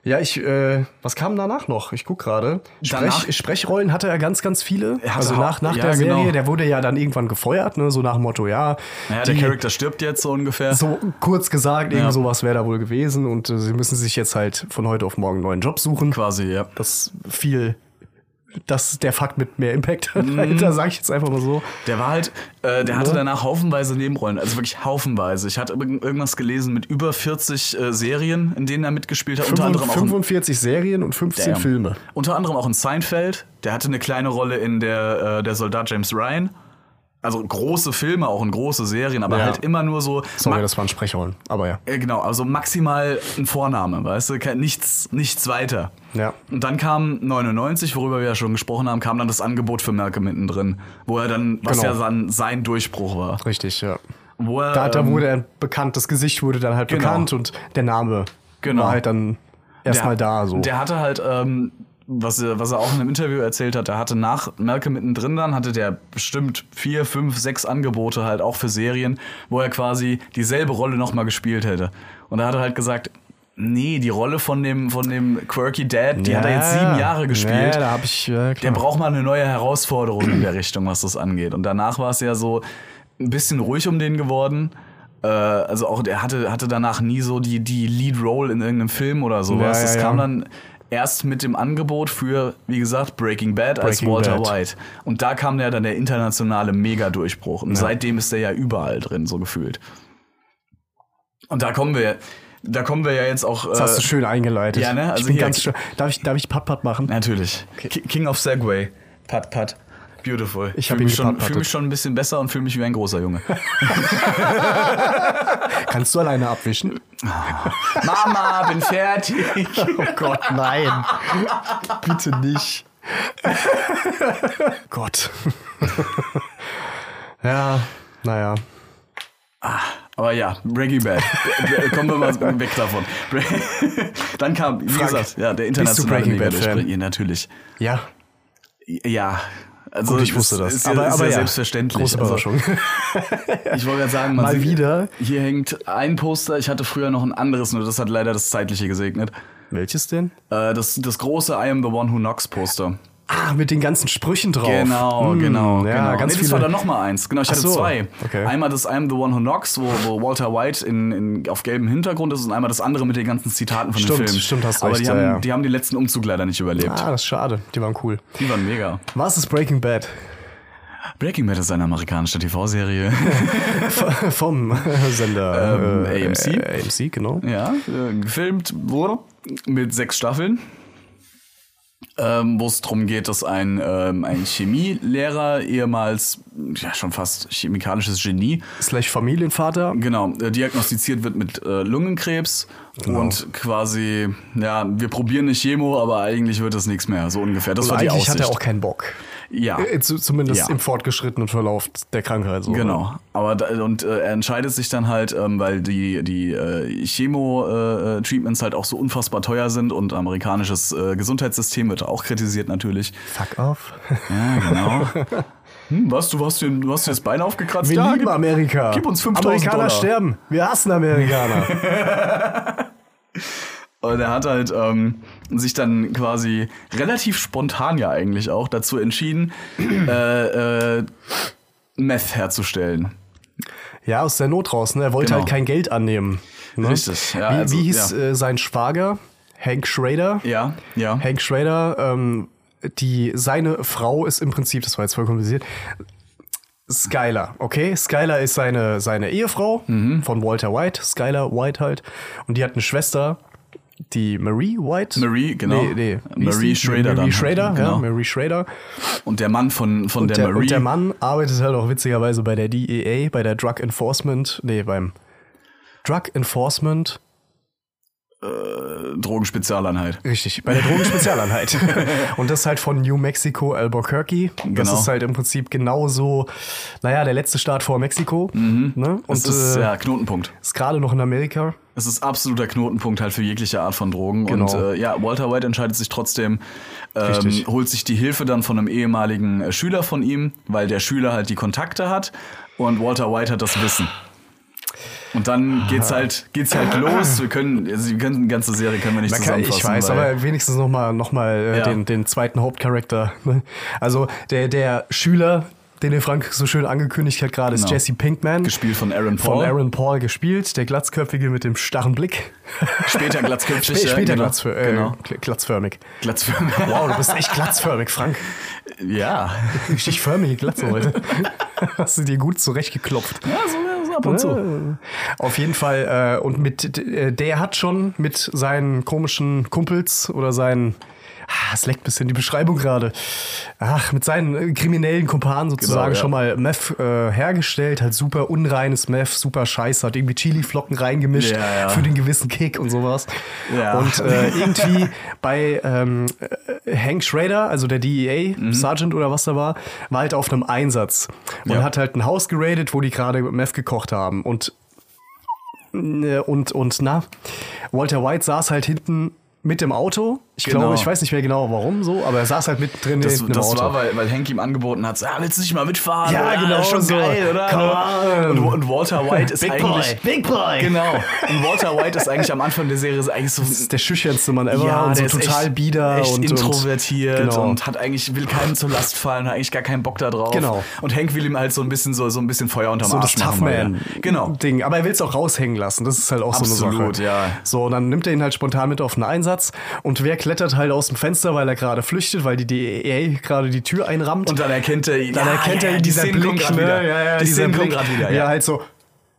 S5: Ja, ich, äh, was kam danach noch? Ich guck gerade.
S4: Danach-
S5: Sprech, Sprechrollen hatte er ganz, ganz viele.
S4: hatte
S5: also
S4: hau-
S5: nach, nach
S4: ja,
S5: der
S4: genau.
S5: Serie, der wurde ja dann irgendwann gefeuert, ne? So nach dem Motto, ja.
S4: Naja, der
S5: die-
S4: Charakter stirbt jetzt so ungefähr.
S5: So kurz gesagt,
S4: Ja.
S5: eben sowas wäre da wohl gewesen und äh, sie müssen sich jetzt halt von heute auf morgen einen neuen Job suchen.
S4: Quasi, ja.
S5: Das viel, das der Fakt mit mehr Impact
S4: Mhm.
S5: hat. Da sage ich jetzt einfach mal so.
S4: Der war halt, äh, der hatte
S5: Ja.
S4: danach haufenweise Nebenrollen, also wirklich haufenweise. Ich hatte irgend- irgendwas gelesen mit über 40 äh, Serien, in denen er mitgespielt hat. Unter anderem auch in
S5: 45 Serien und 15
S4: Damn.
S5: Filme.
S4: Unter anderem auch in Seinfeld. Der hatte eine kleine Rolle in der, äh, der Soldat James Ryan. Also große Filme, auch in große Serien, aber
S5: Ja.
S4: halt immer nur so.
S5: Sorry,
S4: ma-
S5: das waren Sprechrollen, aber ja.
S4: äh, genau, also maximal ein Vorname, weißt du? Kein- Nichts, nichts weiter.
S5: Ja.
S4: Und dann kam 99, worüber wir ja schon gesprochen haben, kam dann das Angebot für Malcolm mittendrin, wo er dann, was
S5: Genau.
S4: ja dann sein Durchbruch war.
S5: Richtig, ja.
S4: Wo er,
S5: Da, da
S4: ähm,
S5: wurde er bekannt, das Gesicht wurde dann halt
S4: Genau.
S5: bekannt und der Name
S4: Genau.
S5: war halt dann erstmal
S4: Der-
S5: da so.
S4: Der hatte halt, ähm, was, er- was er auch in einem Interview erzählt hat, der hatte nach Malcolm mittendrin dann, hatte der bestimmt vier, fünf, sechs Angebote halt auch für Serien, wo er quasi dieselbe Rolle nochmal gespielt hätte. Und da hat er halt gesagt, nee, die Rolle von dem, von dem Quirky Dad, die hat er jetzt sieben Jahre gespielt.
S5: Ja, da habe ich, ja,
S4: Der
S5: klar.
S4: braucht mal eine neue Herausforderung in der Richtung, was das angeht. Und danach war es ja so ein bisschen ruhig um den geworden. Äh, also auch er hatte, hatte danach nie so die, die Lead Role in irgendeinem Film oder sowas.
S5: Ja, ja,
S4: das
S5: ja.
S4: kam dann erst mit dem Angebot für, wie gesagt, Breaking Bad als
S5: Breaking
S4: Walter
S5: Bad.
S4: White. Und da kam ja dann der internationale Mega-Durchbruch. Und seitdem ist er ja überall drin, so gefühlt. Und da kommen wir, da kommen wir ja jetzt auch.
S5: das hast du
S4: äh,
S5: schön eingeleitet.
S4: ja, ne?
S5: ich
S4: Also
S5: bin
S4: hier-
S5: ganz schön. Darf ich, darf ich Pat-Pat machen?
S4: Natürlich. Ki- King of Segway. Pat, pat. Beautiful.
S5: Ich hab
S4: fühle
S5: ihn
S4: mich, schon-
S5: gepatpattet.
S4: fühl mich schon ein bisschen besser und fühle mich wie ein großer Junge.
S5: Kannst du alleine abwischen?
S4: Mama, bin fertig.
S5: Oh Gott, nein. Bitte nicht. Gott. ja, naja.
S4: Aber ja, Breaking Bad. Äh, äh, Kommen wir mal weg davon. Bre- Dann kam, wie
S5: Frank,
S4: gesagt, ja, der
S5: bist du
S4: internationale
S5: Breaking
S4: Mega
S5: Bad-Fan?
S4: durchbringt. Ja, natürlich.
S5: Ja,
S4: Ja. Also
S5: gut, ich
S4: es
S5: wusste das.
S4: Ist, aber, ist ja selbstverständlich.
S5: Große
S4: Also,
S5: Überraschung.
S4: Ich wollte gerade sagen, man
S5: Mal
S4: sieht-
S5: wieder.
S4: Hier hängt ein Poster. Ich hatte früher noch ein anderes, nur das hat leider das Zeitliche gesegnet.
S5: Welches denn?
S4: Äh, Das, das große I am the one who knocks Poster.
S5: Ah, mit den ganzen Sprüchen drauf.
S4: Genau,
S5: Mm,
S4: genau,
S5: ja,
S4: genau.
S5: Ganz
S4: nee, das
S5: viele.
S4: war dann nochmal eins. Genau, ich hatte
S5: Ach so,
S4: zwei.
S5: okay.
S4: Einmal das I'm the one who knocks, wo, wo Walter White in, in, auf gelbem Hintergrund ist und einmal das andere mit den ganzen Zitaten von den
S5: Stimmt,
S4: Filmen.
S5: stimmt, hast
S4: Aber
S5: recht,
S4: die,
S5: ja,
S4: haben,
S5: ja.
S4: die haben den letzten Umzug leider nicht überlebt.
S5: ah, das ist schade. Die waren cool.
S4: Die waren mega.
S5: Was ist Breaking Bad?
S4: Breaking Bad ist eine amerikanische TV-Serie.
S5: Vom Sender
S4: Ähm, AMC?
S5: Äh, AMC, genau.
S4: ja, äh, gefilmt wurde mit sechs Staffeln. Ähm, wo es darum geht, dass ein, ähm, ein Chemielehrer, ehemals ja schon fast chemikalisches Genie,
S5: Slash Familienvater.
S4: Genau, äh, diagnostiziert wird mit äh, Lungenkrebs
S5: Genau.
S4: und quasi, ja, wir probieren eine Chemo, aber eigentlich wird das nichts mehr, so ungefähr. Das war die
S5: Also Eigentlich
S4: Aussicht.
S5: hat er auch keinen Bock.
S4: ja,
S5: Äh, zu- Zumindest
S4: Ja.
S5: im fortgeschrittenen Verlauf der Krankheit. So.
S4: genau. Aber da, und äh, er entscheidet sich dann halt, ähm, weil die die äh, Chemo-Treatments halt auch so unfassbar teuer sind und amerikanisches äh, Gesundheitssystem wird auch kritisiert natürlich.
S5: Fuck off.
S4: Ja, genau. Hm, was? Du hast dir, du hast dir das Bein aufgekratzt?
S5: Wir lieben
S4: gib-
S5: Amerika.
S4: Gib uns 5000
S5: Amerikaner
S4: Dollar.
S5: sterben. Wir hassen Amerikaner.
S4: Und er hat halt ähm, sich dann quasi relativ spontan ja eigentlich auch dazu entschieden, äh, äh, Meth herzustellen.
S5: ja, aus der Not raus. Ne? Er wollte
S4: Genau.
S5: halt kein Geld annehmen. Ne?
S4: Richtig, ja,
S5: wie,
S4: also,
S5: wie hieß
S4: ja.
S5: äh, sein Schwager? Hank Schrader.
S4: Ja, ja.
S5: Hank Schrader, ähm, die, seine Frau ist im Prinzip, das war jetzt voll kompliziert, Skyler, okay? Skyler ist seine, seine Ehefrau
S4: Mhm.
S5: von Walter White, Skyler White halt. Und die hat eine Schwester, die Marie White.
S4: Marie, genau.
S5: Nee, nee. Wie
S4: Marie
S5: hieß die?
S4: Schrader dann
S5: Marie
S4: halt,
S5: Schrader,
S4: genau.
S5: ja, Marie Schrader.
S4: Und der Mann von, von der,
S5: Der,
S4: Marie.
S5: und der Mann arbeitet halt auch witzigerweise bei der DEA, bei der Drug Enforcement, nee, beim Drug Enforcement
S4: äh, Drogenspezialeinheit.
S5: Richtig, bei der Drogenspezialeinheit. und das halt von New Mexico Albuquerque. Das
S4: Genau.
S5: ist halt im Prinzip genauso, naja, der letzte Staat vor Mexiko. Ne? Und
S4: Das Mhm. ist
S5: äh,
S4: ja Knotenpunkt.
S5: ist gerade noch in Amerika.
S4: Es ist absoluter Knotenpunkt halt für jegliche Art von Drogen. Und
S5: Genau.
S4: äh, ja, Walter White entscheidet sich trotzdem, ähm,
S5: Richtig.
S4: holt sich die Hilfe dann von einem ehemaligen äh, Schüler von ihm, weil der Schüler halt die Kontakte hat und Walter White hat das Wissen. Und dann geht's halt, geht's halt los. Wir können, also wir können die ganze Serie können wir nicht zusammenfassen.
S5: ich weiß,
S4: weil-
S5: aber wenigstens nochmal noch mal, äh,
S4: Ja.
S5: den, den zweiten Hauptcharakter. ne? Also der, der Schüler, den der Frank so schön angekündigt hat gerade, ist
S4: Genau.
S5: Jesse Pinkman.
S4: Gespielt von Aaron
S5: Von
S4: Paul.
S5: Aaron Paul gespielt, der Glatzköpfige mit dem starren Blick.
S4: Später glatzköpfig.
S5: Spä- Später
S4: genau.
S5: glatzför- äh,
S4: genau.
S5: gl- glatzförmig.
S4: Glatzförmig.
S5: Wow, du bist echt glatzförmig, Frank.
S4: Ja.
S5: Richtig förmige Glatze heute. Hast du dir gut zurechtgeklopft.
S4: Ja, so, so ab und
S5: Äh.
S4: zu.
S5: Auf jeden Fall. Äh, und mit äh, der hat schon mit seinen komischen Kumpels oder seinen. Ah, es leckt ein bisschen die Beschreibung gerade. Ach, mit seinen äh, kriminellen Kumpanen sozusagen
S4: Genau, ja.
S5: schon mal Meth äh, hergestellt, hat super unreines Meth, super Scheiße, hat irgendwie Chili-Flocken reingemischt
S4: Ja, ja.
S5: für den gewissen Kick und sowas.
S4: Ja.
S5: Und äh, irgendwie bei ähm, äh, Hank Schrader, also der DEA,
S4: Mhm.
S5: Sergeant oder was da war, war halt auf einem Einsatz und
S4: Ja.
S5: hat halt ein Haus geradet, wo die gerade Meth gekocht haben. Und, äh, und, und na, Walter White saß halt hinten mit dem Auto. Ich
S4: Genau.
S5: glaube, ich weiß nicht mehr genau warum so, aber er saß halt mittendrin
S4: Das,
S5: hinten im
S4: das
S5: Auto.
S4: war, weil, weil Hank ihm angeboten hat, so, ah, willst du nicht mal mitfahren?
S5: Ja, genau,
S4: das ist schon
S5: so.
S4: geil, oder? Ah,
S5: Come
S4: und,
S5: on.
S4: und Walter White ist eigentlich...
S5: Big Boy!
S4: Genau. Und Walter White ist eigentlich am Anfang der Serie ist eigentlich so...
S5: Das ist der schüchternste Mann ever und so
S4: der ist
S5: total
S4: echt,
S5: bieder
S4: echt
S5: und,
S4: introvertiert und,
S5: und, genau.
S4: hat eigentlich will keinem zur Last fallen, hat eigentlich gar keinen Bock da drauf.
S5: Genau.
S4: Und Hank will ihm halt so ein bisschen so, so ein bisschen Feuer unterm
S5: so das
S4: Arsch
S5: Tough
S4: machen. weil-
S5: Man
S4: Genau.
S5: Ding. Aber er will es auch raushängen lassen. Das ist halt auch so eine
S4: Absolut,
S5: Sache.
S4: ja.
S5: So, und dann nimmt er ihn halt spontan mit auf einen Einsatz und wer klettert halt aus dem Fenster, weil er gerade flüchtet, weil die DEA gerade die Tür einrammt.
S4: Und dann erkennt er,
S5: dann erkennt er
S4: die
S5: dieser
S4: Szenen kommen
S5: Blick,
S4: grad
S5: ne?
S4: wieder.
S5: Ja, ja,
S4: die
S5: dieser
S4: Szenen kommen
S5: Blick,
S4: gerade wieder.
S5: Ja, halt so.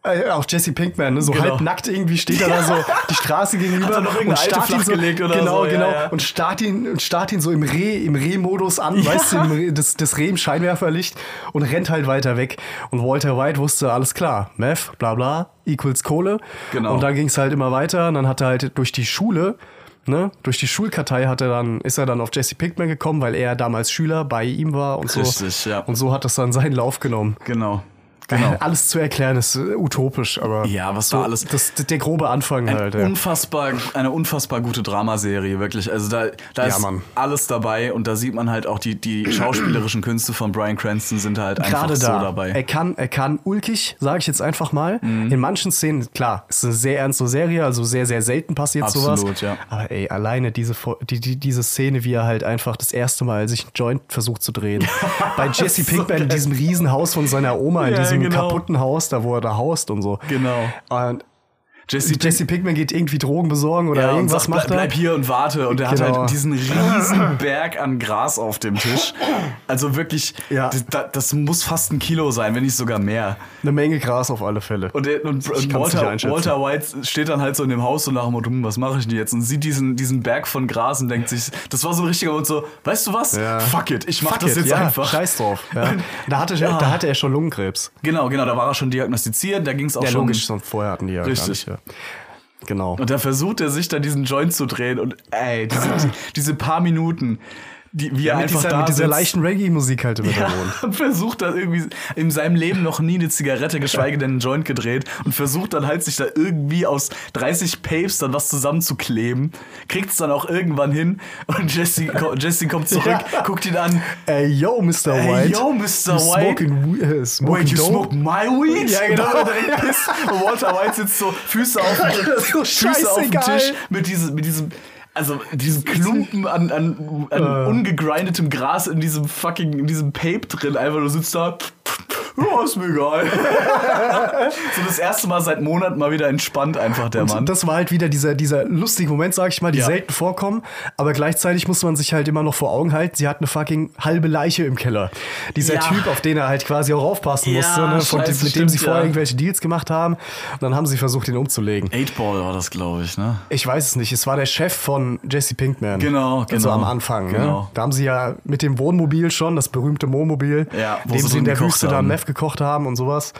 S5: äh, Auch Jesse Pinkman, ne? so
S4: Genau.
S5: halb nackt irgendwie steht er da so die Straße gegenüber
S4: Hat er noch irgendeine alte flachgelegt oder
S5: genau,
S4: so, ja,
S5: genau
S4: ja.
S5: und starrt ihn und starrt ihn so im Reh im Rehmodus an,
S4: Ja.
S5: weißt du, im Reh- das, das Reh im Scheinwerferlicht und rennt halt weiter weg und Walter White wusste alles klar, Meth, bla bla equals Kohle
S4: Genau.
S5: und dann ging es halt immer weiter und dann hat er halt durch die Schule Ne? Durch die Schulkartei hat er dann, ist er dann auf Jesse Pinkman gekommen, weil er damals Schüler bei ihm war und so.
S4: Richtig, ja.
S5: Und so hat das dann seinen Lauf genommen.
S4: Genau. Genau.
S5: Alles zu erklären ist äh, utopisch, aber
S4: Ja, was da alles-
S5: Das, das, der grobe Anfang
S4: Ein
S5: halt. Ja.
S4: unfassbar, eine unfassbar gute Dramaserie, wirklich. Also da, da
S5: Ja,
S4: ist
S5: Mann.
S4: alles dabei und da sieht man halt auch die, die schauspielerischen Künste von Brian Cranston sind halt einfach
S5: Gerade
S4: so
S5: da.
S4: dabei. Mhm.
S5: Er kann, er kann ulkig, sage ich jetzt einfach mal. In manchen Szenen, klar, ist eine sehr ernste Serie, also sehr, sehr selten passiert
S4: Absolut,
S5: sowas.
S4: ja.
S5: Aber ey, alleine diese, Fo- die, die, diese Szene, wie er halt einfach das erste Mal sich einen Joint versucht zu drehen. Bei Jesse Pinkman in diesem Riesenhaus von seiner Oma, in
S4: Ja,
S5: diesem
S4: genau.
S5: kaputten Haus, da wo er da haust und so.
S4: Genau.
S5: Und
S4: Jesse,
S5: Jesse Pinkman geht irgendwie Drogen besorgen oder
S4: ja, und
S5: irgendwas
S4: sagt,
S5: macht
S4: bleib,
S5: er.
S4: bleib hier und warte. Und er hat
S5: Genau.
S4: halt diesen riesen Berg an Gras auf dem Tisch. Also wirklich,
S5: Ja.
S4: das, da- das muss fast ein Kilo sein, wenn nicht sogar mehr.
S5: Eine Menge Gras auf alle Fälle.
S4: Und, der, und,
S5: Ich
S4: und
S5: kann's nicht
S4: Walter,
S5: einschätzen.
S4: Walter White steht dann halt so in dem Haus und nach dem Motto, "Hm, was mache ich denn jetzt? Und sieht diesen, diesen Berg von Gras und denkt sich, das war so ein richtiger und so, weißt du was?
S5: Ja.
S4: Fuck it, ich mach
S5: Fuck
S4: das
S5: it,
S4: jetzt
S5: ja,
S4: einfach.
S5: Scheiß drauf. Ja. Da, hatte,
S4: Ja.
S5: da hatte er schon Lungenkrebs.
S4: Genau, genau, da war er schon diagnostiziert, da ging es auch
S5: Ja,
S4: schon.
S5: logisch, schon vorher hatten die ja
S4: Richtig.
S5: gar nicht. Ja. Genau.
S4: Und da versucht er sich dann diesen Joint zu drehen und ey, diese, die, diese paar Minuten. die, wie
S5: Ja,
S4: er
S5: mit
S4: einfach
S5: dieser,
S4: da
S5: mit dieser
S4: sitzt.
S5: leichten Reggae-Musik halt im Hintergrund.
S4: Ja, versucht dann irgendwie in seinem Leben noch nie eine Zigarette, geschweige denn einen Joint gedreht und versucht dann halt sich da irgendwie aus 30 Papes dann was zusammenzukleben, kriegt es dann auch irgendwann hin und Jesse, ko- Jesse kommt zurück,
S5: Ja.
S4: guckt ihn an.
S5: Ey, yo, Mr.
S4: Ey,
S5: White.
S4: yo, Mr. White.
S5: Smoking, we- äh, smoking
S4: Wait, you
S5: dope?
S4: smoked my weed?
S5: Ja, genau.
S4: Und direkt pisst. Und Walter White sitzt so Füße auf dem,
S5: So
S4: Füße auf dem
S5: scheißegal.
S4: Tisch mit diesem, mit diesem, also diesem Klumpen an, an, an ungegrindetem Gras in diesem fucking, in diesem Pape drin. Einfach du sitzt da. Ja, ist mir egal. so das erste Mal seit Monaten mal wieder entspannt einfach der Mann.
S5: Und das war halt wieder dieser, dieser lustige Moment, sag ich mal, die
S4: Ja.
S5: selten vorkommen. Aber gleichzeitig muss man sich halt immer noch vor Augen halten, sie hat eine fucking halbe Leiche im Keller. Dieser
S4: Ja.
S5: Typ, auf den er halt quasi auch aufpassen
S4: Ja,
S5: musste, ne? Von,
S4: scheiße,
S5: mit dem sie
S4: stimmt,
S5: vorher
S4: ja.
S5: irgendwelche Deals gemacht haben. Und dann haben sie versucht, ihn umzulegen.
S4: Eightball war das, glaube ich, ne?
S5: Ich weiß es nicht. Es war der Chef von Jesse Pinkman.
S4: Genau,
S5: Also
S4: genau.
S5: am Anfang. Ne?
S4: Genau.
S5: Da haben sie ja mit dem Wohnmobil schon, das berühmte Wohnmobil,
S4: Ja, wo
S5: dem
S4: sie
S5: sie
S4: drin
S5: in der
S4: gekocht
S5: Wüste da
S4: haben.
S5: Meth gekocht haben und sowas.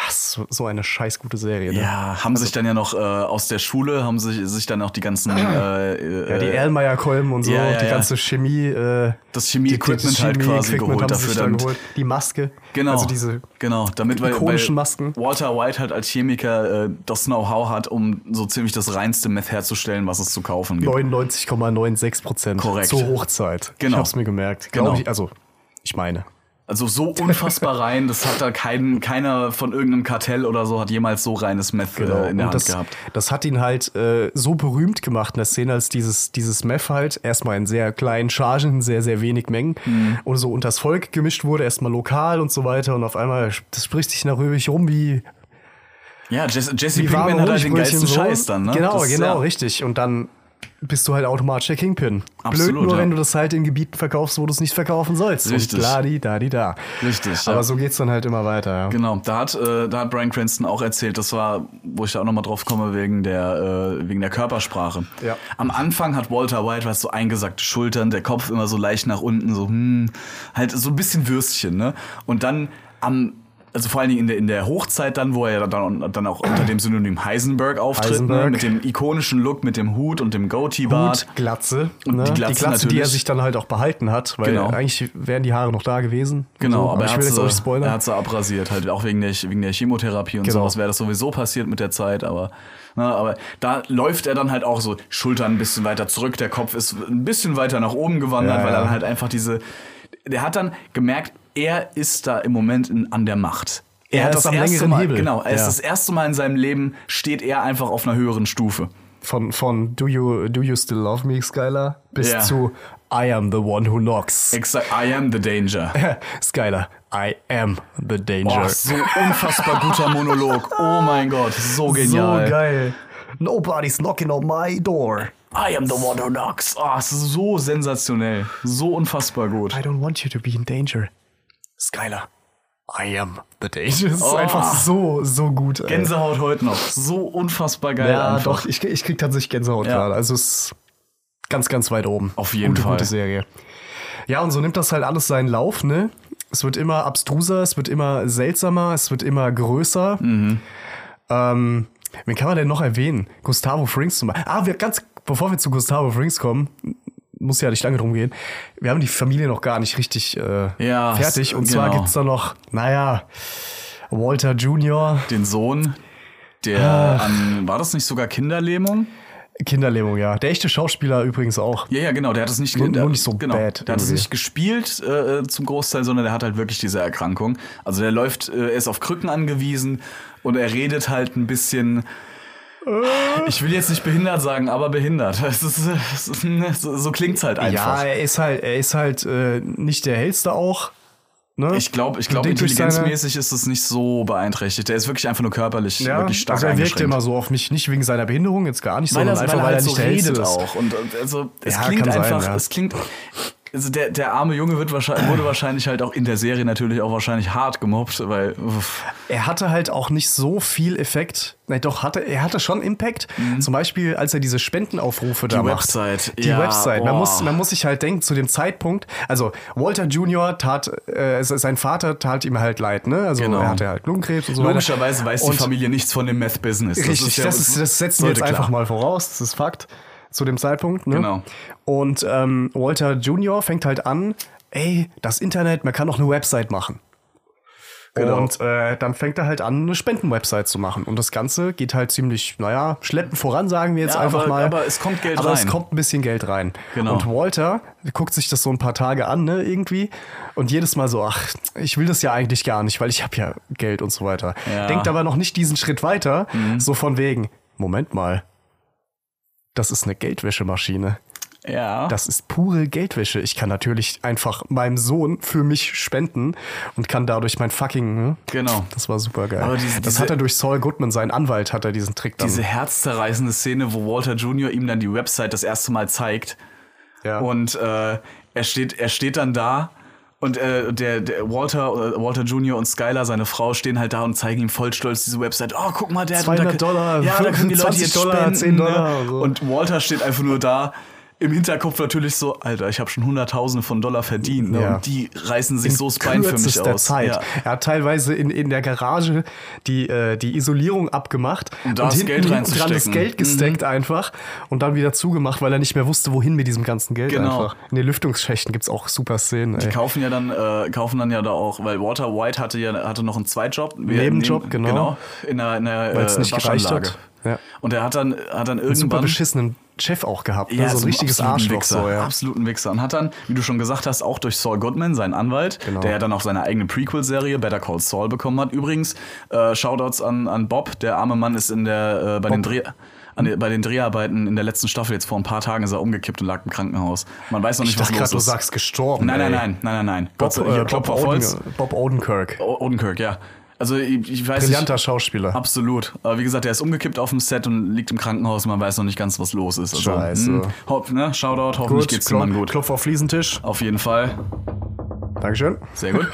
S5: Ach, so, so eine scheiß gute Serie. Ne?
S4: Ja, haben sich dann ja noch äh, aus der Schule, haben sich, sich dann auch die ganzen äh, äh,
S5: Ja, die Erlmeyer-Kolben und so,
S4: Ja, ja,
S5: die
S4: ja.
S5: ganze Chemie. Äh,
S4: Das Chemie-Equipment
S5: das
S4: halt quasi
S5: Chemie-Equipment
S4: geholt
S5: haben sie
S4: dafür,
S5: sich dann
S4: damit-
S5: geholt. Die Maske.
S4: Genau.
S5: Also diese.
S4: genau, damit weil,
S5: ikonischen
S4: weil
S5: Masken.
S4: Walter White halt als Chemiker äh, das Know-how hat, um so ziemlich das reinste Meth herzustellen, was es zu kaufen gibt.
S5: 99,96 Prozent.
S4: Korrekt.
S5: Zur Hochzeit.
S4: Genau.
S5: Ich hab's mir gemerkt.
S4: Genau.
S5: Glaub Ich, also, ich meine.
S4: Also so unfassbar rein, das hat da kein, keiner von irgendeinem Kartell oder so hat jemals so reines Meth äh, in der
S5: genau. und
S4: Hand
S5: das,
S4: gehabt.
S5: das hat ihn halt äh, so berühmt gemacht in der Szene, als dieses, dieses Meth halt erstmal in sehr kleinen Chargen, in sehr, sehr wenig Mengen
S4: Mhm.
S5: und so unters Volk gemischt wurde, erstmal lokal und so weiter und auf einmal, das spricht sich nach Röbig rum wie
S4: Ja, Jesse, Jesse
S5: Die
S4: Pinkman
S5: warme
S4: hat halt den
S5: Honigbrötchen
S4: geilsten
S5: so.
S4: Scheiß dann, ne?
S5: Genau,
S4: Das-
S5: genau,
S4: ja.
S5: richtig. Und dann bist du halt automatisch der Kingpin.
S4: Absolut,
S5: Blöd nur,
S4: ja.
S5: wenn du das halt in Gebieten verkaufst, wo du es nicht verkaufen sollst.
S4: Richtig.
S5: Und la di da di da.
S4: Richtig, ja.
S5: Aber so geht's dann halt immer weiter. Ja.
S4: Genau, da hat, äh, da hat Brian Cranston auch erzählt, das war, wo ich da auch nochmal drauf komme, wegen der, äh, wegen der Körpersprache.
S5: Ja.
S4: Am Anfang hat Walter White, weißt du, eingesackte Schultern, der Kopf immer so leicht nach unten, so, hm, halt so ein bisschen Würstchen, ne? Und dann am, also vor allen Dingen in der, in der Hochzeit dann, wo er ja dann, dann auch unter dem Synonym Heisenberg auftritt,
S5: Heisenberg.
S4: Ne? mit dem ikonischen Look, mit dem Hut und dem
S5: Hut,
S4: Goatee-Bart.
S5: Glatze,
S4: Und Genau.
S5: ne?
S4: die Glatze
S5: die er
S4: natürlich.
S5: sich dann halt auch behalten hat, weil
S4: Genau.
S5: eigentlich wären die Haare noch da gewesen.
S4: Genau,
S5: so.
S4: aber
S5: ich
S4: er
S5: will jetzt auch
S4: hat
S5: nicht
S4: sie, er
S5: spoilern.
S4: hat sie abrasiert, halt auch wegen der, wegen der Chemotherapie und
S5: Genau.
S4: sowas wäre das sowieso passiert mit der Zeit, aber, na, aber da läuft er dann halt auch so Schultern ein bisschen weiter zurück, der Kopf ist ein bisschen weiter nach oben gewandert,
S5: Ja,
S4: weil
S5: ja.
S4: er halt einfach diese, der hat dann gemerkt, er ist da im Moment in, an der Macht.
S5: Er
S4: hat
S5: ist am längeren
S4: Mal,
S5: Hebel.
S4: genau, er
S5: Ja.
S4: ist das erste Mal in seinem Leben, steht er einfach auf einer höheren Stufe.
S5: Von, von Do, you, Do You Still Love Me, Skylar, bis
S4: Ja.
S5: zu I am the one who knocks.
S4: Exakt, I am the danger.
S5: Skylar, I am the danger.
S4: Oh, so unfassbar guter Monolog. Oh mein Gott, so genial.
S5: So geil. Nobody's knocking on my door.
S4: I am the one who knocks. Ah, es ist so sensationell. So unfassbar gut.
S5: I don't want you to be in danger. Skylar. I am the danger. Das ist
S4: Oh.
S5: einfach so, so gut. Ey.
S4: Gänsehaut heute noch. So unfassbar geil.
S5: Ja,
S4: einfach.
S5: doch, ich, ich krieg tatsächlich Gänsehaut
S4: Ja.
S5: gerade. Also es ist ganz, ganz weit oben.
S4: Auf jeden
S5: gute,
S4: Fall.
S5: Gute Serie. Ja, und so nimmt das halt alles seinen Lauf, ne? Es wird immer abstruser, es wird immer seltsamer, es wird immer größer.
S4: Mhm.
S5: Ähm, wen kann man denn noch erwähnen? Gustavo Frings zum Beispiel. Ah, wir ganz, bevor wir zu Gustavo Frings kommen, muss ja nicht lange drum gehen. Wir haben die Familie noch gar nicht richtig äh,
S4: Ja,
S5: fertig. Und zwar
S4: genau.
S5: gibt's da noch, naja, Walter Jr.,
S4: Den Sohn, der an. War das nicht sogar Kinderlähmung?
S5: Kinderlähmung, ja. Der echte Schauspieler übrigens auch.
S4: Ja, ja, genau. Der hat es nicht,
S5: Nur-
S4: der,
S5: nur nicht so
S4: genau,
S5: bad
S4: Der hat es
S5: irgendwie.
S4: nicht gespielt äh, zum Großteil, sondern der hat halt wirklich diese Erkrankung. Also der läuft, äh, er ist auf Krücken angewiesen und er redet halt ein bisschen.
S5: Ah.
S4: Ich will jetzt nicht behindert sagen, aber behindert. Es ist, es ist, so so klingt's halt einfach.
S5: Ja, er ist halt, er ist halt äh, nicht der hellste auch. Ne?
S4: Ich glaube, ich glaub,
S5: Bedingt durch
S4: intelligenzmäßig ist es nicht so beeinträchtigt. Der ist wirklich einfach nur körperlich
S5: seine- Ja,
S4: wirklich stark
S5: also er wirkt
S4: eingeschränkt.
S5: immer so auf mich, nicht wegen seiner Behinderung jetzt gar nicht,
S4: weil
S5: sondern
S4: er,
S5: einfach,
S4: weil er, halt
S5: weil er
S4: so
S5: nicht der hellste
S4: redet
S5: ist.
S4: auch. Und, und also, es
S5: Ja,
S4: klingt
S5: kann sein,
S4: einfach,
S5: ja.
S4: es klingt. Also der, der arme Junge wird wahrscheinlich, wurde wahrscheinlich halt auch in der Serie natürlich auch wahrscheinlich hart gemobbt, weil uff,
S5: Er hatte halt auch nicht so viel Effekt. Nein, doch, hatte, er hatte schon Impact. Zum Beispiel, als er diese Spendenaufrufe da macht.
S4: Mhm. Website.
S5: Die
S4: Ja,
S5: Website. Man
S4: boah.
S5: muss, man muss sich halt denken, zu dem Zeitpunkt, also Walter Junior tat, äh, se- sein Vater tat ihm halt leid, ne? Also
S4: Genau.
S5: er hatte halt Lungenkrebs und so weiter.
S4: logischerweise weiß die
S5: Und-
S4: Familie nichts von dem Meth-Business.
S5: Richtig, das, ist, das setzen wir jetzt
S4: sollte klar.
S5: einfach mal voraus, das ist Fakt. zu dem Zeitpunkt. Ne?
S4: Genau.
S5: Und ähm, Walter Junior fängt halt an, ey, das Internet, man kann doch eine Website machen.
S4: Genau.
S5: Und äh, dann fängt er halt an, eine Spendenwebsite zu machen. Und das Ganze geht halt ziemlich, naja, schleppend voran, sagen wir jetzt
S4: Ja,
S5: einfach
S4: aber-
S5: mal.
S4: aber es kommt Geld
S5: aber
S4: rein.
S5: es kommt ein bisschen Geld rein.
S4: Genau.
S5: Und Walter guckt sich das so ein paar Tage an, ne, irgendwie. Und jedes Mal so, ach, ich will das ja eigentlich gar nicht, weil ich habe ja Geld und so weiter.
S4: Ja. Mhm.
S5: Denkt aber noch nicht diesen Schritt weiter, so von wegen, Moment mal, das ist eine Geldwäschemaschine.
S4: Ja.
S5: Das ist pure Geldwäsche. Ich kann natürlich einfach meinem Sohn für mich spenden und kann dadurch mein fucking. Ne?
S4: Genau.
S5: Das war super geil.
S4: Aber diese-
S5: das
S4: diese-
S5: hat er durch Saul Goodman, seinen Anwalt, hat er diesen Trick dann.
S4: diese herzzerreißende Szene, wo Walter Jr. ihm dann die Website das erste Mal zeigt.
S5: ja.
S4: Und äh, er, steht, er steht dann da und äh, der, der Walter, äh, Walter Jr. und Skyler, seine Frau, stehen halt da und zeigen ihm voll stolz diese Website. Oh, guck mal, der
S5: 200
S4: hat da,
S5: Dollar,
S4: Ja, da können die Leute
S5: 20
S4: jetzt
S5: Dollar,
S4: spenden.
S5: 10 Dollar,
S4: ne?
S5: so.
S4: Und Walter steht einfach nur da. Im Hinterkopf natürlich so, Alter, ich habe schon Hunderttausende von Dollar verdient. Ne?
S5: Ja.
S4: Und die reißen sich so das Bein für mich
S5: kürzester
S4: aus.
S5: Zeit.
S4: Ja.
S5: Er hat teilweise in, in der Garage die, äh, die Isolierung abgemacht
S4: Um da das
S5: hinten,
S4: Geld
S5: hinten dran das
S4: reinzustecken. Mhm.
S5: Geld gesteckt einfach und dann wieder zugemacht, weil er nicht mehr wusste, wohin mit diesem ganzen Geld
S4: Genau.
S5: einfach. In den Lüftungsschächten gibt's auch super Szenen. Ey.
S4: Die kaufen ja dann, äh, kaufen dann ja da auch, weil Walter White hatte ja hatte noch einen Zweitjob. Wir
S5: Nebenjob,
S4: nehmen-
S5: genau.
S4: Genau, in einer, in einer
S5: Weil's
S4: äh,
S5: nicht gereicht
S4: Waschanlage.
S5: hat. Ja.
S4: Und er hat dann, hat dann
S5: Super
S4: irgendwann.
S5: beschissenen Chef auch gehabt. Ne?
S4: Ja,
S5: so ein richtiges
S4: absoluten
S5: Arschloch.
S4: Wichser,
S5: So, ja.
S4: Absoluten Wichser. Und hat dann, wie du schon gesagt hast, auch durch Saul Goodman, seinen Anwalt,
S5: Genau.
S4: der ja dann auch seine eigene Prequel-Serie Better Call Saul bekommen hat. Übrigens, äh, Shoutouts an, an Bob. Der arme Mann ist in der, äh, bei, den Dreh, an, der- bei den Dreharbeiten in der letzten Staffel, jetzt vor ein paar Tagen, ist er umgekippt und lag im Krankenhaus. Man weiß noch nicht,
S5: Ich
S4: was los
S5: dachte gerade, du
S4: ist.
S5: sagst gestorben.
S4: nein, nein,
S5: ey.
S4: nein, nein, nein, nein. Gott
S5: Bob,
S4: sei-
S5: äh,
S4: hier,
S5: Bob,
S4: Klopfer auf Holz.
S5: Oden, Bob Odenkirk.
S4: O- Odenkirk, ja. Also ich, ich weiß
S5: Brillanter
S4: nicht.
S5: Schauspieler.
S4: Absolut. Aber wie gesagt, der ist umgekippt auf dem Set und liegt im Krankenhaus und man weiß noch nicht ganz, was los ist. Also,
S5: Scheiße.
S4: mh, Hopp, ne? Shoutout, hoffentlich geht's dem Mann gut.
S5: Klopf auf Fliesentisch.
S4: Auf jeden Fall.
S5: Dankeschön.
S4: Sehr gut.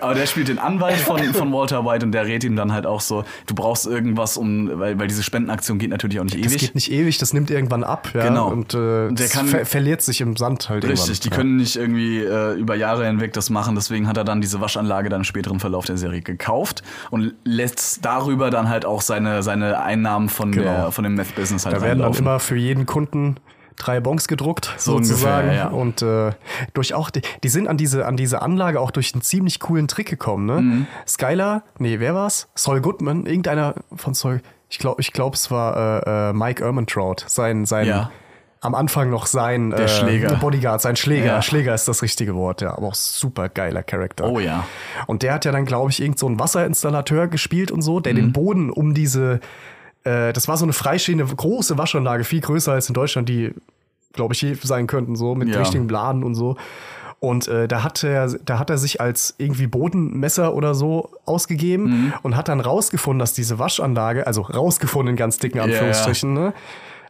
S4: Aber der spielt den Anwalt von, von Walter White und der rät ihm dann halt auch so, du brauchst irgendwas, um, weil, weil diese Spendenaktion geht natürlich auch nicht
S5: Das
S4: ewig.
S5: geht nicht ewig, das nimmt irgendwann ab. Ja?
S4: Genau.
S5: Und äh,
S4: Der
S5: es
S4: kann-
S5: ver verliert sich im Sand halt
S4: Richtig, die
S5: irgendwann.
S4: können nicht irgendwie äh, über Jahre hinweg das machen. Deswegen hat er dann diese Waschanlage dann im späteren Verlauf der Serie gekauft und lässt darüber dann halt auch seine, seine Einnahmen von, der, von dem Meth-Business halt
S5: Genau. Da werden dann
S4: reinlaufen.
S5: immer für jeden Kunden drei Bons gedruckt,
S4: So
S5: sozusagen.
S4: ungefähr, ja.
S5: Und äh, durch auch, die, die sind an diese, an diese Anlage auch durch einen ziemlich coolen Trick gekommen, ne?
S4: Mhm.
S5: Skyler, nee, wer war's? Saul Goodman, irgendeiner von Saul, ich glaube, ich glaub, es war äh, äh, Mike Ermentrout, sein, sein
S4: Ja.
S5: am Anfang noch sein äh,
S4: Schläger.
S5: Bodyguard, sein Schläger.
S4: Ja.
S5: Schläger ist das richtige Wort, ja, aber auch super geiler Charakter.
S4: Oh ja.
S5: Und der hat ja dann, glaube ich, irgend so einen Wasserinstallateur gespielt und so, der
S4: Mhm.
S5: den Boden um diese, äh, das war so eine freistehende große Waschanlage, viel größer als in Deutschland, die, glaube ich, hier sein könnten, so mit
S4: Ja.
S5: richtigen Bladen und so. Und äh, da, hat er, da hat er sich als irgendwie Bodenmesser oder so
S4: Mhm.
S5: ausgegeben und hat dann rausgefunden, dass diese Waschanlage, also rausgefunden in ganz dicken Anführungsstrichen, ne?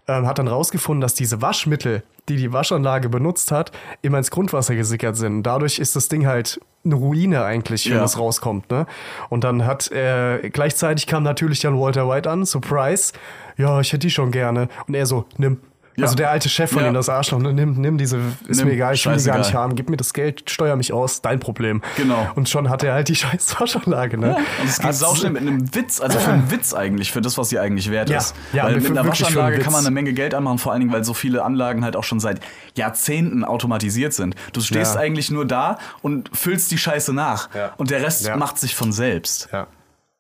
S5: ähm, hat dann rausgefunden, dass diese Waschmittel, die die Waschanlage benutzt hat, immer ins Grundwasser gesickert sind. Dadurch ist das Ding halt eine Ruine eigentlich, wenn
S4: Ja.
S5: das rauskommt. Ne? Und dann hat äh, gleichzeitig kam natürlich dann Walter White an, Surprise. Ja, ich hätte die schon gerne. Und er so, nimm.
S4: Ja.
S5: Also der alte Chef von
S4: Ja.
S5: ihm, das Arschloch, ne, nimm, nimm diese, ist
S4: Nimm,
S5: mir egal, ich will die gar
S4: scheißegal.
S5: nicht haben, gib mir das Geld, steuer mich aus, dein Problem.
S4: Genau.
S5: Und schon hat er halt die scheiß Waschanlage, ne?
S4: Und es ging
S5: Also,
S4: sauschnell mit einem Witz, also für einen Witz eigentlich, für das, was sie eigentlich wert
S5: Ja,
S4: ist.
S5: ja,
S4: weil mit
S5: für-
S4: einer
S5: wirklich für einen
S4: Waschanlage
S5: Witz.
S4: kann man eine Menge Geld anmachen, vor allen Dingen, weil so viele Anlagen halt auch schon seit Jahrzehnten automatisiert sind. Du stehst
S5: Ja.
S4: eigentlich nur da und füllst die Scheiße nach.
S5: Ja.
S4: Und der Rest
S5: Ja.
S4: macht sich von selbst.
S5: Ja.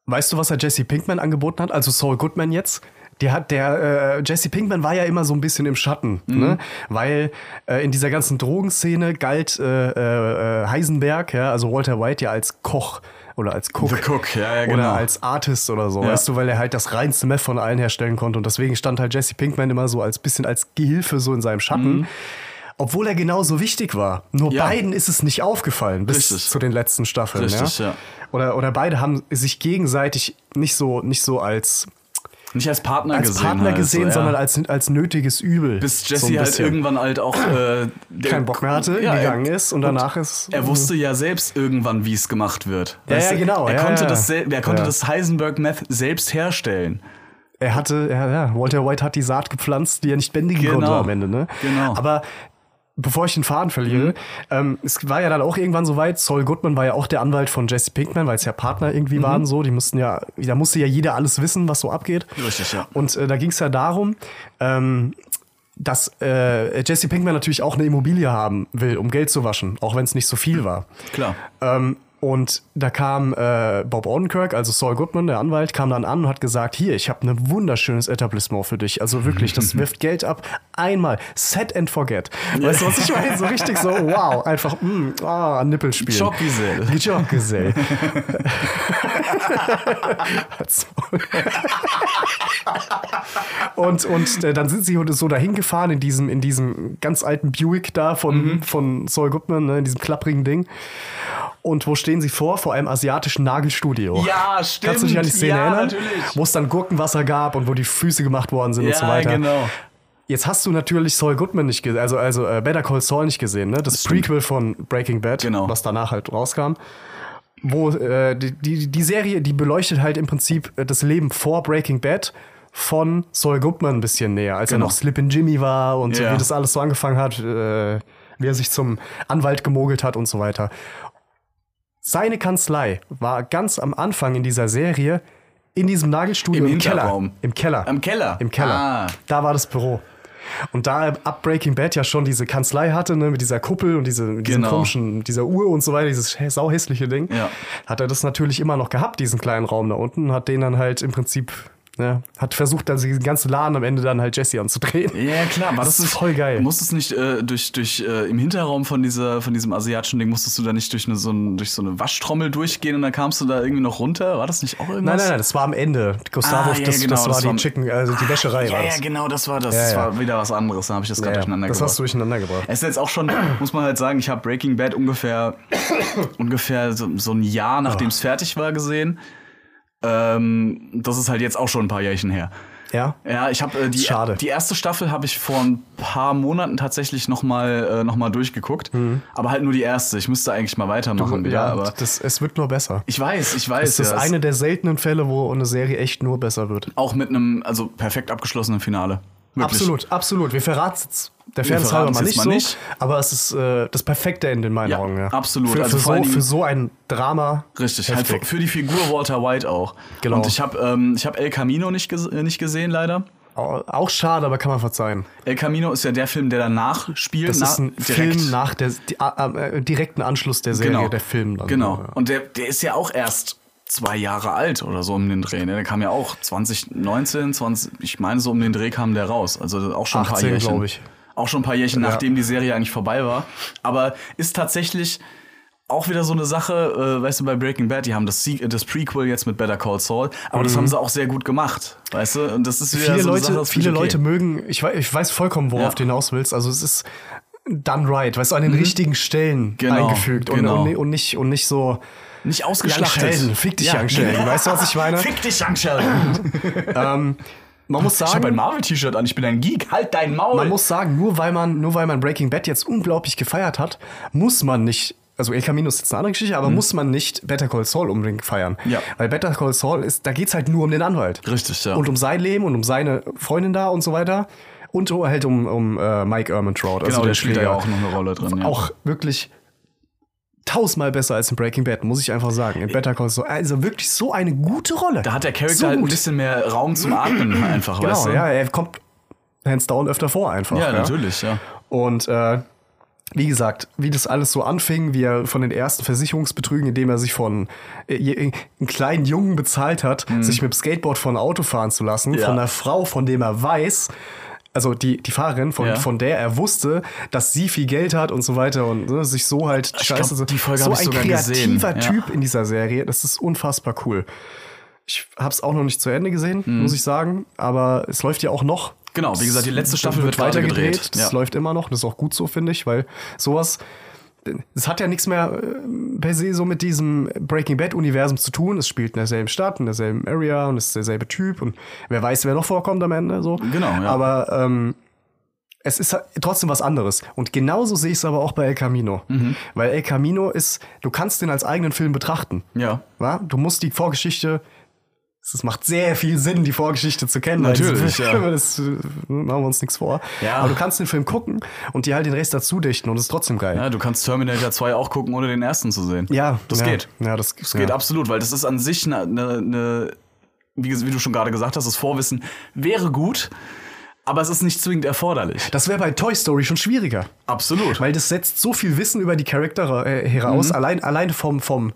S5: Weißt du, was er Jesse Pinkman angeboten hat? Also Saul Goodman jetzt? Der hat, der, äh, Jesse Pinkman war ja immer so ein bisschen im Schatten,
S4: Mhm.
S5: ne? Weil äh, in dieser ganzen Drogenszene galt äh, äh, äh, Heisenberg, ja, also Walter White ja als Koch oder als Cook.
S4: The Cook, ja, ja, genau.
S5: Oder als Artist oder so,
S4: Ja.
S5: weißt du, weil er halt das reinste Meth von allen herstellen konnte. Und deswegen stand halt Jesse Pinkman immer so als bisschen als Gehilfe so in seinem Schatten. Obwohl er genauso wichtig war. Nur
S4: Mhm. Ja.
S5: beiden ist es nicht aufgefallen bis
S4: Richtig.
S5: zu den letzten Staffeln.
S4: Richtig,
S5: ja.
S4: ja.
S5: Oder, oder beide haben sich gegenseitig nicht so, nicht so als,
S4: Nicht als Partner
S5: als
S4: gesehen.
S5: Partner
S4: halt, so,
S5: gesehen,
S4: ja.
S5: sondern als, als nötiges Übel.
S4: bis
S5: So
S4: Jesse
S5: ein
S4: halt
S5: bisschen.
S4: irgendwann halt auch äh, der-
S5: keinen Bock mehr hatte,
S4: Ja,
S5: gegangen
S4: er-
S5: ist und danach ist.
S4: Er wusste ja selbst irgendwann, wie es gemacht wird.
S5: Ja,
S4: Weißt
S5: ja,
S4: du,
S5: genau,
S4: Er
S5: ja,
S4: konnte,
S5: ja.
S4: Das, sel- er konnte
S5: Ja.
S4: das Heisenberg-Meth selbst herstellen.
S5: Er hatte, ja, ja, Walter White hat die Saat gepflanzt, die er nicht bändigen
S4: Genau. Mhm.
S5: konnte am Ende, ne?
S4: Genau.
S5: Aber bevor ich den Faden verliere, ähm, es war ja dann auch irgendwann soweit, Saul Goodman war ja auch der Anwalt von Jesse Pinkman, weil es ja Partner
S4: Mhm.
S5: irgendwie waren, so, die mussten ja, da musste ja jeder alles wissen, was so abgeht.
S4: Richtig, ja.
S5: Und äh, da ging es ja darum, ähm, dass äh, Jesse Pinkman natürlich auch eine Immobilie haben will, um Geld zu waschen, auch wenn es nicht so viel war.
S4: Klar.
S5: Ähm, und da kam äh, Bob Odenkirk, also Saul Goodman, der Anwalt, kam dann an und hat gesagt, hier, ich habe ein wunderschönes Etablissement für dich. Also wirklich, das wirft Geld ab. Einmal, set and forget. Weißt du, was ich meine? So richtig so, wow, einfach, mm, ah, Nippelspiel.
S4: Jobgesell.
S5: Jobgesell. und und äh, dann sind sie so dahin gefahren in diesem, in diesem ganz alten Buick da von,
S4: Mhm.
S5: von Saul Goodman, ne, in diesem klapprigen Ding. Und wo stehen sie vor? Vor einem asiatischen Nagelstudio.
S4: Ja, stimmt.
S5: Kannst du dich an die Szene
S4: Ja,
S5: erinnern?
S4: natürlich.
S5: Wo es dann Gurkenwasser gab und wo die Füße gemacht worden sind und so
S4: Ja,
S5: weiter.
S4: genau.
S5: Jetzt hast du natürlich Saul Goodman nicht gesehen, also, also äh, Better Call Saul nicht gesehen, ne? Das, Prequel von Breaking Bad,
S4: Genau.
S5: was danach halt rauskam. Wo äh, die, die, die Serie, die beleuchtet halt im Prinzip äh, das Leben vor Breaking Bad von Saul Goodman ein bisschen näher, als
S4: Genau.
S5: er noch Slippin' Jimmy war und
S4: Ja.
S5: wie das alles so angefangen hat, äh, wie er sich zum Anwalt gemogelt hat und so weiter. Seine Kanzlei war ganz am Anfang in dieser Serie in diesem Nagelstudio
S4: Im
S5: im, Keller.
S4: Hinterraum.
S5: Im Keller.
S4: Am Keller?
S5: Im Keller.
S4: Ah.
S5: Da war das Büro. Und da ab Breaking Bad ja schon diese Kanzlei hatte, ne, mit dieser Kuppel und diese, diesem
S4: Genau.
S5: komischen, dieser Uhr und so weiter, dieses hä- sauhässliche Ding,
S4: Ja.
S5: hat er das natürlich immer noch gehabt, diesen kleinen Raum da unten, hat den dann halt im Prinzip, ne, hat versucht, dann diesen ganzen Laden am Ende dann halt Jesse anzudrehen.
S4: Ja, klar, aber
S5: Das
S4: das,
S5: ist voll geil.
S4: Musstest es nicht äh, durch, durch äh, im Hinterraum von dieser von diesem asiatischen Ding musstest du da nicht durch eine so, ein, durch so eine Waschtrommel durchgehen und dann kamst du da irgendwie noch runter? War das nicht auch irgendwas?
S5: Nein, nein, nein, das war am Ende. Gustavo,
S4: Ah, ja,
S5: das,
S4: genau,
S5: das war
S4: das
S5: die
S4: war- Ah,
S5: Chicken, also die Wäscherei
S4: ja,
S5: war
S4: ja,
S5: das.
S4: genau, das war das.
S5: Ja,
S4: das
S5: ja.
S4: war wieder was anderes. Da habe ich das gerade
S5: Ja,
S4: durcheinander
S5: das
S4: gebracht.
S5: hast du durcheinander gebracht.
S4: Es ist jetzt auch schon, muss man halt sagen, ich habe Breaking Bad ungefähr, ungefähr so, so ein Jahr,
S5: Ah.
S4: nachdem es fertig war, gesehen. Ähm, das ist halt jetzt auch schon ein paar Jährchen her.
S5: Ja.
S4: Ja, ich habe äh, die,
S5: Schade.
S4: die erste Staffel habe ich vor ein paar Monaten tatsächlich noch mal, äh, noch mal durchgeguckt, aber halt nur die erste. Ich müsste eigentlich mal weitermachen wieder,
S5: Mhm. ja,
S4: aber
S5: das, es wird nur besser.
S4: ich weiß, ich weiß.
S5: Es ist
S4: ja, es-
S5: eine der seltenen Fälle, wo eine Serie echt nur besser wird.
S4: auch mit einem also perfekt abgeschlossenen Finale. Wirklich.
S5: Absolut, absolut. Wir verraten es jetzt. Der
S4: Wir
S5: Fairness halber mal
S4: verraten's
S5: nicht
S4: jetzt
S5: so,
S4: mal
S5: aber es ist äh, das perfekte Ende in meinen
S4: Ja,
S5: Augen. Ja.
S4: absolut.
S5: Für,
S4: Also
S5: für,
S4: vor allen
S5: so,
S4: Dingen-
S5: für so ein Drama.
S4: Richtig, halt
S5: heftig.
S4: für, für die Figur Walter White auch.
S5: Genau.
S4: Und ich habe ähm, ich hab El Camino nicht, ges äh, nicht gesehen, leider.
S5: Au- Auch schade, aber kann man verzeihen.
S4: El Camino ist ja der Film, der danach spielt.
S5: Das
S4: na-
S5: ist ein
S4: direkt.
S5: Film nach der die, äh, äh, direkten Anschluss der Serie,
S4: genau.
S5: der Film dann.
S4: Genau.
S5: Ja.
S4: Und der, der ist ja auch erst zwei Jahre alt oder so um den Dreh. Ne? Der kam ja auch 2019, 20, ich meine so um den Dreh kam der raus. Also auch schon ein paar
S5: 18,
S4: Jährchen.
S5: glaub ich.
S4: Auch schon ein paar Jährchen, nachdem die Serie eigentlich vorbei war. Aber ist tatsächlich auch wieder so eine Sache, äh, weißt du, bei Breaking Bad, die haben das, Se- äh, das Prequel jetzt mit Better Call Saul, aber das haben sie auch sehr gut gemacht, weißt du? Und das ist wieder
S5: Mhm. Viele,
S4: so eine
S5: Leute,
S4: Sache, das
S5: viele
S4: finde ich
S5: Leute
S4: okay.
S5: mögen, ich weiß, ich weiß vollkommen, worauf
S4: Ja. Mhm.
S5: du hinaus willst. Also es ist done right, weißt du, an den richtigen Stellen
S4: Genau,
S5: eingefügt und-
S4: genau.
S5: und, und, nicht, und nicht so
S4: nicht ausgeschlachtet.
S5: Young Fick dich, Young Sheldon. Weißt du, was ich meine?
S4: Fick dich, Young Sheldon.
S5: Man muss
S4: Ich habe ein
S5: sagen,
S4: Marvel-T-Shirt an, ich bin ein Geek, halt dein Maul.
S5: man muss sagen, nur weil man, nur weil man Breaking Bad jetzt unglaublich gefeiert hat, muss man nicht, also El Camino ist jetzt eine andere Geschichte, aber muss man nicht Better Call Saul unbedingt feiern.
S4: Mhm. Ja.
S5: Weil Better Call Saul ist, da geht's halt nur um den Anwalt.
S4: Richtig, ja.
S5: Und um sein Leben und um seine Freundin da und so weiter. Und halt um, um äh, Mike Ermentrout.
S4: genau,
S5: also
S4: der spielt da ja
S5: Schläger.
S4: auch noch eine Rolle drin. Ja.
S5: Auch wirklich tausendmal besser als in Breaking Bad, muss ich einfach sagen. In Better Call Saul. Also wirklich so eine gute Rolle.
S4: da hat der Charakter
S5: so
S4: halt ein
S5: gut.
S4: bisschen mehr Raum zum Atmen einfach,
S5: Genau,
S4: weißt du?
S5: ja, er kommt hands down öfter vor einfach.
S4: ja, natürlich, ja.
S5: Und äh, wie gesagt, wie das alles so anfing, wie er von den ersten Versicherungsbetrügen, indem er sich von äh, je- einen kleinen Jungen bezahlt hat, sich mit dem Skateboard von Auto fahren zu lassen,
S4: Mhm. Ja.
S5: von einer Frau, von dem er weiß, also die, die Fahrerin, von,
S4: Ja.
S5: von der er wusste, dass sie viel Geld hat und so weiter und ne, sich so halt
S4: Ich
S5: scheiße.
S4: glaub,
S5: so-
S4: die Folge
S5: so
S4: hab ich
S5: ein
S4: sogar gesehen,
S5: kreativer
S4: ja.
S5: Typ in dieser Serie, das ist unfassbar cool. Ich hab's auch noch nicht zu Ende gesehen, muss ich sagen, aber es läuft ja auch noch.
S4: Mhm. Genau, wie gesagt, die letzte
S5: Es
S4: Staffel wird weitergedreht.
S5: Das
S4: Ja.
S5: läuft immer noch. Das ist auch gut so, finde ich, weil sowas. Es hat ja nichts mehr äh, per se so mit diesem Breaking Bad-Universum zu tun. Es spielt in derselben Stadt, in derselben Area und es ist derselbe Typ und wer weiß, wer noch vorkommt am Ende. So.
S4: Genau, ja.
S5: Aber ähm, es ist halt trotzdem was anderes. Und genauso sehe ich es aber auch bei El Camino.
S4: Mhm.
S5: Weil El Camino ist, du kannst den als eigenen Film betrachten.
S4: Ja.
S5: Wa? Du musst die Vorgeschichte Es macht sehr viel Sinn, die Vorgeschichte zu kennen.
S4: Natürlich,
S5: weil
S4: ja.
S5: Das, das hm, machen wir uns nichts vor.
S4: Ja.
S5: Aber du kannst den Film gucken und dir halt den Rest dazu dichten und es ist trotzdem geil.
S4: Ja, du kannst Terminator 2 auch gucken, ohne den ersten zu sehen.
S5: Ja,
S4: Das
S5: ja.
S4: geht.
S5: Ja, das-
S4: das geht
S5: ja.
S4: absolut, weil das ist an sich eine, ne, ne, wie, ges- wie du schon gerade gesagt hast, das Vorwissen wäre gut, aber es ist nicht zwingend erforderlich.
S5: Das wäre bei Toy Story schon schwieriger.
S4: Absolut.
S5: Weil das setzt so viel Wissen über die Charaktere äh,
S4: Mhm.
S5: heraus, allein, allein vom, vom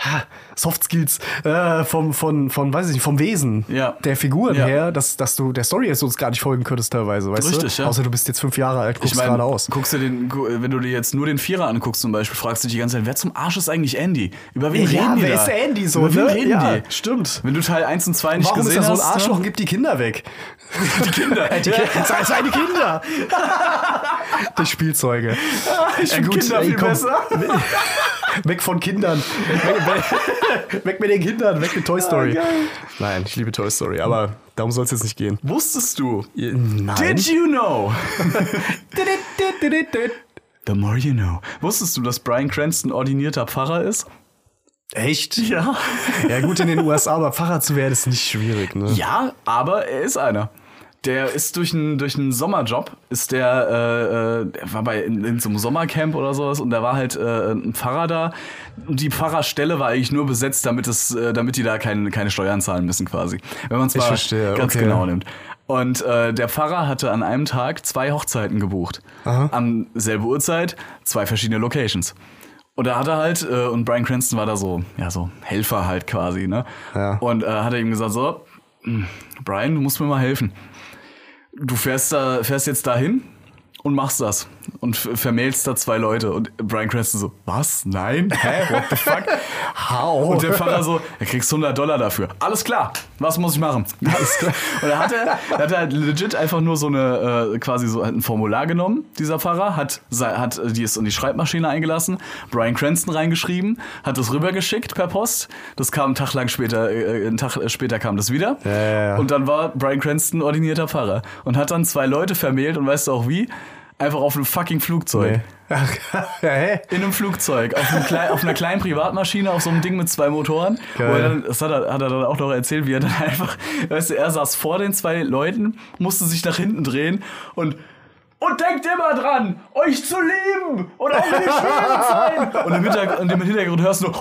S5: ha, Soft Skills, äh, vom, von, von, weiß ich nicht, vom Wesen
S4: Ja.
S5: der Figuren
S4: Ja.
S5: her, dass, dass du der Story jetzt uns gar nicht folgen könntest teilweise, weißt
S4: Richtig,
S5: du?
S4: ja.
S5: Außer du bist jetzt fünf Jahre alt, guckst
S4: Ich meine,
S5: gerade aus.
S4: guckst du den, gu- wenn du dir jetzt nur den Vierer anguckst zum Beispiel, fragst du dich die ganze Zeit, wer zum Arsch ist eigentlich Andy? Über wen
S5: Ja,
S4: reden die
S5: wer
S4: da?
S5: ist der Andy so,
S4: Über wen
S5: ne?
S4: reden
S5: Ja,
S4: die?
S5: stimmt.
S4: Wenn du Teil 1 und 2 nicht
S5: Warum ist
S4: gesehen
S5: da so ein
S4: hast,
S5: Arschloch und
S4: ne?
S5: gibt die Kinder weg?
S4: die Kinder.
S5: Die
S4: Ja.
S5: Kinder, seine Kinder. Die Spielzeuge.
S4: Ah, Ich find Kinder viel besser.
S5: Weg von Kindern. Weg, weg, weg mit den Kindern, weg mit Toy Story.
S4: Ah, geil.
S5: Nein, ich liebe Toy Story, aber darum soll es jetzt nicht gehen.
S4: Wusstest du?
S5: Nein.
S4: Did you know? The more you know. Wusstest du, dass Brian Cranston ordinierter Pfarrer ist?
S5: Echt?
S4: Ja.
S5: Ja gut, in den USA, aber Pfarrer zu werden ist nicht schwierig, ne?
S4: Ja, aber er ist einer. Der ist durch einen, durch einen Sommerjob, ist der, äh, äh, der war bei in, in so einem Sommercamp oder sowas und da war halt äh, ein Pfarrer da. Und die Pfarrerstelle war eigentlich nur besetzt, damit es, äh, damit die da keine, keine Steuern zahlen müssen quasi. Wenn man es mal
S5: verstehe,
S4: ganz
S5: okay.
S4: genau nimmt. Und äh, der Pfarrer hatte an einem Tag zwei Hochzeiten gebucht. An selbe Uhrzeit, zwei verschiedene Locations. Und da hat er halt, äh, und Brian Cranston war da so, ja, so Helfer halt quasi, ne?
S5: Ja.
S4: Und äh, hat er ihm gesagt, so, hm, Brian, du musst mir mal helfen. Du fährst, da, fährst jetzt dahin und machst das und f- vermählst da zwei Leute. Und Brian Cranston so, was? Nein? Hä? What the fuck?
S5: How?
S4: Und der Pfarrer so, er kriegst 100 Dollar dafür. Alles klar, was muss ich machen? Alles klar. Und da hat er, da hat er halt legit einfach nur so eine, äh, quasi so halt ein Formular genommen, dieser Pfarrer, hat, sei- hat äh, die ist in die Schreibmaschine eingelassen, Brian Cranston reingeschrieben, hat das rübergeschickt per Post. Das kam einen Tag lang später, äh, einen Tag äh, später kam das wieder.
S5: ja, ja.
S4: Und dann war Brian Cranston ordinierter Pfarrer und hat dann zwei Leute vermählt und weißt du auch wie? Einfach auf einem fucking Flugzeug.
S5: Nee. Ach, ja, hä?
S4: In einem Flugzeug, auf, einem klei- auf einer kleinen Privatmaschine, auf so einem Ding mit zwei Motoren.
S5: Geil.
S4: Wo er dann, das hat er, hat er dann auch noch erzählt, wie er dann einfach, weißt du, er saß vor den zwei Leuten, musste sich nach hinten drehen und und denkt immer dran, euch zu lieben und auch mit den Schweden sein. Und im, Hintergr- und im Hintergrund hörst du nur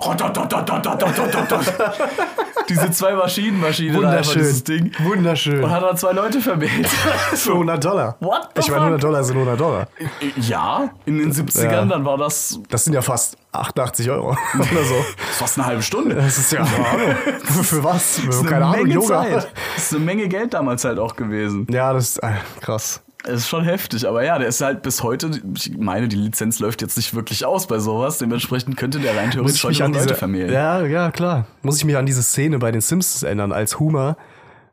S4: diese zwei Maschinenmaschine, da einfach
S5: Wunderschön.
S4: dieses Ding.
S5: Wunderschön.
S4: Und hat dann zwei Leute vermählt.
S5: Für 100 Dollar.
S4: What the
S5: ich meine,
S4: fuck?
S5: 100 Dollar sind 100 Dollar.
S4: Ja, in den 70ern,
S5: Ja.
S4: dann war das
S5: Das sind ja fast 88 Euro oder so.
S4: fast eine halbe Stunde.
S5: Das ist ja. Keine Ahnung. Für, für was?
S4: Das ist
S5: Keine
S4: eine
S5: Ahnung,
S4: Menge
S5: Yoga.
S4: Zeit. Das ist eine Menge Geld damals halt auch gewesen.
S5: Ja, das ist äh, krass.
S4: Das ist schon heftig, aber ja, der ist halt bis heute, ich meine, die Lizenz läuft jetzt nicht wirklich aus bei sowas, dementsprechend könnte der rein theoretisch heute noch Leute vermählen.
S5: Ja, ja, klar. Muss ich mich an diese Szene bei den Simpsons erinnern, als Homer,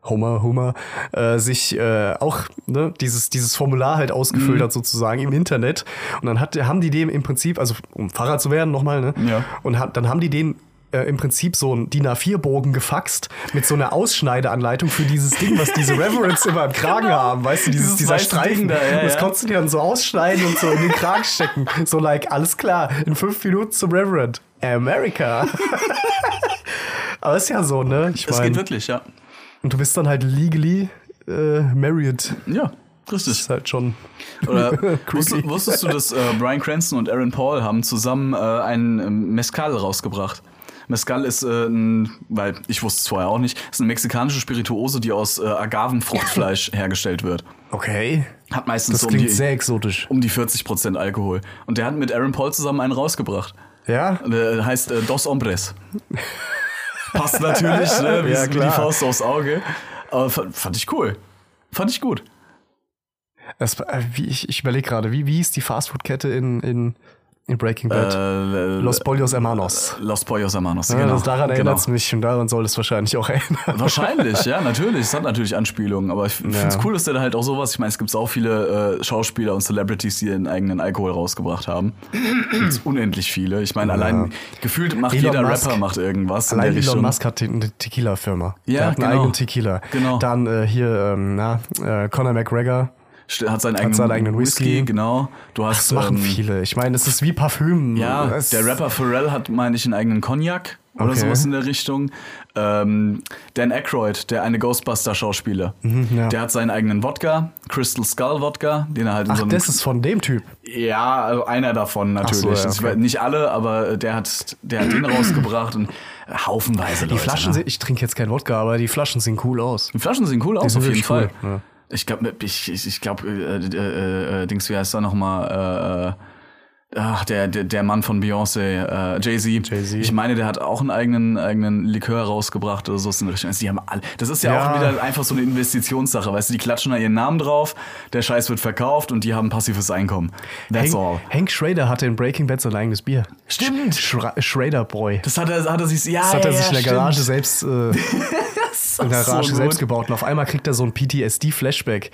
S5: Homer, Homer, äh, sich äh, auch ne, dieses, dieses Formular halt ausgefüllt
S4: Mhm.
S5: hat, sozusagen im Internet. Und dann hat, haben die dem im Prinzip, also um Pfarrer zu werden nochmal, ne?
S4: Ja.
S5: Und hat, dann haben die den äh, im Prinzip so einen DIN A4-Bogen gefaxt mit so einer Ausschneideanleitung für dieses Ding, was diese Reverends immer im Kragen haben, weißt du,
S4: Dieses
S5: dieses, dieser
S4: weiße
S5: Streifen.
S4: Ding da, ja,
S5: Und das
S4: ja.
S5: konntest du dir dann so ausschneiden und so in den Kragen stecken. So like, alles klar, in fünf Minuten zum Reverend. America. Aber ist ja so, ne? Ich
S4: Es geht
S5: meine,
S4: wirklich, ja.
S5: und du bist dann halt legally äh, married.
S4: Ja, richtig.
S5: Ist halt schon.
S4: Oder
S5: Creepy.
S4: wusstest, wusstest du, dass äh, Brian Cranston und Aaron Paul haben zusammen äh, einen ähm, Mezcal rausgebracht? Mezcal ist äh, ein, weil ich wusste es vorher auch nicht, ist eine mexikanische Spirituose, die aus äh, Agavenfruchtfleisch hergestellt wird.
S5: Okay.
S4: Hat meistens
S5: Das
S4: so um
S5: klingt
S4: die,
S5: sehr exotisch.
S4: um die 40% Alkohol. Und der hat mit Aaron Paul zusammen einen rausgebracht.
S5: Ja?
S4: Äh, heißt äh, Dos Hombres. Passt natürlich, ne? Wie,
S5: Ja,
S4: wie die
S5: klar.
S4: Faust aufs Auge. Aber fa- fand ich cool. Fand ich gut.
S5: Das, äh, wie, ich ich überlege gerade, wie, wie hieß die Fastfood-Kette in, in, in Breaking Bad?
S4: Äh,
S5: Los Pollos Hermanos.
S4: Los Pollos Hermanos.
S5: Ja,
S4: genau.
S5: das, daran
S4: genau.
S5: erinnert es mich und daran soll es wahrscheinlich auch erinnern.
S4: Wahrscheinlich, ja, natürlich. Es hat natürlich Anspielungen, aber ich finde es
S5: Ja.
S4: cool, dass der da halt auch sowas. Ich meine, es gibt auch viele äh, Schauspieler und Celebrities, die ihren eigenen Alkohol rausgebracht haben. Gibt's unendlich viele. Ich meine, allein gefühlt macht
S5: Elon
S4: jeder
S5: Musk.
S4: Rapper macht irgendwas. in
S5: Allein
S4: der
S5: Elon
S4: Richtung.
S5: Musk hat die- eine Tequila-Firma.
S4: Ja,
S5: der hat einen
S4: genau.
S5: eigenen Tequila.
S4: Genau.
S5: Dann äh, hier, ähm, na, äh, Conor McGregor.
S4: st- hat seinen eigenen,
S5: seinen eigenen Whisky.
S4: genau. Du hast
S5: Das machen
S4: ähm,
S5: viele. Ich meine, es ist wie Parfüm.
S4: Ja,
S5: Es-
S4: der Rapper Pharrell hat, meine ich, einen eigenen Cognac oder
S5: Okay.
S4: sowas in der Richtung. Ähm, Dan Aykroyd, der eine Ghostbuster-Schauspieler,
S5: Mhm, ja.
S4: der hat seinen eigenen Wodka, Crystal Skull Wodka, den er halt in
S5: Ach,
S4: so einem
S5: das ist von dem Typ.
S4: ja, also einer davon natürlich.
S5: so, ja,
S4: Das
S5: okay.
S4: war- Nicht alle, aber der hat, der hat den rausgebracht und haufenweise Leute.
S5: Die Flaschen
S4: ne?
S5: sehen, ich trinke jetzt kein Wodka, aber die Flaschen sehen cool aus.
S4: Die Flaschen sehen cool aus,
S5: sind
S4: auf jeden
S5: wirklich cool,
S4: Fall. Ich glaube, ich, ich, ich glaube, äh, äh, äh, Dings, wie heißt er nochmal? Äh, äh, ach, der, der, der Mann von Beyoncé, äh, Jay-Z.
S5: Jay-Z.
S4: Ich meine, der hat auch einen eigenen, eigenen Likör rausgebracht oder so. ist in der Richtung. Also Die haben alle, das ist ja,
S5: Ja.
S4: auch wieder einfach so eine Investitionssache, weißt du, die klatschen da ihren Namen drauf, der Scheiß wird verkauft und die haben passives Einkommen. That's all.
S5: Hank, Hank Schrader hatte in Breaking Bad sein eigenes Bier.
S4: Stimmt.
S5: Schra Schrader Boy.
S4: Das hat er, hat er sich, ja,
S5: Das hat
S4: ja,
S5: er sich
S4: ja,
S5: in der
S4: stimmt.
S5: Garage selbst, äh, in der
S4: so
S5: Garage
S4: gut.
S5: selbst gebaut. Und auf einmal kriegt er so ein PTSD-Flashback,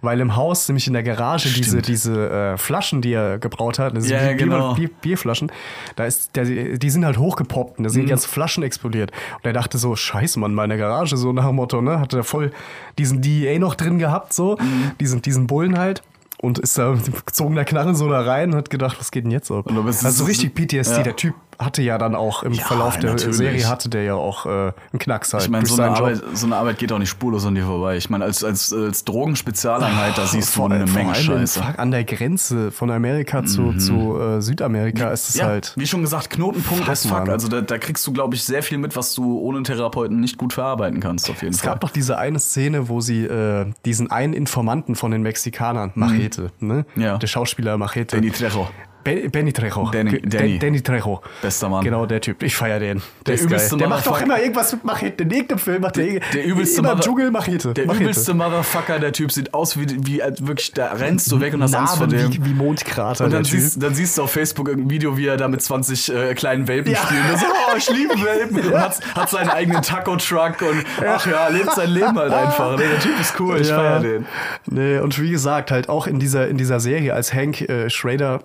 S5: weil im Haus, nämlich in der Garage, diese,
S4: Stimmt.
S5: diese äh, Flaschen, die er gebraut hat, diese
S4: Ja, ja,
S5: Bier, Bier-
S4: genau.
S5: Bier, Bierflaschen, da ist, der, die sind halt hochgepoppt und da sind die ganzen Flaschen explodiert. Und er dachte so, scheiß Mann, meine Garage, so nach dem Motto, ne, hatte er voll diesen DEA noch drin gehabt, so, diesen, diesen Bullen halt. Und ist da mit gezogener Knarre so da rein und hat gedacht, was geht denn jetzt ab?
S4: Und aber es ist-
S5: Also richtig PTSD.
S4: Ja.
S5: Der Typ hatte ja dann auch im
S4: Ja,
S5: Verlauf der
S4: natürlich.
S5: Serie hatte der ja auch äh, einen Knacks halt.
S4: Ich meine,
S5: durch
S4: so, eine
S5: seinen Job.
S4: Arbeit- so eine Arbeit geht auch nicht spurlos an dir vorbei. Ich meine, als, als, als Drogenspezialeinheit, da siehst du
S5: Vor-
S4: eine
S5: vor
S4: Menge
S5: allem in
S4: Scheiße. Mhm.
S5: Fra- An der Grenze von Amerika zu, zu äh, Südamerika ist es
S4: Ja,
S5: halt.
S4: wie schon gesagt, Knotenpunkt
S5: Fuck,
S4: ist fuck.
S5: Mann.
S4: Also da, da kriegst du, glaube ich, sehr viel mit, was du ohne einen Therapeuten nicht gut verarbeiten kannst, auf jeden
S5: Es
S4: Fall.
S5: gab doch diese eine Szene, wo sie äh, diesen einen Informanten von den Mexikanern, Machete, ne?
S4: Mhm. Ja.
S5: Der Schauspieler Machete.
S4: Danny Trejo.
S5: Ben, Benny Trejo.
S4: Danny-
S5: Ge- Dan-
S4: Danny.
S5: Danny Trejo.
S4: Bester Mann.
S5: Genau, der Typ. Ich feier den.
S4: Der
S5: Der, ist
S4: übelste
S5: geil. Der macht doch
S4: Motherfucker.
S5: immer irgendwas mit Machete. In irgendeinem Film macht der,
S4: Der übelste
S5: immer im
S4: Mother-
S5: Dschungel Machete.
S4: Der
S5: Machete.
S4: übelste Motherfucker, der Typ sieht aus wie, wie als wirklich, da rennst du weg und hast Angst vor
S5: Narben
S4: dem.
S5: wie, wie Mondkrater.
S4: Und
S5: der
S4: dann
S5: Typ.
S4: siehst, dann siehst du auf Facebook irgendein Video, wie er da mit 20 äh, kleinen Welpen spielt. Und so, oh, ich liebe Welpen. Und hat, hat seinen eigenen Taco-Truck und ach ja, lebt sein Leben halt einfach. Nee, der Typ ist cool, ich
S5: Ah. Ja.
S4: feier den.
S5: Nee, und wie gesagt, halt auch in dieser, in dieser Serie als Hank äh, Schrader.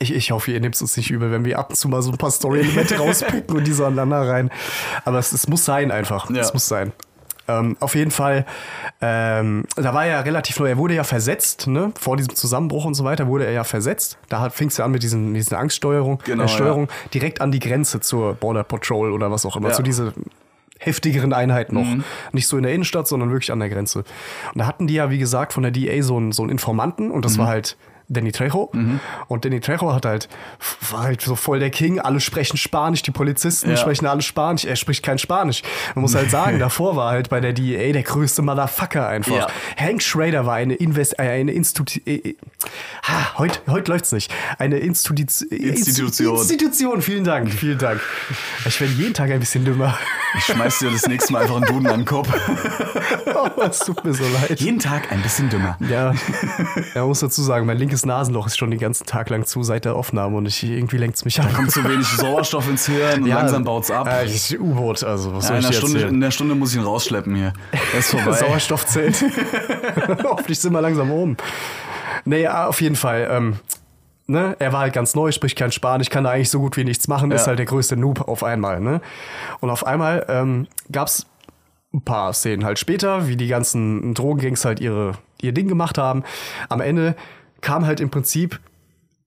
S5: Ich, ich hoffe, ihr nehmt es uns nicht übel, wenn wir ab und zu mal so ein paar Story-Elemente rauspicken und die so aneinander rein. Aber es, es muss sein einfach.
S4: Ja.
S5: Es muss sein. Ähm, auf jeden Fall, ähm, da war er ja relativ neu. Er wurde ja versetzt, ne? Vor diesem Zusammenbruch und so weiter wurde er ja versetzt. Da fing es ja an mit diesen, diesen Angststeuerung,
S4: Genau,
S5: äh, Steuerung direkt an die Grenze zur Border Patrol oder was auch immer.
S4: Ja. Mhm.
S5: Zu diese heftigeren Einheiten noch. Nicht so in der Innenstadt, sondern wirklich an der Grenze. Und da hatten die ja, wie gesagt, von der DA so einen, so einen Informanten und das
S4: Mhm.
S5: war halt Danny Trejo. Und Danny Trejo hat halt, war halt so voll der King. Alle sprechen Spanisch, die Polizisten
S4: Ja.
S5: sprechen alle Spanisch. Er spricht kein Spanisch. Man muss halt sagen, davor war halt bei der DEA der größte Motherfucker einfach.
S4: Ja.
S5: Hank Schrader war eine Invest, äh, eine Institution, äh, äh, ha, heute, heute läuft's nicht. Eine Institu
S4: Institution.
S5: Institution, vielen Dank, vielen Dank. Ich werde jeden Tag ein bisschen dümmer.
S4: Ich schmeiß dir das nächste Mal einfach einen Duden an den Kopf.
S5: Oh, es tut mir so leid.
S4: Jeden Tag ein bisschen dümmer.
S5: Ja, man muss dazu sagen, mein linkes Nasenloch ist schon den ganzen Tag lang zu seit der Aufnahme und ich, irgendwie lenkt's mich ab.
S4: Kommt zu wenig Sauerstoff ins Hirn und
S5: Ja,
S4: langsam baut's ab.
S5: Äh, ich- U-Boot, also was
S4: in,
S5: soll ich
S4: einer
S5: dir
S4: Stunde,
S5: erzählen?
S4: in einer Stunde muss ich ihn rausschleppen hier. Er ist vorbei.
S5: Sauerstoffzelt. Hoffentlich sind wir langsam oben. Naja, auf jeden Fall. Ähm, ne? Er war halt ganz neu, spricht kein Spanisch, kann da eigentlich so gut wie nichts machen, ist halt der größte Noob auf einmal. Ne? Und auf einmal ähm, gab es ein paar Szenen halt später, wie die ganzen Drogengangs halt ihre, ihr Ding gemacht haben. Am Ende kam halt im Prinzip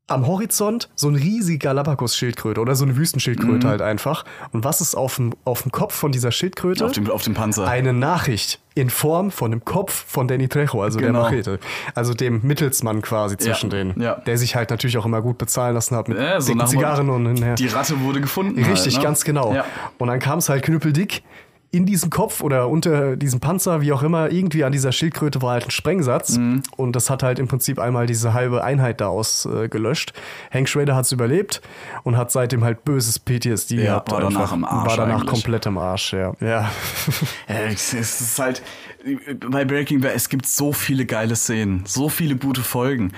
S5: am Horizont so ein riesiger Galapagos-Schildkröte oder so eine
S4: Mhm.
S5: Wüstenschildkröte halt einfach. Und was ist auf dem, auf dem Kopf von dieser Schildkröte?
S4: Auf dem, auf dem Panzer.
S5: eine Nachricht in Form von dem Kopf von Danny Trejo, also
S4: Genau.
S5: der Machete. Also dem Mittelsmann quasi zwischen denen.
S4: ja.
S5: Der sich halt natürlich auch immer gut bezahlen lassen hat mit
S4: Ja, so
S5: dicken
S4: nach dem Motto,
S5: Zigarren und hinher.
S4: Die Ratte wurde gefunden.
S5: Richtig,
S4: halt, ne?
S5: ganz genau.
S4: Ja.
S5: Und dann kam es halt knüppeldick in diesen Kopf oder unter diesem Panzer, wie auch immer, irgendwie an dieser Schildkröte war halt ein Sprengsatz.
S4: Mhm.
S5: Und das hat halt im Prinzip einmal diese halbe Einheit da ausgelöscht. Äh, gelöscht. Hank Schrader hat es überlebt und hat seitdem halt böses PTSD
S4: Ja,
S5: gehabt.
S4: war danach
S5: einfach.
S4: im Arsch
S5: War danach
S4: eigentlich.
S5: komplett im Arsch, ja. Ja.
S4: Ja, Es es ist halt, bei Breaking Bad, es gibt so viele geile Szenen, so viele gute Folgen.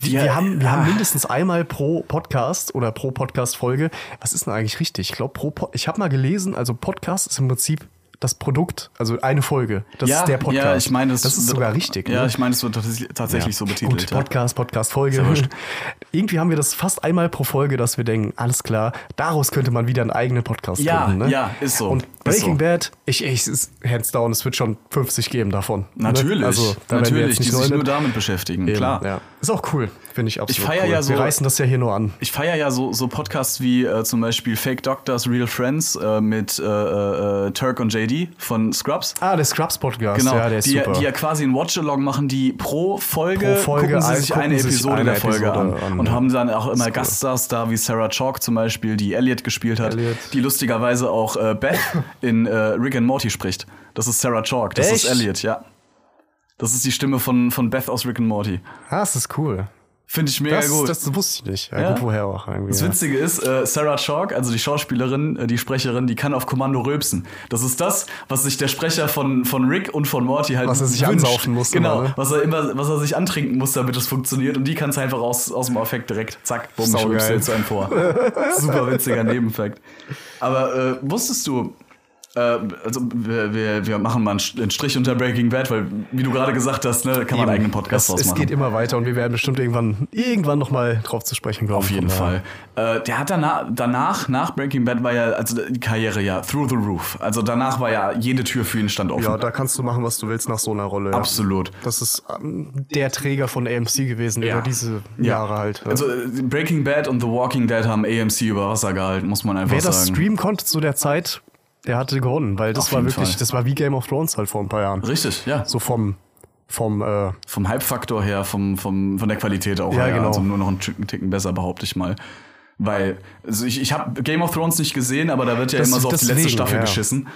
S4: Die,
S5: Wir, haben, wir haben mindestens einmal pro Podcast oder pro Podcast-Folge. Was ist denn eigentlich richtig? Ich glaube, pro Pod ich habe mal gelesen, also Podcast ist im Prinzip das Produkt, also eine Folge. Das
S4: ja,
S5: ist der Podcast.
S4: Ja, ich meine,
S5: das, ist sogar richtig.
S4: Ja,
S5: ne?
S4: ich meine, es wird tats- tatsächlich so betitelt.
S5: Gut,
S4: ja.
S5: Podcast, Podcast-Folge.
S4: wurscht.
S5: Irgendwie haben wir das fast einmal pro Folge, dass wir denken, alles klar, daraus könnte man wieder einen eigenen Podcast
S4: Ja,
S5: gründen. Ne?
S4: ja, ist so.
S5: Und Breaking
S4: so.
S5: Bad, ich, ich, es ist hands down, es wird schon 50 geben davon. ne?
S4: Natürlich,
S5: Also, da werden wir
S4: natürlich,
S5: jetzt
S4: die
S5: nicht
S4: sich
S5: neu
S4: nur
S5: mit-
S4: damit beschäftigen,
S5: Eben,
S4: klar.
S5: Ja. Ist auch cool, finde ich absolut.
S4: feier
S5: cool.
S4: ja so-
S5: Wir reißen das ja hier nur an.
S4: Ich feiere ja so, so Podcasts wie äh, zum Beispiel Fake Doctors, Real Friends äh, mit äh, äh, Turk und JD von Scrubs.
S5: Ah, der Scrubs-Podcast,
S4: Genau,
S5: ja, der ist
S4: die,
S5: super.
S4: die ja quasi einen Watch-Along machen, die pro Folge,
S5: Pro Folge
S4: gucken sie
S5: ein-
S4: sich
S5: gucken
S4: eine
S5: sich
S4: Episode
S5: eine
S4: der Folge
S5: Episode
S4: an,
S5: an,
S4: und
S5: ja.
S4: haben dann auch immer
S5: cool.
S4: Gaststars da, wie Sarah Chalk zum Beispiel, die Elliot gespielt hat,
S5: Elliot.
S4: die lustigerweise auch äh, Beth in äh, Rick and Morty spricht. Das ist Sarah Chalk, das ist
S5: Echt?
S4: Elliot, ja. Das ist die Stimme von, von Beth aus Rick and Morty.
S5: ah, das ist cool.
S4: Finde ich mega
S5: Das,
S4: gut.
S5: das wusste ich nicht. Ja,
S4: Ja.
S5: Gut, woher auch irgendwie.
S4: Das
S5: ja.
S4: Witzige ist, äh, Sarah Chalk, also die Schauspielerin, äh, die Sprecherin, die kann auf Kommando rülpsen. Das ist das, was sich der Sprecher von, von Rick und von Morty halt
S5: Was er sich
S4: wünscht.
S5: ansaufen muss
S4: Genau,
S5: immer, ne?
S4: was er immer, was er sich antrinken muss, damit es funktioniert. Und die kann es einfach aus, aus dem Affekt direkt, zack, bumm, ich
S5: Saugeil.
S4: rülpse jetzt einen vor. Super witziger Nebenfakt. Aber äh, wusstest du, äh, also wir, wir, wir machen mal einen Sch- einen Strich unter Breaking Bad, weil, wie du gerade gesagt hast, ne, kann man einen eigenen Podcast
S5: es,
S4: draus
S5: es
S4: machen.
S5: geht immer weiter und wir werden bestimmt irgendwann, irgendwann nochmal drauf zu sprechen kommen.
S4: Auf jeden Fall. Äh, der hat danach, danach, nach Breaking Bad war ja, also die Karriere ja through the roof. Also danach war ja jede Tür für ihn stand offen.
S5: Ja, da kannst du machen, was du willst nach so einer Rolle. ja.
S4: Absolut.
S5: Das ist ähm, der Träger von AMC gewesen über diese Jahre halt. ja.
S4: Also äh, Breaking Bad und The Walking Dead haben AMC über Wasser gehalten, muss man einfach
S5: Wer das
S4: sagen.
S5: streamen konnte zu der Zeit, der hatte gewonnen, weil das
S4: Auf
S5: war
S4: jeden
S5: wirklich,
S4: Fall. Also
S5: das war wie Game of Thrones halt vor ein paar Jahren.
S4: Richtig, ja.
S5: So vom, vom, äh,
S4: Vom Hype-Faktor her, vom, vom, von der Qualität auch
S5: Ja,
S4: her.
S5: genau.
S4: Also nur noch einen Ticken, Ticken besser, behaupte ich mal. Weil, also ich, ich habe Game of Thrones nicht gesehen, aber da wird ja
S5: Das-
S4: immer so auf die letzte
S5: deswegen,
S4: Staffel
S5: ja.
S4: geschissen.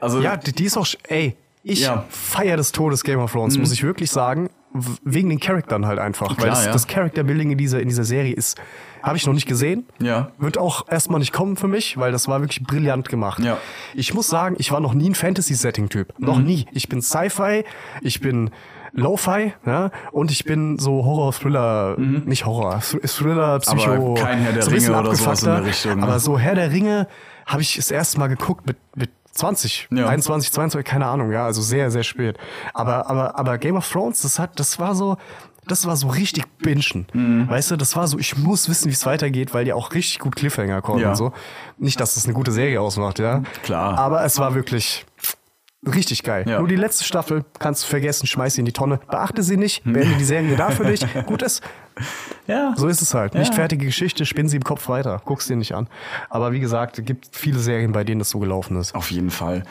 S4: Also,
S5: ja, die, die ist auch, sch- ey, ich
S4: Ja. Mhm.
S5: feier des Todes Game of Thrones, muss ich wirklich sagen, w- wegen den Charaktern halt einfach.
S4: Klar,
S5: weil das,
S4: ja.
S5: das Character-Building in dieser, in dieser Serie ist, habe ich noch nicht gesehen.
S4: Ja.
S5: Wird auch erstmal nicht kommen für mich, weil das war wirklich brillant gemacht.
S4: Ja. Mhm.
S5: Ich muss sagen, ich war noch nie ein Fantasy-Setting-Typ. Noch nie. Ich bin Sci-Fi, ich bin Lo-Fi, ja, und ich bin so Horror-Thriller, nicht Horror, Thr- Thriller, Psycho.
S4: Mhm. kein Herr der
S5: so ein bisschen
S4: Ringe oder sowas in der
S5: abgefuckter,
S4: Richtung, ne?
S5: Aber so Herr der Ringe habe ich das erste Mal geguckt mit, mit 20,
S4: Ja.
S5: 21, 22, keine Ahnung, ja, also sehr, sehr spät. Aber, aber, aber Game of Thrones, das hat, das war so, das war so richtig bingen.
S4: Mhm.
S5: Weißt du, das war so, ich muss wissen, wie es weitergeht, weil die auch richtig gut Cliffhanger kommen
S4: Ja.
S5: und so. Nicht, dass das eine gute Serie ausmacht, ja.
S4: Klar.
S5: Aber es war wirklich richtig geil.
S4: Ja.
S5: Nur die letzte Staffel kannst du vergessen, schmeiß sie in die Tonne. Beachte sie nicht,
S4: Mhm.
S5: beende die Serie dafür nicht. Gut ist,
S4: ja.
S5: so ist es halt. Nicht
S4: Ja.
S5: fertige Geschichte, spinn sie im Kopf weiter. Guck's dir nicht an. Aber wie gesagt, es gibt viele Serien, bei denen das so gelaufen ist.
S4: Auf jeden Fall.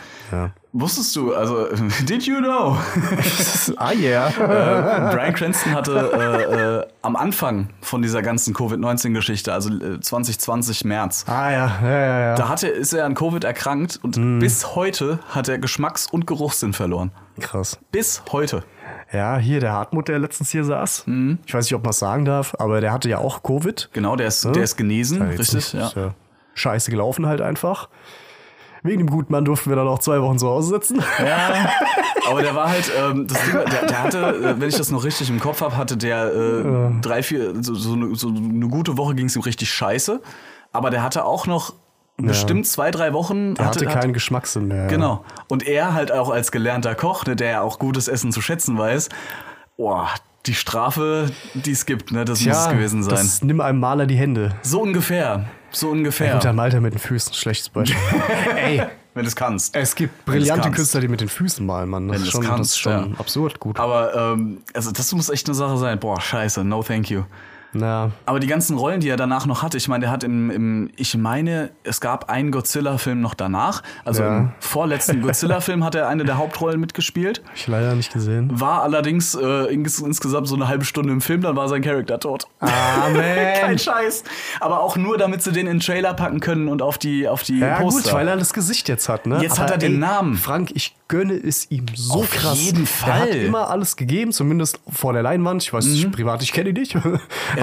S4: Wusstest du, also, did you know?
S5: Ah yeah.
S4: äh, Brian Cranston hatte äh, äh, am Anfang von dieser ganzen Covid-19-Geschichte, also äh, 2020 März,
S5: Ah ja, ja, ja, ja.
S4: da hatte, ist er an Covid erkrankt und bis heute hat er Geschmacks- und Geruchssinn verloren.
S5: Krass.
S4: Bis heute.
S5: Ja, hier der Hartmut, der letztens hier saß.
S4: Mhm.
S5: Ich weiß nicht, ob man es sagen darf, aber der hatte ja auch Covid.
S4: Genau, der ist, der ist genesen,
S5: Jetzt
S4: Mhm, richtig?
S5: nicht,
S4: Ja.
S5: ist Scheiße gelaufen halt einfach. Wegen dem guten Mann durften wir dann auch zwei Wochen zu Hause sitzen.
S4: Ja, aber der war halt, ähm, das Ding, war, der, der hatte, äh, wenn ich das noch richtig im Kopf habe, hatte der äh, drei, vier, so, so, eine, so eine gute Woche ging es ihm richtig scheiße, aber der hatte auch noch bestimmt zwei, drei Wochen.
S5: Er hatte keinen Geschmackssinn mehr.
S4: Genau. Und er halt auch als gelernter Koch, ne, der ja auch gutes Essen zu schätzen weiß, boah, die Strafe, die es gibt, ne, das muss
S5: Ja,
S4: es gewesen sein.
S5: Das nimm einem Maler die Hände.
S4: so ungefähr. So ungefähr.
S5: Hinterm Alter mit den Füßen, schlechtes Beispiel. Ey,
S4: wenn du es kannst.
S5: es gibt
S4: Wenn du's
S5: brillante
S4: kannst.
S5: Künstler, die mit den Füßen malen, Mann. Das
S4: Wenn du's
S5: ist schon, das ist
S4: kannst,
S5: schon
S4: ja.
S5: absurd gut.
S4: Aber ähm, also das muss echt eine Sache sein. Boah, scheiße, no thank you.
S5: Na,
S4: Aber die ganzen Rollen, die er danach noch hatte, ich meine, der hat im, im ich meine, es gab einen Godzilla-Film noch danach. Also
S5: Ja.
S4: im vorletzten Godzilla-Film hat er eine der Hauptrollen mitgespielt.
S5: hab ich leider nicht gesehen.
S4: War allerdings äh, ins, insgesamt so eine halbe Stunde im Film, dann war sein Charakter tot. Kein
S5: Amen.
S4: Scheiß. Aber auch nur, damit sie den in den Trailer packen können und auf die, auf die
S5: Ja,
S4: Poster.
S5: gut, weil er das Gesicht jetzt hat, ne?
S4: Jetzt hat er den Namen.
S5: Frank, ich gönne es ihm so
S4: Auf
S5: krass.
S4: jeden
S5: Er hat
S4: Fall. Mhm.
S5: immer alles gegeben, zumindest vor der Leinwand. Ich weiß nicht, privat, ich kenne ihn nicht. aber,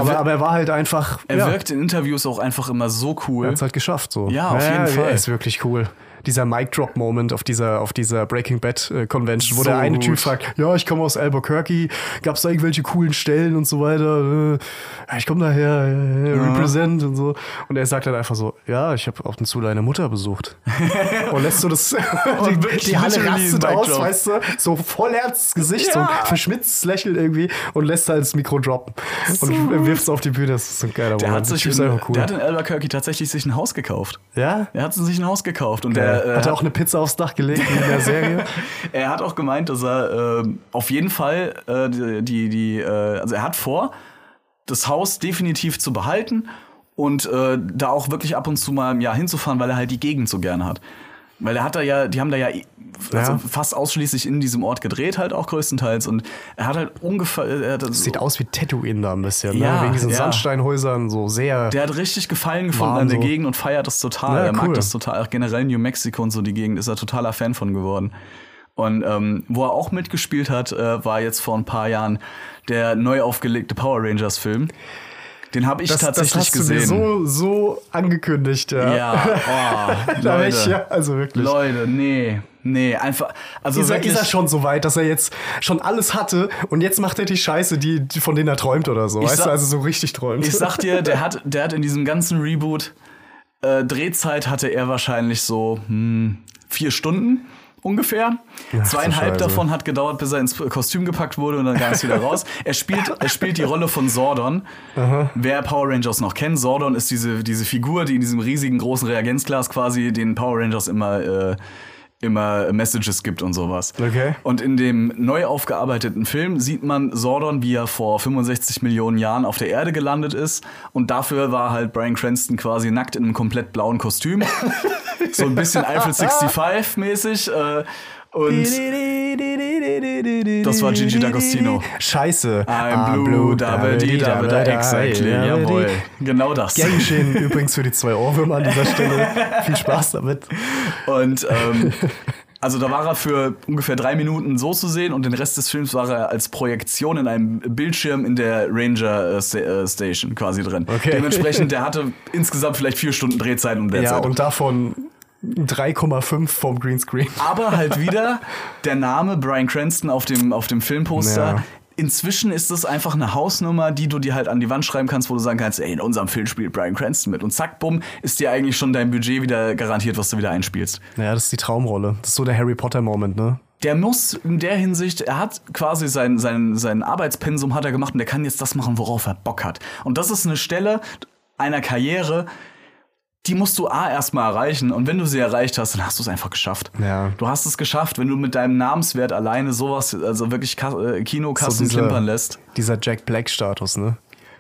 S4: wir-
S5: aber er war halt einfach.
S4: er
S5: ja,
S4: wirkt in Interviews auch einfach immer so cool.
S5: Er hat es halt geschafft, so.
S4: Ja, auf jeden Fall.
S5: Er ist wirklich cool. Dieser Mic-Drop-Moment auf dieser, auf dieser Breaking Bad äh, Convention, wo
S4: So
S5: der eine
S4: gut.
S5: Typ fragt, ja, ich komme aus Albuquerque, gab's da irgendwelche coolen Stellen und so weiter, äh, ja, ich komme daher, äh,
S4: Mhm.
S5: äh, represent und so. Und er sagt dann einfach so, ja, ich habe auf den Zug eine Mutter besucht. und lässt so das, die,
S4: wirklich
S5: die Halle
S4: literally
S5: rastet
S4: ein
S5: aus,
S4: Mic-Drop.
S5: weißt du, so voll ernstes Gesicht, so ein
S4: Ja.
S5: verschmitztes Lächeln irgendwie und lässt halt das Mikro droppen und wirft's auf die Bühne, das ist so ein geiler
S4: Der
S5: Moment.
S4: hat, sich
S5: Typ
S4: in,
S5: ist einfach cool.
S4: der hat in Albuquerque tatsächlich sich ein Haus gekauft.
S5: ja?
S4: Er hat sich ein Haus gekauft und
S5: Geil.
S4: äh,
S5: Hat er auch eine Pizza aufs Dach gelegt wie in der Serie?
S4: Er hat auch gemeint, dass er ähm, auf jeden Fall äh, die, die, die äh, also er hat vor, das Haus definitiv zu behalten und äh, da auch wirklich ab und zu mal im Jahr hinzufahren, weil er halt die Gegend so gerne hat. Weil er hat da ja, die haben da ja, eh- also
S5: Ja.
S4: fast ausschließlich in diesem Ort gedreht, halt auch größtenteils. Und er hat halt ungefähr. Er hat also,
S5: Sieht aus wie Tatooine da ein bisschen,
S4: Ja,
S5: ne? Wegen diesen
S4: ja.
S5: Sandsteinhäusern, so sehr.
S4: Der hat richtig Gefallen gefunden
S5: Warm
S4: an der
S5: so.
S4: Gegend und feiert das total.
S5: Ja,
S4: er mag
S5: cool.
S4: das total. Auch generell New Mexico und so die Gegend ist er totaler Fan von geworden. Und ähm, wo er auch mitgespielt hat, äh, war jetzt vor ein paar Jahren der neu aufgelegte Power Rangers Film. Den habe ich tatsächlich
S5: das hast
S4: gesehen.
S5: Du mir so, so angekündigt, ja.
S4: ja, oh,
S5: Da wär ich, ja,
S4: Leute,
S5: also wirklich.
S4: Leute, nee, nee, einfach, also
S5: Ist er,
S4: wirklich,
S5: ist er schon so weit, dass er jetzt schon alles hatte und jetzt macht er die Scheiße, die, die von denen er träumt oder so. weißt
S4: sag-
S5: du, also so richtig träumt.
S4: ich sag dir, der hat, der hat in diesem ganzen Reboot äh, Drehzeit hatte er wahrscheinlich so hm, vier Stunden ungefähr.
S5: Ach,
S4: Zweieinhalb
S5: Scheiße.
S4: davon hat gedauert, bis er ins Kostüm gepackt wurde und dann kam es wieder raus. Er spielt, er spielt die Rolle von Sordon. Wer Power Rangers noch kennt, Sordon ist diese, diese Figur, die in diesem riesigen großen Reagenzglas quasi den Power Rangers immer äh, immer Messages gibt und sowas.
S5: Okay.
S4: Und in dem neu aufgearbeiteten Film sieht man Sordon, wie er vor 65 Millionen Jahren auf der Erde gelandet ist. Und dafür war halt Brian Cranston quasi nackt in einem komplett blauen Kostüm. so ein bisschen Eiffel 65 mäßig. Äh, und Das war Gigi D'Agostino.
S5: Scheiße.
S4: I'm Ah, blue, double D, double D, exactly, jawohl. Genau das.
S5: Gern geschehen übrigens für die zwei Ohrwürmer an dieser Stelle. Viel Spaß damit.
S4: Und ähm, also da war er für ungefähr drei Minuten so zu sehen und den Rest des Films war er als Projektion in einem Bildschirm in der Ranger äh, Sta- äh, Station quasi drin.
S5: Okay.
S4: Dementsprechend, der hatte insgesamt vielleicht vier Stunden Drehzeit um der
S5: Ja,
S4: Zeit.
S5: und davon 3,5 vom Greenscreen.
S4: Aber halt wieder der Name Brian Cranston auf dem, auf dem Filmposter.
S5: Ja.
S4: Inzwischen ist das einfach eine Hausnummer, die du dir halt an die Wand schreiben kannst, wo du sagen kannst, ey, in unserem Film spielt Brian Cranston mit. Und zack, bumm, ist dir eigentlich schon dein Budget wieder garantiert, was du wieder einspielst.
S5: Ja, das ist die Traumrolle. Das ist so der Harry Potter-Moment, ne?
S4: der muss in der Hinsicht, er hat quasi sein, sein, sein Arbeitspensum hat er gemacht und der kann jetzt das machen, worauf er Bock hat. Und das ist eine Stelle einer Karriere, die musst du A erstmal erreichen und wenn du sie erreicht hast, dann hast du es einfach geschafft.
S5: Ja.
S4: Du hast es geschafft, wenn du mit deinem Namenswert alleine sowas, also wirklich Ka äh, Kinokassen
S5: dieser-
S4: klimpern lässt.
S5: Dieser Jack Black-Status, ne?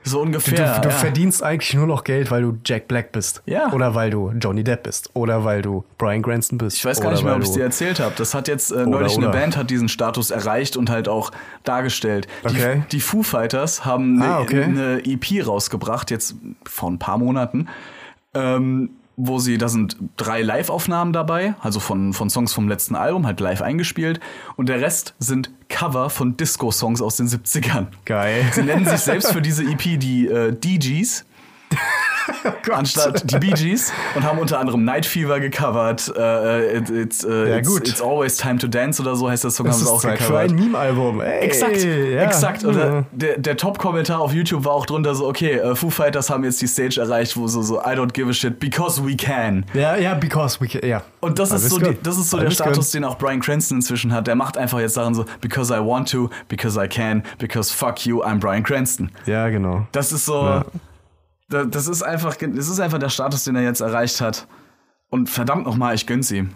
S4: So
S5: Du,
S4: ungefähr.
S5: du
S4: ja.
S5: verdienst eigentlich nur noch Geld, weil du Jack Black bist.
S4: Ja.
S5: Oder weil du Johnny Depp bist. Oder weil du Brian Cranston bist.
S4: Ich weiß gar
S5: Oder
S4: nicht mehr,
S5: weil
S4: ob ich
S5: du-
S4: dir erzählt habe. Das hat jetzt äh, neulich eine
S5: oder.
S4: Band hat diesen Status erreicht und halt auch dargestellt.
S5: Okay.
S4: Die, die Foo Fighters haben ne, eine,
S5: Ah, okay.
S4: eine EP E rausgebracht, jetzt vor ein paar Monaten, ähm, wo sie, da sind drei Live-Aufnahmen dabei, also von, von Songs vom letzten Album, halt live eingespielt. Und der Rest sind Cover von Disco-Songs aus den 70ern.
S5: Geil.
S4: Sie nennen sich selbst für diese EP die äh, DGs. Anstatt die Bee Gees und haben unter anderem Night Fever gecovert. Äh, it, it's, äh,
S5: Ja,
S4: it's,
S5: gut.
S4: It's Always Time to Dance oder so heißt der Song,
S5: Das
S4: haben sie
S5: ist
S4: auch
S5: Zeit für
S4: gecovert.
S5: ein Meme-Album. Ey,
S4: Exakt,
S5: ja. Mhm.
S4: exakt. Und
S5: Ja.
S4: äh, der, der Top-Kommentar auf YouTube war auch drunter so, okay, äh, Foo Fighters haben jetzt die Stage erreicht, wo so, so I don't give a shit, because we can.
S5: Ja, ja, because we can, ja.
S4: Und das ist,
S5: Alles
S4: so die,
S5: gönn.
S4: das ist so der
S5: Alles
S4: Status, den auch Brian Cranston inzwischen hat. Der macht einfach jetzt Sachen so, because I want to, because I can, because fuck you, I'm Brian Cranston.
S5: gönn. Ja, genau.
S4: Das ist so. Da, das ist einfach, ge- das ist einfach der Status, den er jetzt erreicht hat. Und verdammt nochmal, ich gönn's ihm.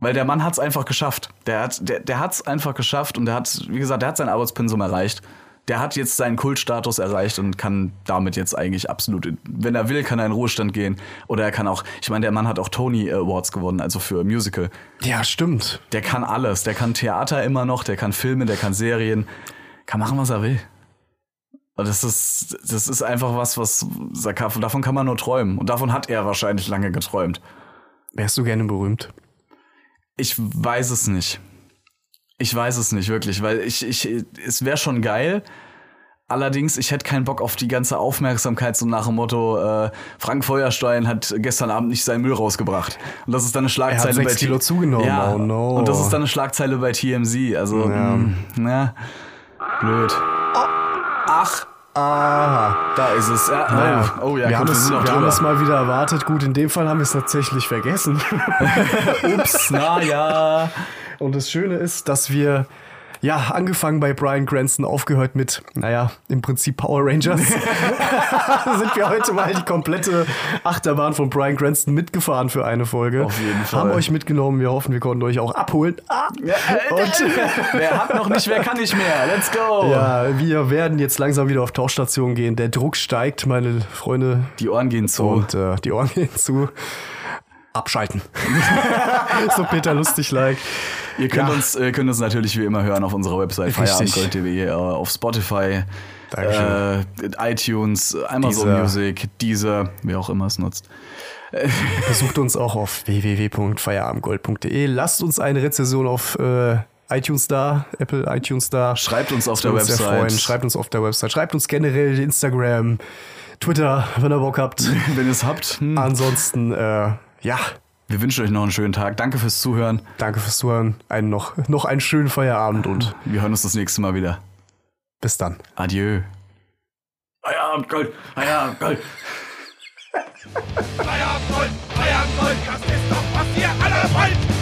S4: Weil der Mann hat's einfach geschafft. Der hat, der, der hat's einfach geschafft und der hat, wie gesagt, der hat sein Arbeitspensum erreicht. Der hat jetzt seinen Kultstatus erreicht und kann damit jetzt eigentlich absolut, in- wenn er will, kann er in Ruhestand gehen. Oder er kann auch, ich meine, der Mann hat auch Tony Awards gewonnen, also für Musical.
S5: Ja, stimmt.
S4: Der kann alles. Der kann Theater immer noch, der kann Filme, der kann Serien. Kann machen, was er will. Und das ist, das ist einfach was, was da kann- davon kann man nur träumen. Und davon hat er wahrscheinlich lange geträumt.
S5: Wärst du gerne berühmt?
S4: Ich weiß es nicht. Ich weiß es nicht wirklich, weil ich, ich, es wäre schon geil. Allerdings, ich hätte keinen Bock auf die ganze Aufmerksamkeit so nach dem Motto, äh, Frank Feuerstein hat gestern Abend nicht seinen Müll rausgebracht. Und das ist dann eine Schlagzeile
S5: sechs
S4: bei
S5: Kilo
S4: T-
S5: zugenommen,
S4: Ja,
S5: oh no.
S4: Und das ist dann eine Schlagzeile bei TMZ. Also, mh, na, blöd. Oh. Ach,
S5: Ah,
S4: da ist es. Ja,
S5: naja.
S4: Oh ja,
S5: wir,
S4: gut,
S5: haben es,
S4: sind noch
S5: wir haben
S4: drüber.
S5: es mal wieder erwartet. Gut, in dem Fall haben wir es tatsächlich vergessen.
S4: Ups, na ja.
S5: Und das Schöne ist, dass wir Ja, angefangen bei Brian Cranston, aufgehört mit, naja, im Prinzip Power Rangers. sind wir heute mal die komplette Achterbahn von Brian Cranston mitgefahren für eine Folge.
S4: Auf jeden Fall.
S5: Haben euch mitgenommen. Wir hoffen, wir konnten euch auch abholen. Ah! Und
S4: wer hat noch nicht, wer kann nicht mehr? Let's go!
S5: ja, wir werden jetzt langsam wieder auf Tauchstationen gehen. Der Druck steigt, meine Freunde.
S4: Die Ohren gehen zu.
S5: Und äh, die Ohren gehen zu. Abschalten. so Peter Lustig-like.
S4: Ihr könnt,
S5: Ja.
S4: uns, äh, könnt uns natürlich wie immer hören auf unserer Website
S5: Richtig.
S4: feierabendgold.de, äh, auf Spotify, äh,
S5: Dankeschön.
S4: iTunes, Amazon
S5: Deezer.
S4: Music, Deezer, wer auch immer es nutzt.
S5: Besucht uns auch auf www.feierabendgold.de. Lasst uns eine Rezession auf äh, iTunes da, Apple iTunes da.
S4: Schreibt uns auf
S5: Würden
S4: der
S5: uns sehr freuen.
S4: Website,
S5: Schreibt uns auf der Website. Schreibt uns generell Instagram, Twitter, wenn ihr Bock habt.
S4: wenn ihr es habt. Hm.
S5: Ansonsten, äh, ja,
S4: Wir wünschen euch noch einen schönen Tag. Danke fürs Zuhören.
S5: danke fürs Zuhören. Einen noch, noch einen schönen Feierabend und
S4: Wir hören uns das nächste Mal wieder.
S5: bis dann.
S4: Adieu. Feierabend, Gold. Feierabend, Gold.
S2: Feierabend, Feierabend, das ist doch, was ihr alle wollt.